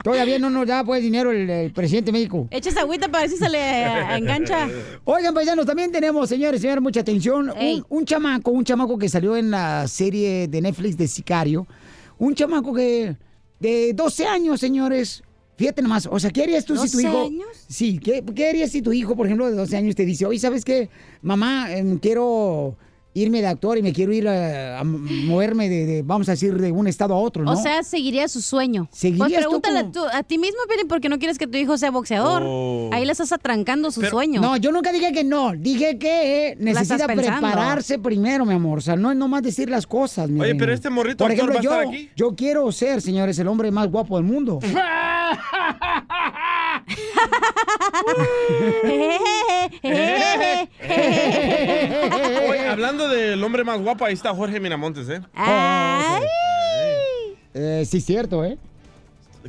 Speaker 2: Todavía no nos da pues dinero el, el presidente de México.
Speaker 9: Eches agüita para ver si se le eh, engancha.
Speaker 2: Oigan, paisanos, también tenemos, señores, señores, mucha atención. Un, un chamaco, un chamaco que salió en la serie de Netflix de Sicario. Un chamaco que de 12 años, señores. Fíjate nomás, o sea, ¿qué harías tú si tu
Speaker 9: 12
Speaker 2: hijo...
Speaker 9: años?
Speaker 2: Sí, ¿qué, qué harías si tu hijo, por ejemplo, de 12 años te dice, oye, ¿sabes qué? Mamá, em, quiero irme de actor y me quiero ir a, a moverme de, de, vamos a decir, de un estado a otro, ¿no?
Speaker 9: O sea, seguiría su sueño.
Speaker 2: ¿Seguirías
Speaker 9: Pues
Speaker 2: tú
Speaker 9: pregúntale
Speaker 2: como-
Speaker 9: a tú- a ti mismo, Piolín, porque no quieres que tu hijo sea boxeador.
Speaker 2: Oh.
Speaker 9: Ahí le estás atrancando su sueño.
Speaker 2: No, yo nunca dije que no. Dije que eh,
Speaker 9: La
Speaker 2: necesita
Speaker 9: estás pensando.
Speaker 2: prepararse primero, mi amor. O sea, no es nomás decir las cosas, mi
Speaker 3: Oye,
Speaker 2: reina.
Speaker 3: pero este morrito
Speaker 2: Por
Speaker 3: actor
Speaker 2: ejemplo,
Speaker 3: va a
Speaker 2: yo,
Speaker 3: estar aquí.
Speaker 2: yo quiero ser, señores, el hombre más guapo del mundo.
Speaker 3: Oye, hablando del hombre más guapo, ahí está Jorge Miramontes, ¿eh?
Speaker 2: Eh, sí, es cierto, ¿eh?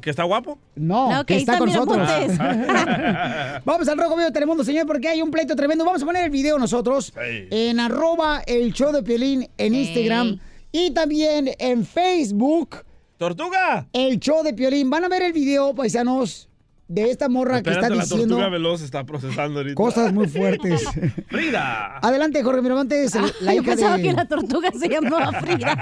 Speaker 3: ¿Que está guapo?
Speaker 2: No,
Speaker 3: No, que
Speaker 2: que
Speaker 3: ahí
Speaker 2: está
Speaker 3: está
Speaker 2: con nosotros.
Speaker 3: Miramontes.
Speaker 2: Vamos al Rojo Vivo de Telemundo, señor, porque hay un pleito tremendo. Vamos a poner el video nosotros en arroba el show de Piolín en Instagram y también en Facebook.
Speaker 3: ¡Tortuga!
Speaker 2: El show de Piolín. Van a ver el video, paisanos, de esta morra
Speaker 3: Espérate,
Speaker 2: que
Speaker 3: la
Speaker 2: está diciendo
Speaker 3: tortuga veloz está procesando ahorita.
Speaker 2: cosas muy fuertes.
Speaker 3: ¡Frida!
Speaker 2: Adelante, Jorge Miramontes, la
Speaker 9: yo
Speaker 2: hija
Speaker 9: pensaba
Speaker 2: de...
Speaker 9: que la tortuga se llamaba Frida.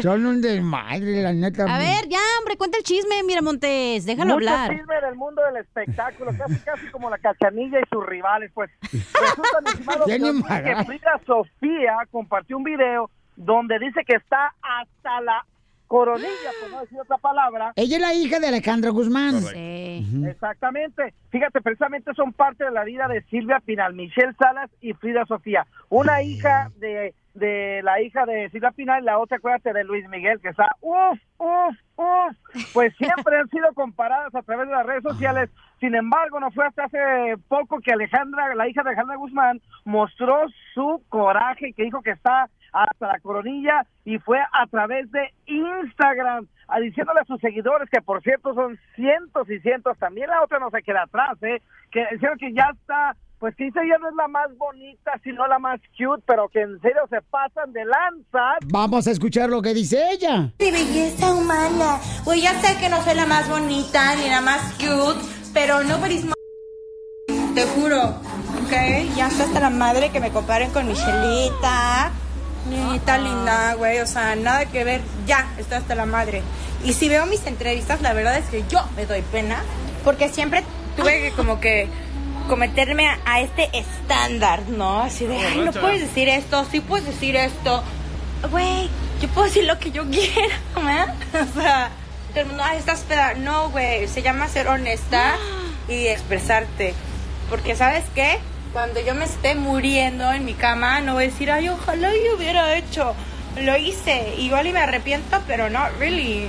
Speaker 2: Son un desmadre, la neta.
Speaker 9: A ver, ya, hombre, cuenta el chisme, mira, Montes, déjalo
Speaker 27: Mucho
Speaker 9: hablar.
Speaker 27: chisme en el mundo del espectáculo, casi, casi como la cachanilla y sus rivales. Pues resulta, mi estimado
Speaker 2: Ya ni
Speaker 27: Piolín,
Speaker 2: magar.
Speaker 27: que Frida Sofía compartió un video donde dice que está hasta la coronilla, por no decir otra palabra.
Speaker 2: Ella es la hija de Alejandra Guzmán.
Speaker 27: Ujú. Exactamente. Fíjate, precisamente son parte de la vida de Silvia Pinal, Michelle Salas y Frida Sofía. Una hija de, de la hija de Silvia Pinal y la otra, acuérdate, de Luis Miguel, que está, uff, uff, uff. Pues siempre han sido comparadas a través de las redes sociales. Sin embargo, no fue hasta hace poco que Alejandra, la hija de Alejandra Guzmán, mostró su coraje, que dijo que está hasta la coronilla y fue a través de Instagram a diciéndole a sus seguidores que por cierto son cientos y cientos también la otra no se queda atrás eh que dijeron que ya está pues que dice ya no es la más bonita sino la más cute pero que en serio se pasan de lanza
Speaker 2: Vamos a escuchar lo que dice ella.
Speaker 27: de
Speaker 21: belleza humana. Güey, ya sé que no soy la más bonita ni la más cute, pero nobody's mo- Te juro, ¿ok? Ya sé hasta la madre que me comparen con Michelita. Niñita linda, güey, o sea, nada que ver. Ya, estoy hasta la madre. Y si veo mis entrevistas, la verdad es que yo me doy pena, porque siempre tuve que como que cometerme a, a este estándar, ¿no? Así de, ay, no
Speaker 11: Borracha.
Speaker 21: puedes decir esto, sí puedes decir esto. Güey, yo puedo decir lo que yo quiera, ¿verdad? O sea, todo el mundo, ay, estás peda. No, güey, se llama ser honesta y expresarte. Porque, ¿sabes qué? Cuando yo me esté muriendo en mi cama, no voy a decir, ay, ojalá yo hubiera hecho. Lo hice, igual y me arrepiento, pero no, really.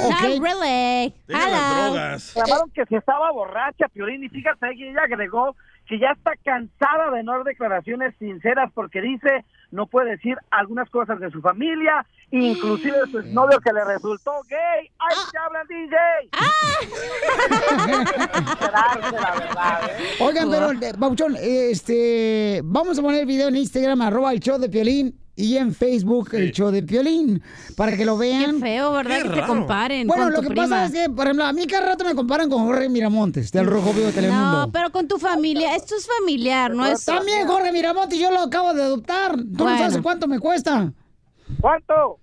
Speaker 9: Not really. Hello.
Speaker 27: Clamaron que si estaba borracha, Piolín, y fíjate que ella agregó que ya está cansada de no dar declaraciones sinceras porque dice no puede decir algunas cosas de su familia, inclusive de su novio que le resultó gay. ¡Ay,
Speaker 9: Ah.
Speaker 27: te hablan, DJ!
Speaker 9: Ah.
Speaker 27: Quedarse, la verdad, ¿eh?
Speaker 2: Oigan, pero, eh, Bauchón, eh, este, vamos a poner el video en Instagram, arroba el show de Piolín. Y en Facebook, el show de Piolín, para que lo vean. Qué
Speaker 9: feo, ¿verdad? Qué Que te raro. comparen
Speaker 2: Bueno,
Speaker 9: con
Speaker 2: lo
Speaker 9: tu
Speaker 2: que
Speaker 9: prima.
Speaker 2: pasa es que, por ejemplo, a mí cada rato me comparan con Jorge Miramontes, del Rojo Vivo de Telemundo.
Speaker 9: No, pero con tu familia, esto es familiar, no
Speaker 27: Pues,
Speaker 9: es...
Speaker 2: También Jorge Miramontes, yo lo acabo de adoptar. Tú no
Speaker 9: Bueno.
Speaker 2: sabes cuánto me cuesta.
Speaker 27: ¿Cuánto?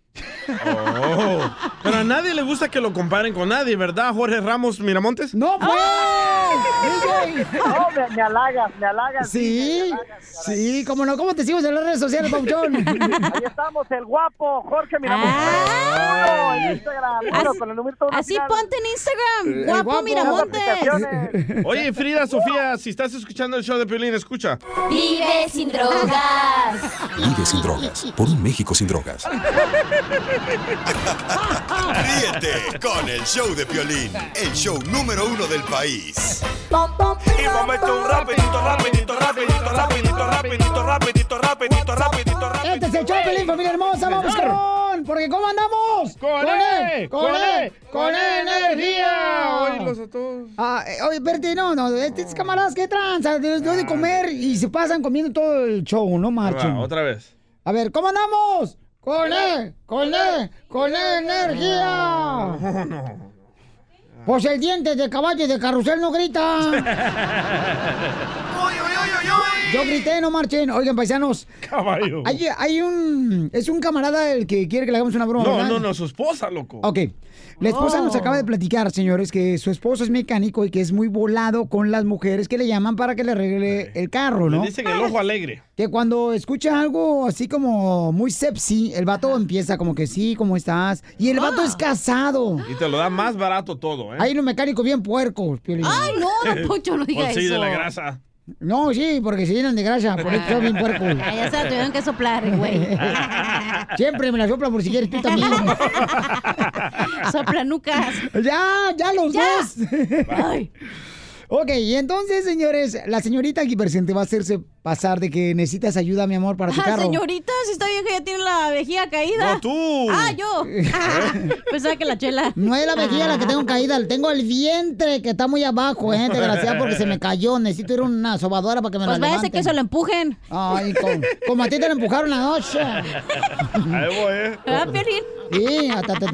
Speaker 3: Oh, Pero a nadie le gusta que lo comparen con nadie, ¿verdad, Jorge Ramos Miramontes?
Speaker 2: ¡No, pues.
Speaker 9: Ah.
Speaker 27: No, me, me halagas, me halagas.
Speaker 2: Sí, sí, como no, ¿cómo te sigo en las redes sociales, Pauchón?
Speaker 27: Ahí estamos, el guapo Jorge pues, Miramontes.
Speaker 2: Ah.
Speaker 27: Uno en
Speaker 9: Ah,
Speaker 27: Instagram, uno con el numerito uno
Speaker 9: Así
Speaker 27: final.
Speaker 9: ponte en Instagram, guapo, Miramontes.
Speaker 3: Oye, Frida, Sofía, si estás escuchando el show de Piolín, escucha.
Speaker 9: Vive sin drogas.
Speaker 29: Vive sin drogas. Por un México sin drogas.
Speaker 6: Ríete con el show de Piolín, el show número uno del país.
Speaker 27: Y momento rapidito, rapidito, rapidito, rapidito, rapidito, rapidito, rapidito, rapidito,
Speaker 2: Este es el show, Pelín, familia hermosa, vamos, carón, porque ¿cómo andamos?
Speaker 27: Con
Speaker 2: él,
Speaker 27: E, con E,
Speaker 2: con
Speaker 27: con
Speaker 2: E energía.
Speaker 27: Oírlos
Speaker 3: a todos.
Speaker 2: Ah, eh, oye, espérate, no, no, estos camaradas, ¿qué tranza? Les
Speaker 27: Ah.
Speaker 2: doy de comer y se pasan comiendo todo el show, no
Speaker 3: Ahí
Speaker 2: marchen.
Speaker 3: va, otra vez.
Speaker 2: A ver, ¿cómo andamos? Con E, con E, con E energía.
Speaker 3: No, no.
Speaker 2: Pues el diente de caballo y de carrusel no grita.
Speaker 3: Oye, oye,
Speaker 2: Yo grité, no marchen. Oigan, paisanos.
Speaker 3: Caballo.
Speaker 2: Hay, hay un. Es un camarada el que quiere que le hagamos una broma.
Speaker 3: No,
Speaker 2: ¿verdad?
Speaker 3: no, no, su esposa, loco.
Speaker 2: Ok. La esposa
Speaker 3: Oh.
Speaker 2: nos acaba de platicar, señores, que su esposo es mecánico y que es muy volado con las mujeres que le llaman para que le arregle el carro,
Speaker 3: Le
Speaker 2: ¿no?
Speaker 3: dicen el ojo alegre.
Speaker 2: Que cuando escucha algo así como muy sepsi, el vato empieza como que sí, ¿cómo estás? Y el vato
Speaker 9: Ah.
Speaker 2: es casado.
Speaker 9: ¿Eh?
Speaker 3: Y te lo da más barato todo, ¿eh?
Speaker 2: Hay unos mecánicos bien puercos, Piolín.
Speaker 3: Por sí, de la grasa.
Speaker 2: No, sí, porque se llenan de grasa, por eso bien puercos.
Speaker 9: Ah, ya se la tuvieron que soplar, güey.
Speaker 2: Siempre me la sopla por si quieres tú también.
Speaker 9: Soplanucas.
Speaker 2: Ya, ya los dos. Ok, y entonces, señores, la señorita aquí presente va a hacerse pasar de que necesitas ayuda, mi amor, para tu
Speaker 9: Ah,
Speaker 2: carro.
Speaker 9: señorita, si está bien que ya tiene la vejiga caída.
Speaker 2: No, tú.
Speaker 9: Ah, yo. Pensaba que la chela. Ah.
Speaker 2: No es la vejiga la que tengo caída, le tengo el vientre que está muy abajo, ¿eh? Desgraciada porque se me cayó. Necesito ir a una sobadora para que me
Speaker 9: Pues
Speaker 2: la
Speaker 9: váyase
Speaker 2: levanten.
Speaker 9: que se lo empujen.
Speaker 2: Ay, con- como a ti te la empujaron la noche.
Speaker 3: Ahí voy, ¿eh?
Speaker 9: Ah, Piolín.
Speaker 2: Sí, hasta te...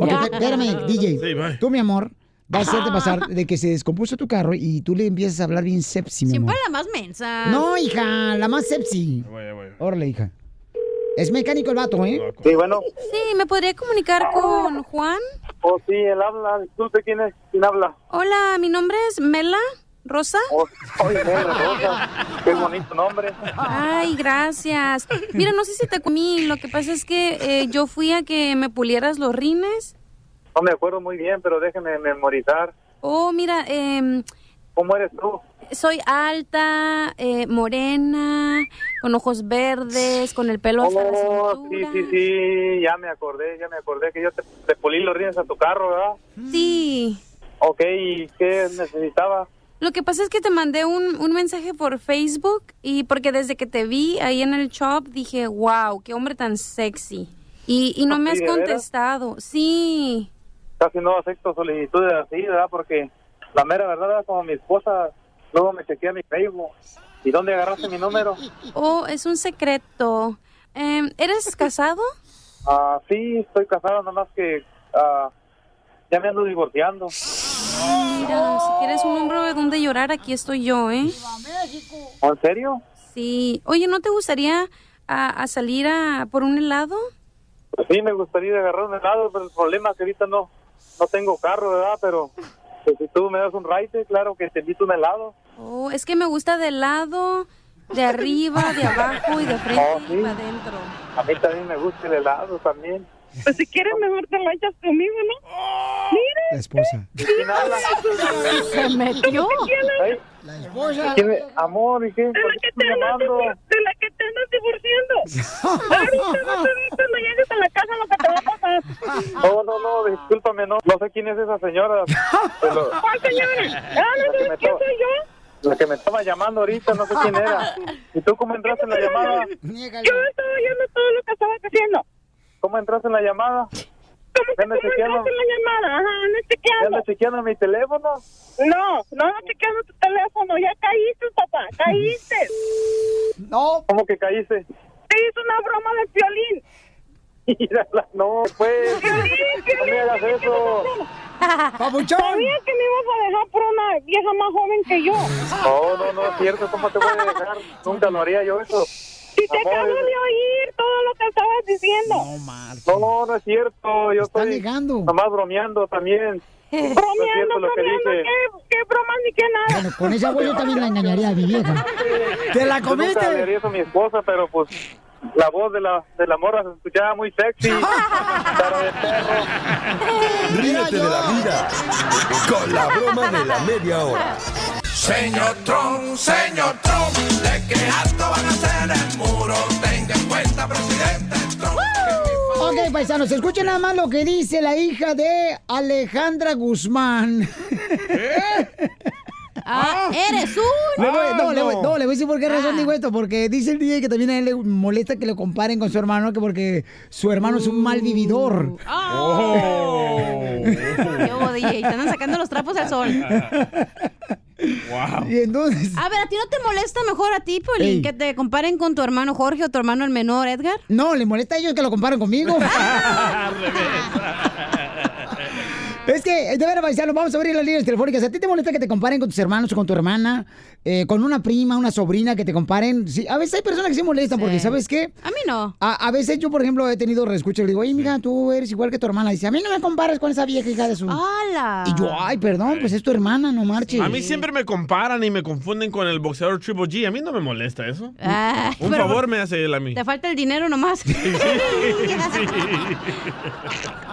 Speaker 2: Ok,
Speaker 9: Ya. Ah.
Speaker 2: espérame, DJ. tú, mi amor, vas a hacerte pasar de que se descompuso tu carro y tú le empiezas a hablar bien sepsi, mi amor.
Speaker 9: Siempre la más mensa.
Speaker 2: No, hija, la más sepsi. Órale, hija. Es mecánico el vato, ¿eh?
Speaker 16: Sí, bueno.
Speaker 9: Sí, ¿me podría comunicar con Juan?
Speaker 16: Oh, sí, él habla. Disculpe, ¿quién es? ¿Quién habla?
Speaker 9: Hola, mi nombre es Mela Rosa.
Speaker 16: Oye, Negra Rosa. Qué bonito nombre.
Speaker 9: Ay, gracias. Mira, no sé si te comí. Lo que pasa es que eh, yo fui a que me pulieras los rines.
Speaker 16: No me acuerdo muy bien, pero déjeme memorizar.
Speaker 9: Oh, mira, em,
Speaker 16: ¿Cómo eres tú?
Speaker 9: soy alta, eh, morena, con ojos verdes, con el pelo hasta la cintura.
Speaker 16: Oh, sí, sí, sí. Ya me acordé, ya me acordé que yo te, te pulí los rines a tu carro, ¿verdad?
Speaker 9: Sí.
Speaker 16: Ok, ¿y qué necesitaba?
Speaker 9: Lo que pasa es que te mandé un, un mensaje por Facebook y porque desde que te vi ahí en el shop dije, wow, qué hombre tan sexy. Y, y no
Speaker 16: ¿Sí,
Speaker 9: me has
Speaker 16: de veras?
Speaker 9: contestado. Sí.
Speaker 16: Casi no acepto solicitudes así, ¿verdad? Porque la mera verdad, ¿verdad? como mi esposa, luego me chequea mi Facebook. ¿Y dónde agarraste mi número?
Speaker 9: Oh, es un secreto. Em, ¿Eres casado?
Speaker 16: Ah, sí, estoy casado, nada más que ah, ya me ando divorciando.
Speaker 9: Mira, si quieres un hombre de donde llorar, aquí estoy yo, ¿eh?
Speaker 16: ¿En serio?
Speaker 9: Sí. Oye, ¿no te gustaría ah, a, a salir a por un helado?
Speaker 16: Pues sí, me gustaría agarrar un helado, pero el problema es que ahorita no, no tengo carro, ¿verdad? Pero pues, si tú me das un ride, claro que te invito un helado.
Speaker 9: Oh, es que me gusta de helado, de arriba, de abajo y de frente
Speaker 16: Oh, sí.
Speaker 9: y para adentro.
Speaker 16: A mí también me gusta el helado también.
Speaker 11: Pues si quieres, mejor te la echas conmigo, ¿no? Mira.
Speaker 2: La esposa.
Speaker 16: ¿Quién habla?
Speaker 11: Se metió.
Speaker 16: ¿Eh? ¿Quién es? Amor, ¿y qué? ¿Por qué estás llamando?
Speaker 11: De la que te andas divorciando. Ahorita no te dices, no llegues a la casa lo que te va a pasar.
Speaker 16: Oh, No, no, no, discúlpame, no, no sé quién es esa señora. Pero
Speaker 11: ¿Cuál señora? Ah, no
Speaker 16: La que me
Speaker 11: sabes quién
Speaker 16: to-
Speaker 11: soy yo.
Speaker 16: la que me estaba llamando ahorita, no sé quién era. ¿Y tú cómo entraste en la llamada?
Speaker 11: Yo estaba oyendo todo lo que estaba haciendo.
Speaker 16: ¿Cómo entraste en la llamada?
Speaker 11: ¿Cómo que
Speaker 16: Ya me
Speaker 11: cómo
Speaker 16: chequearon.
Speaker 11: entraste en la llamada? Ajá, anda
Speaker 16: ¿Ya
Speaker 11: chequeando.
Speaker 16: andas chequeando mi teléfono?
Speaker 11: No, no andas chequeando tu teléfono. Ya caíste, papá, caíste.
Speaker 2: No.
Speaker 16: ¿Cómo que caíste?
Speaker 11: Te hizo una broma del violín.
Speaker 16: Mírala, no, pues. No me hagas eso.
Speaker 2: ¡Papuchón!
Speaker 11: Sabía que me ibas a dejar por una vieja más joven que yo.
Speaker 16: No, no, no, es cierto, ¿cómo te voy a dejar? Nunca lo haría yo eso.
Speaker 11: Si te acabo de oír todo lo que estabas diciendo.
Speaker 16: No, no es cierto, yo estoy nomás bromeando también. no es cierto
Speaker 11: bromeando,
Speaker 16: lo que
Speaker 11: bromeando,
Speaker 16: dice.
Speaker 11: qué, qué bromas ni qué nada.
Speaker 2: Bueno, con esa voz yo también la engañaría a mi vieja. ¡Te la
Speaker 16: Yo nunca le
Speaker 2: comiste!
Speaker 16: haría eso a mi esposa, pero pues la voz de la, de la morra se escuchaba muy sexy. Cara de perro.
Speaker 6: Ríete de la vida con la broma de la media hora.
Speaker 20: Señor Trump, señor Trump, de qué alto van a ser el muro. Tenga en cuenta, presidente Trump.
Speaker 2: Ok, paisanos, escuchen nada más lo que dice la hija de Alejandra Guzmán.
Speaker 9: ¿Eh? Ah, eres Ah. un...
Speaker 2: Le voy- no, le voy, no, le voy a decir por qué razón digo esto, porque dice el DJ que también a él le molesta que lo comparen con su hermano, que porque su hermano es un mal vividor.
Speaker 9: Oh. Qué hubo, DJ, te andan sacando los trapos al sol.
Speaker 2: Y entonces,
Speaker 9: A ver, ¿a ti no te molesta mejor a ti, Piolín,
Speaker 2: Ey.
Speaker 9: que te comparen con tu hermano Jorge o tu hermano el menor, Edgar?
Speaker 2: No, le molesta a ellos que lo comparen conmigo. Es que, eh, de ver, paisano, vamos a abrir las líneas telefónicas. ¿A ti te molesta que te comparen con tus hermanos o con tu hermana? eh, con una prima, una sobrina que te comparen. Sí, a veces hay personas que se molestan porque, ¿sabes qué?
Speaker 9: A mí no.
Speaker 2: A, a veces yo, por ejemplo, he tenido reescuchos. Le digo, oye, mira, tú eres igual que tu hermana. Dice, a mí no me compares con esa vieja hija de su...
Speaker 9: ¡Hala!
Speaker 2: Y yo, ay, perdón, pues es tu hermana, no marches.
Speaker 3: A mí siempre me comparan y me confunden con el boxeador Triple G. A mí no me molesta eso.
Speaker 9: Ay,
Speaker 3: Un
Speaker 9: Ah, pero-
Speaker 3: favor me hace él a mí.
Speaker 9: Te falta el dinero nomás.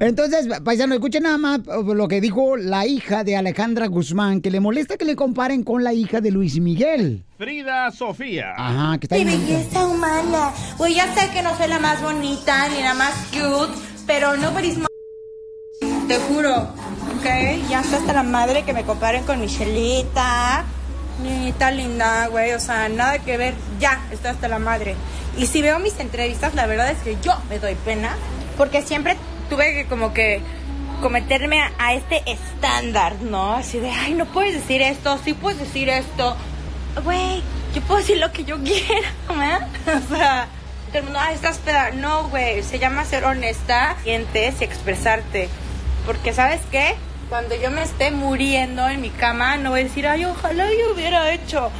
Speaker 2: Entonces, paisano, escuchen nada más lo que dijo la hija de Alejandra Guzmán, que le molesta que le comparen con la hija de Luis Miguel.
Speaker 3: Frida Sofía.
Speaker 2: Ajá, que está
Speaker 21: De
Speaker 2: bien bonita.
Speaker 21: belleza humana. Güey, ya sé que no soy la más bonita ni la más cute, pero nobody's my Te juro. Ok, ya está hasta la madre que me comparen con Michelita. Niñita linda, güey, o sea, nada que ver. Ya, está hasta la madre. Y si veo mis entrevistas, la verdad es que yo me doy pena, porque siempre tuve que como que cometerme a, a este estándar, ¿no? Así de, ay, no puedes decir esto, sí puedes decir esto. Güey, yo puedo decir lo que yo quiera, ¿no? O sea, todo el mundo, ah, estás peda. No, güey, se llama ser honesta, sientes y expresarte. Porque, ¿sabes qué? Cuando yo me esté muriendo en mi cama, no voy a decir, ay, ojalá yo hubiera hecho.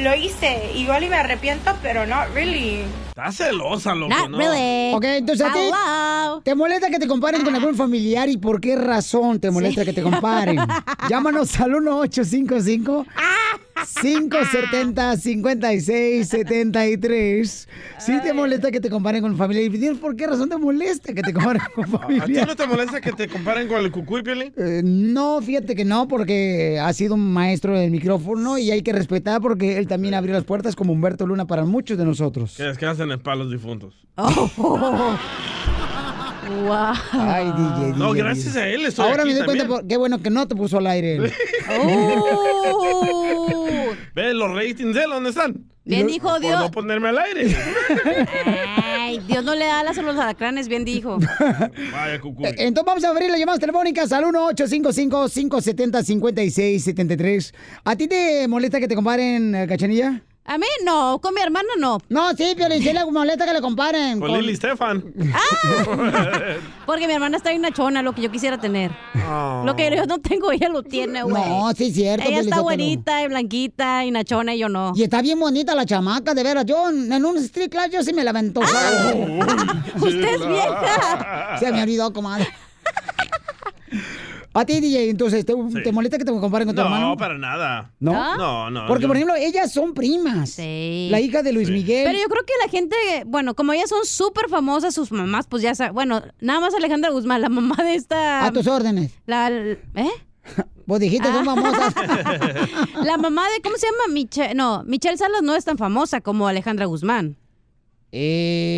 Speaker 21: Lo hice, igual y me arrepiento, pero no, really.
Speaker 3: Está celosa, loco. ¿no?
Speaker 2: Ok, entonces a ti te molesta que te comparen con algún familiar y por qué razón te molesta que te comparen. Llámanos al 1855 570 5673. Si te molesta que te comparen con familiar y dinos por qué razón te molesta que te comparen con
Speaker 3: ¿A ti
Speaker 2: familiar.
Speaker 3: no te molesta que te comparen con el cucuy, Piolín?
Speaker 2: Eh, no, fíjate que no, porque ha sido un maestro del micrófono y hay que respetar porque él también abrió las puertas como Humberto Luna para muchos de nosotros.
Speaker 3: Que descansen en palos difuntos.
Speaker 9: Oh.
Speaker 2: Ay, DJ,
Speaker 3: No,
Speaker 2: DJ,
Speaker 3: gracias
Speaker 2: DJ.
Speaker 3: a él estoy
Speaker 2: Ahora
Speaker 3: aquí
Speaker 2: me doy cuenta,
Speaker 3: también.
Speaker 2: por, qué bueno que no te puso al aire. él. Oh.
Speaker 3: Ve, los ratings de él, ¿dónde están?
Speaker 9: Oh. Bien dijo
Speaker 3: Por
Speaker 9: Dios.
Speaker 3: no ponerme al aire.
Speaker 9: Ay, Dios no le da alas a los alacranes, bien dijo.
Speaker 3: Vaya, cucuy.
Speaker 2: Eh, Entonces vamos a abrir las llamadas telefónicas al 1-855-570-5673. ¿A ti te molesta que te comparen, eh, Cachanilla?
Speaker 9: A mí no, con mi hermana no.
Speaker 2: No, sí, pero sí le molesta que le comparen.
Speaker 3: Con Lili Stefan.
Speaker 9: Ah. Porque mi hermana está bien nachona, lo que yo quisiera tener. Lo que yo no tengo, ella lo tiene, güey.
Speaker 2: No, sí es cierto,
Speaker 9: Ella está
Speaker 2: Felicitelo.
Speaker 9: bonita y blanquita y nachona y yo no.
Speaker 2: Y está bien bonita la chamaca, de veras. Yo en en un street club yo sí me la aventó.
Speaker 9: ¡Usted es vieja!
Speaker 2: Se me olvidó, comadre. A ti, DJ, entonces, ¿te, te molesta que te comparen con tu hermano?
Speaker 3: No, para nada.
Speaker 2: ¿No?
Speaker 9: ¿Ah?
Speaker 3: No, no.
Speaker 2: Porque,
Speaker 3: yo-
Speaker 2: por ejemplo, ellas son primas. La hija de Luis Miguel.
Speaker 9: Pero yo creo que la gente, bueno, como ellas son súper famosas, sus mamás, pues ya saben. Bueno, nada más Alejandra Guzmán, la mamá de esta.
Speaker 2: A tus órdenes.
Speaker 9: La, ¿Eh?
Speaker 2: Vos dijiste, son
Speaker 9: Ah.
Speaker 2: famosas.
Speaker 9: La mamá de, ¿cómo se llama? Michelle, no, Michelle Salas no es tan famosa como Alejandra Guzmán.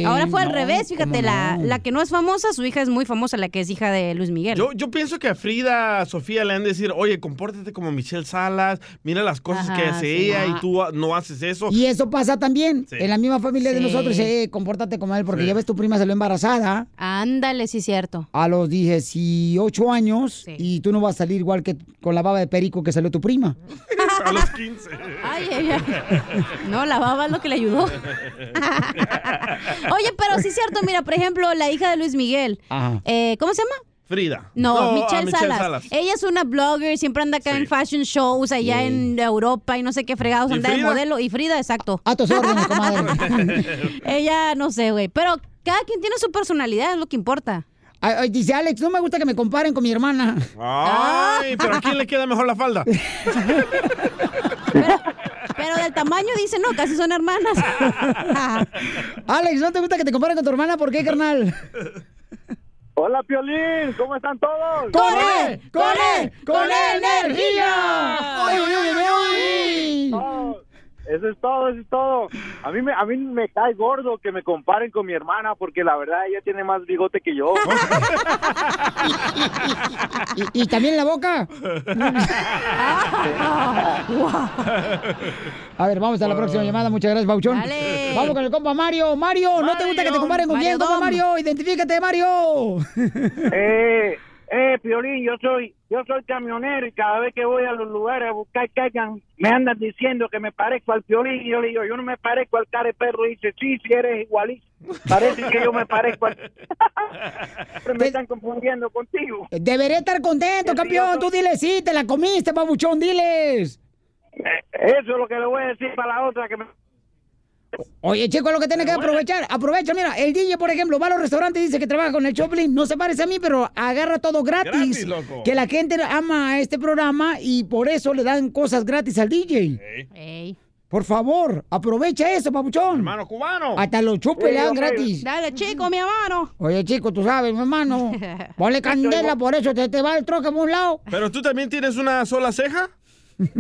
Speaker 9: Ahora fue al
Speaker 3: no,
Speaker 9: revés, fíjate,
Speaker 3: ¿cómo
Speaker 9: la,
Speaker 3: no?
Speaker 9: la que no es famosa, su hija es muy famosa, la que es hija de Luis Miguel.
Speaker 3: Yo, yo pienso que a Frida, a Sofía le han de decir, oye, compórtate como Michelle Salas, mira las cosas que
Speaker 2: Ajá,
Speaker 3: hace
Speaker 2: sí.
Speaker 3: ella
Speaker 2: Ah.
Speaker 3: y tú ah, no haces eso.
Speaker 2: Y eso pasa también.
Speaker 3: Sí.
Speaker 2: En la misma familia de
Speaker 3: Sí.
Speaker 2: nosotros, eh, compórtate como él, porque
Speaker 3: Sí.
Speaker 2: ya ves, tu prima salió embarazada
Speaker 9: Ándale, sí, Ah, cierto.
Speaker 2: a los 18 años y tú no vas a salir igual que con la baba de perico que salió tu prima.
Speaker 3: A los 15.
Speaker 9: Ay, ay, ay. No, la baba es lo que le ayudó. Oye, pero sí es cierto, mira, por ejemplo, la hija de Luis Miguel.
Speaker 3: Ajá.
Speaker 9: Eh, ¿Cómo se llama?
Speaker 3: Frida.
Speaker 9: No,
Speaker 3: a
Speaker 9: Michelle, Salas.
Speaker 2: Eh.
Speaker 9: Ella es una blogger, siempre anda acá en fashion shows allá en Europa y no sé qué fregados,
Speaker 3: ¿Y
Speaker 9: anda de
Speaker 3: Frida?
Speaker 9: modelo. Y Frida, exacto.
Speaker 2: A tus órdenes,
Speaker 9: Ella, no sé, güey. Pero cada quien tiene su personalidad, es lo que importa.
Speaker 2: Ay, ay, dice Alex, no me gusta que me comparen con mi hermana.
Speaker 3: Ay, pero ¿a quién le queda mejor la falda?
Speaker 9: Pero del tamaño dice, no, casi son hermanas.
Speaker 2: Alex, ¿no te gusta que te comparen con tu hermana? ¿Por qué, carnal?
Speaker 16: Hola, Piolín, ¿cómo están todos?
Speaker 2: ¡Con él! ¡Con
Speaker 9: E,
Speaker 2: él! ¡Con energía! ¡Ay, ay, ay, ay, ay!
Speaker 16: Oh, Eso es todo, eso es todo. A mí, me, a mí me cae gordo que me comparen con mi hermana porque la verdad ella tiene más bigote que yo.
Speaker 2: ¿Y, y también la boca?
Speaker 9: Ah.
Speaker 2: A ver, vamos a la próxima llamada. Muchas gracias, Bauchón.
Speaker 9: Dale.
Speaker 2: Vamos con el compa Mario. Mario, ¿no te gusta que te comparen con quién, compa Mario? Identifícate, Mario.
Speaker 8: Eh, eh, Piolín, yo soy
Speaker 27: Yo soy camionero y cada vez que voy a los lugares a buscar cargan, me andan diciendo que me parezco al Piolín. Y yo le digo, yo no me parezco al cara de perro. Y dice, sí, sí eres igualito. Parece que yo me parezco al... Pero me están confundiendo contigo.
Speaker 2: Debería estar contento, campeón. Tú diles, sí, te la comiste, babuchón, diles.
Speaker 27: Eso es lo que le voy a decir para la otra que me...
Speaker 2: Oye, chico, es lo que tiene que aprovechar. Aprovecha, mira, el DJ, por ejemplo, va a los restaurantes y dice que trabaja con el Choplin. No se parece a mí, pero agarra todo gratis.
Speaker 11: Gratis, loco.
Speaker 2: Que la gente ama a este programa y por eso le dan cosas gratis al DJ. Por favor, aprovecha eso, papuchón. Hermano
Speaker 3: cubano.
Speaker 2: Hasta los chupes le dan gratis.
Speaker 9: Dale, chico, mi hermano.
Speaker 2: Oye, chico, tú sabes, mi hermano. Ponle candela, por eso te, te va el troque por un lado.
Speaker 3: ¿Pero tú también tienes una sola ceja?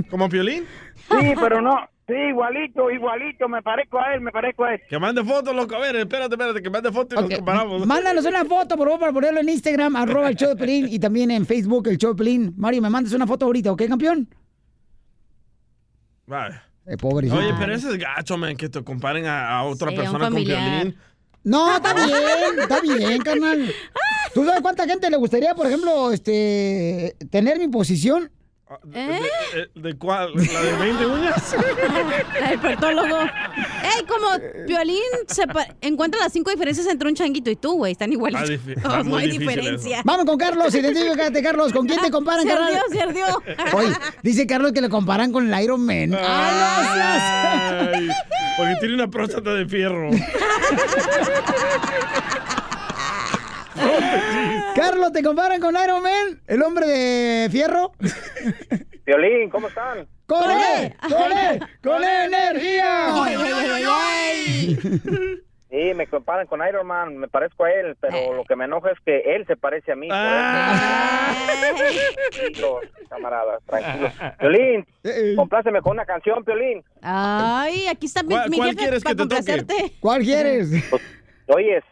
Speaker 3: ¿Como Piolín?
Speaker 27: Sí, pero no. Sí, igualito, igualito. Me parezco a él, me parezco a él.
Speaker 3: Que mande fotos, loco. A ver, espérate, espérate, que mande fotos y nos comparamos.
Speaker 2: Mándanos una foto, por favor, para ponerlo en Instagram, arroba el show de Pelín, y también en Facebook, el show de Pelín. Mario, me mandas una foto ahorita, ¿ok, campeón?
Speaker 3: Vale.
Speaker 2: Eh, pobrecito.
Speaker 3: Oye, pero ese es gacho, man, que te comparen a, a otra
Speaker 2: Sí, a un
Speaker 3: persona con
Speaker 2: familiar.
Speaker 3: Piolín.
Speaker 2: No, está bien, está bien, carnal. ¿Tú sabes cuánta gente le gustaría, por ejemplo, este, tener mi posición?
Speaker 3: Ah, ¿De,
Speaker 2: ¿Eh?
Speaker 3: de- de cuál? ¿La de 20 uñas?
Speaker 9: El pertólogo. Ey, como Piolín se pa- encuentra las cinco diferencias entre un changuito y tú, güey. Están igualitos.
Speaker 3: Ah, difi-
Speaker 9: No,
Speaker 3: ah,
Speaker 9: no
Speaker 3: muy
Speaker 9: hay
Speaker 3: difícil
Speaker 9: diferencia.
Speaker 3: eso.
Speaker 2: Vamos con Carlos, identifícate, Carlos. ¿Con quién te comparan,
Speaker 9: Ah, Se
Speaker 2: carnal?
Speaker 9: ardió, se ardió.
Speaker 2: Oye, dice Carlos que le comparan con el Iron Man. ¡Ah,
Speaker 3: Ay, porque tiene una próstata de fierro.
Speaker 2: no! Carlos, ¿te comparan con Iron Man? ¿El hombre de fierro?
Speaker 27: Violín, ¿cómo están?
Speaker 2: ¡Con él! ¡Con él! ¡Con él, energía!
Speaker 27: Sí, me comparan con Iron Man, me parezco a él, pero lo que me enoja es que él se parece a mí. por
Speaker 3: Ah.
Speaker 27: eso. Tranquilos, camaradas, tranquilos. Piolín,
Speaker 2: Eh,
Speaker 27: compláceme con una canción, Piolín.
Speaker 9: Ay, aquí está mi,
Speaker 27: ¿Cuál-
Speaker 9: mi
Speaker 27: cuál
Speaker 9: jefe
Speaker 27: quieres que
Speaker 9: para
Speaker 27: te toque?
Speaker 9: complacerte.
Speaker 2: ¿Cuál quieres?
Speaker 27: Pues, Oye, eh,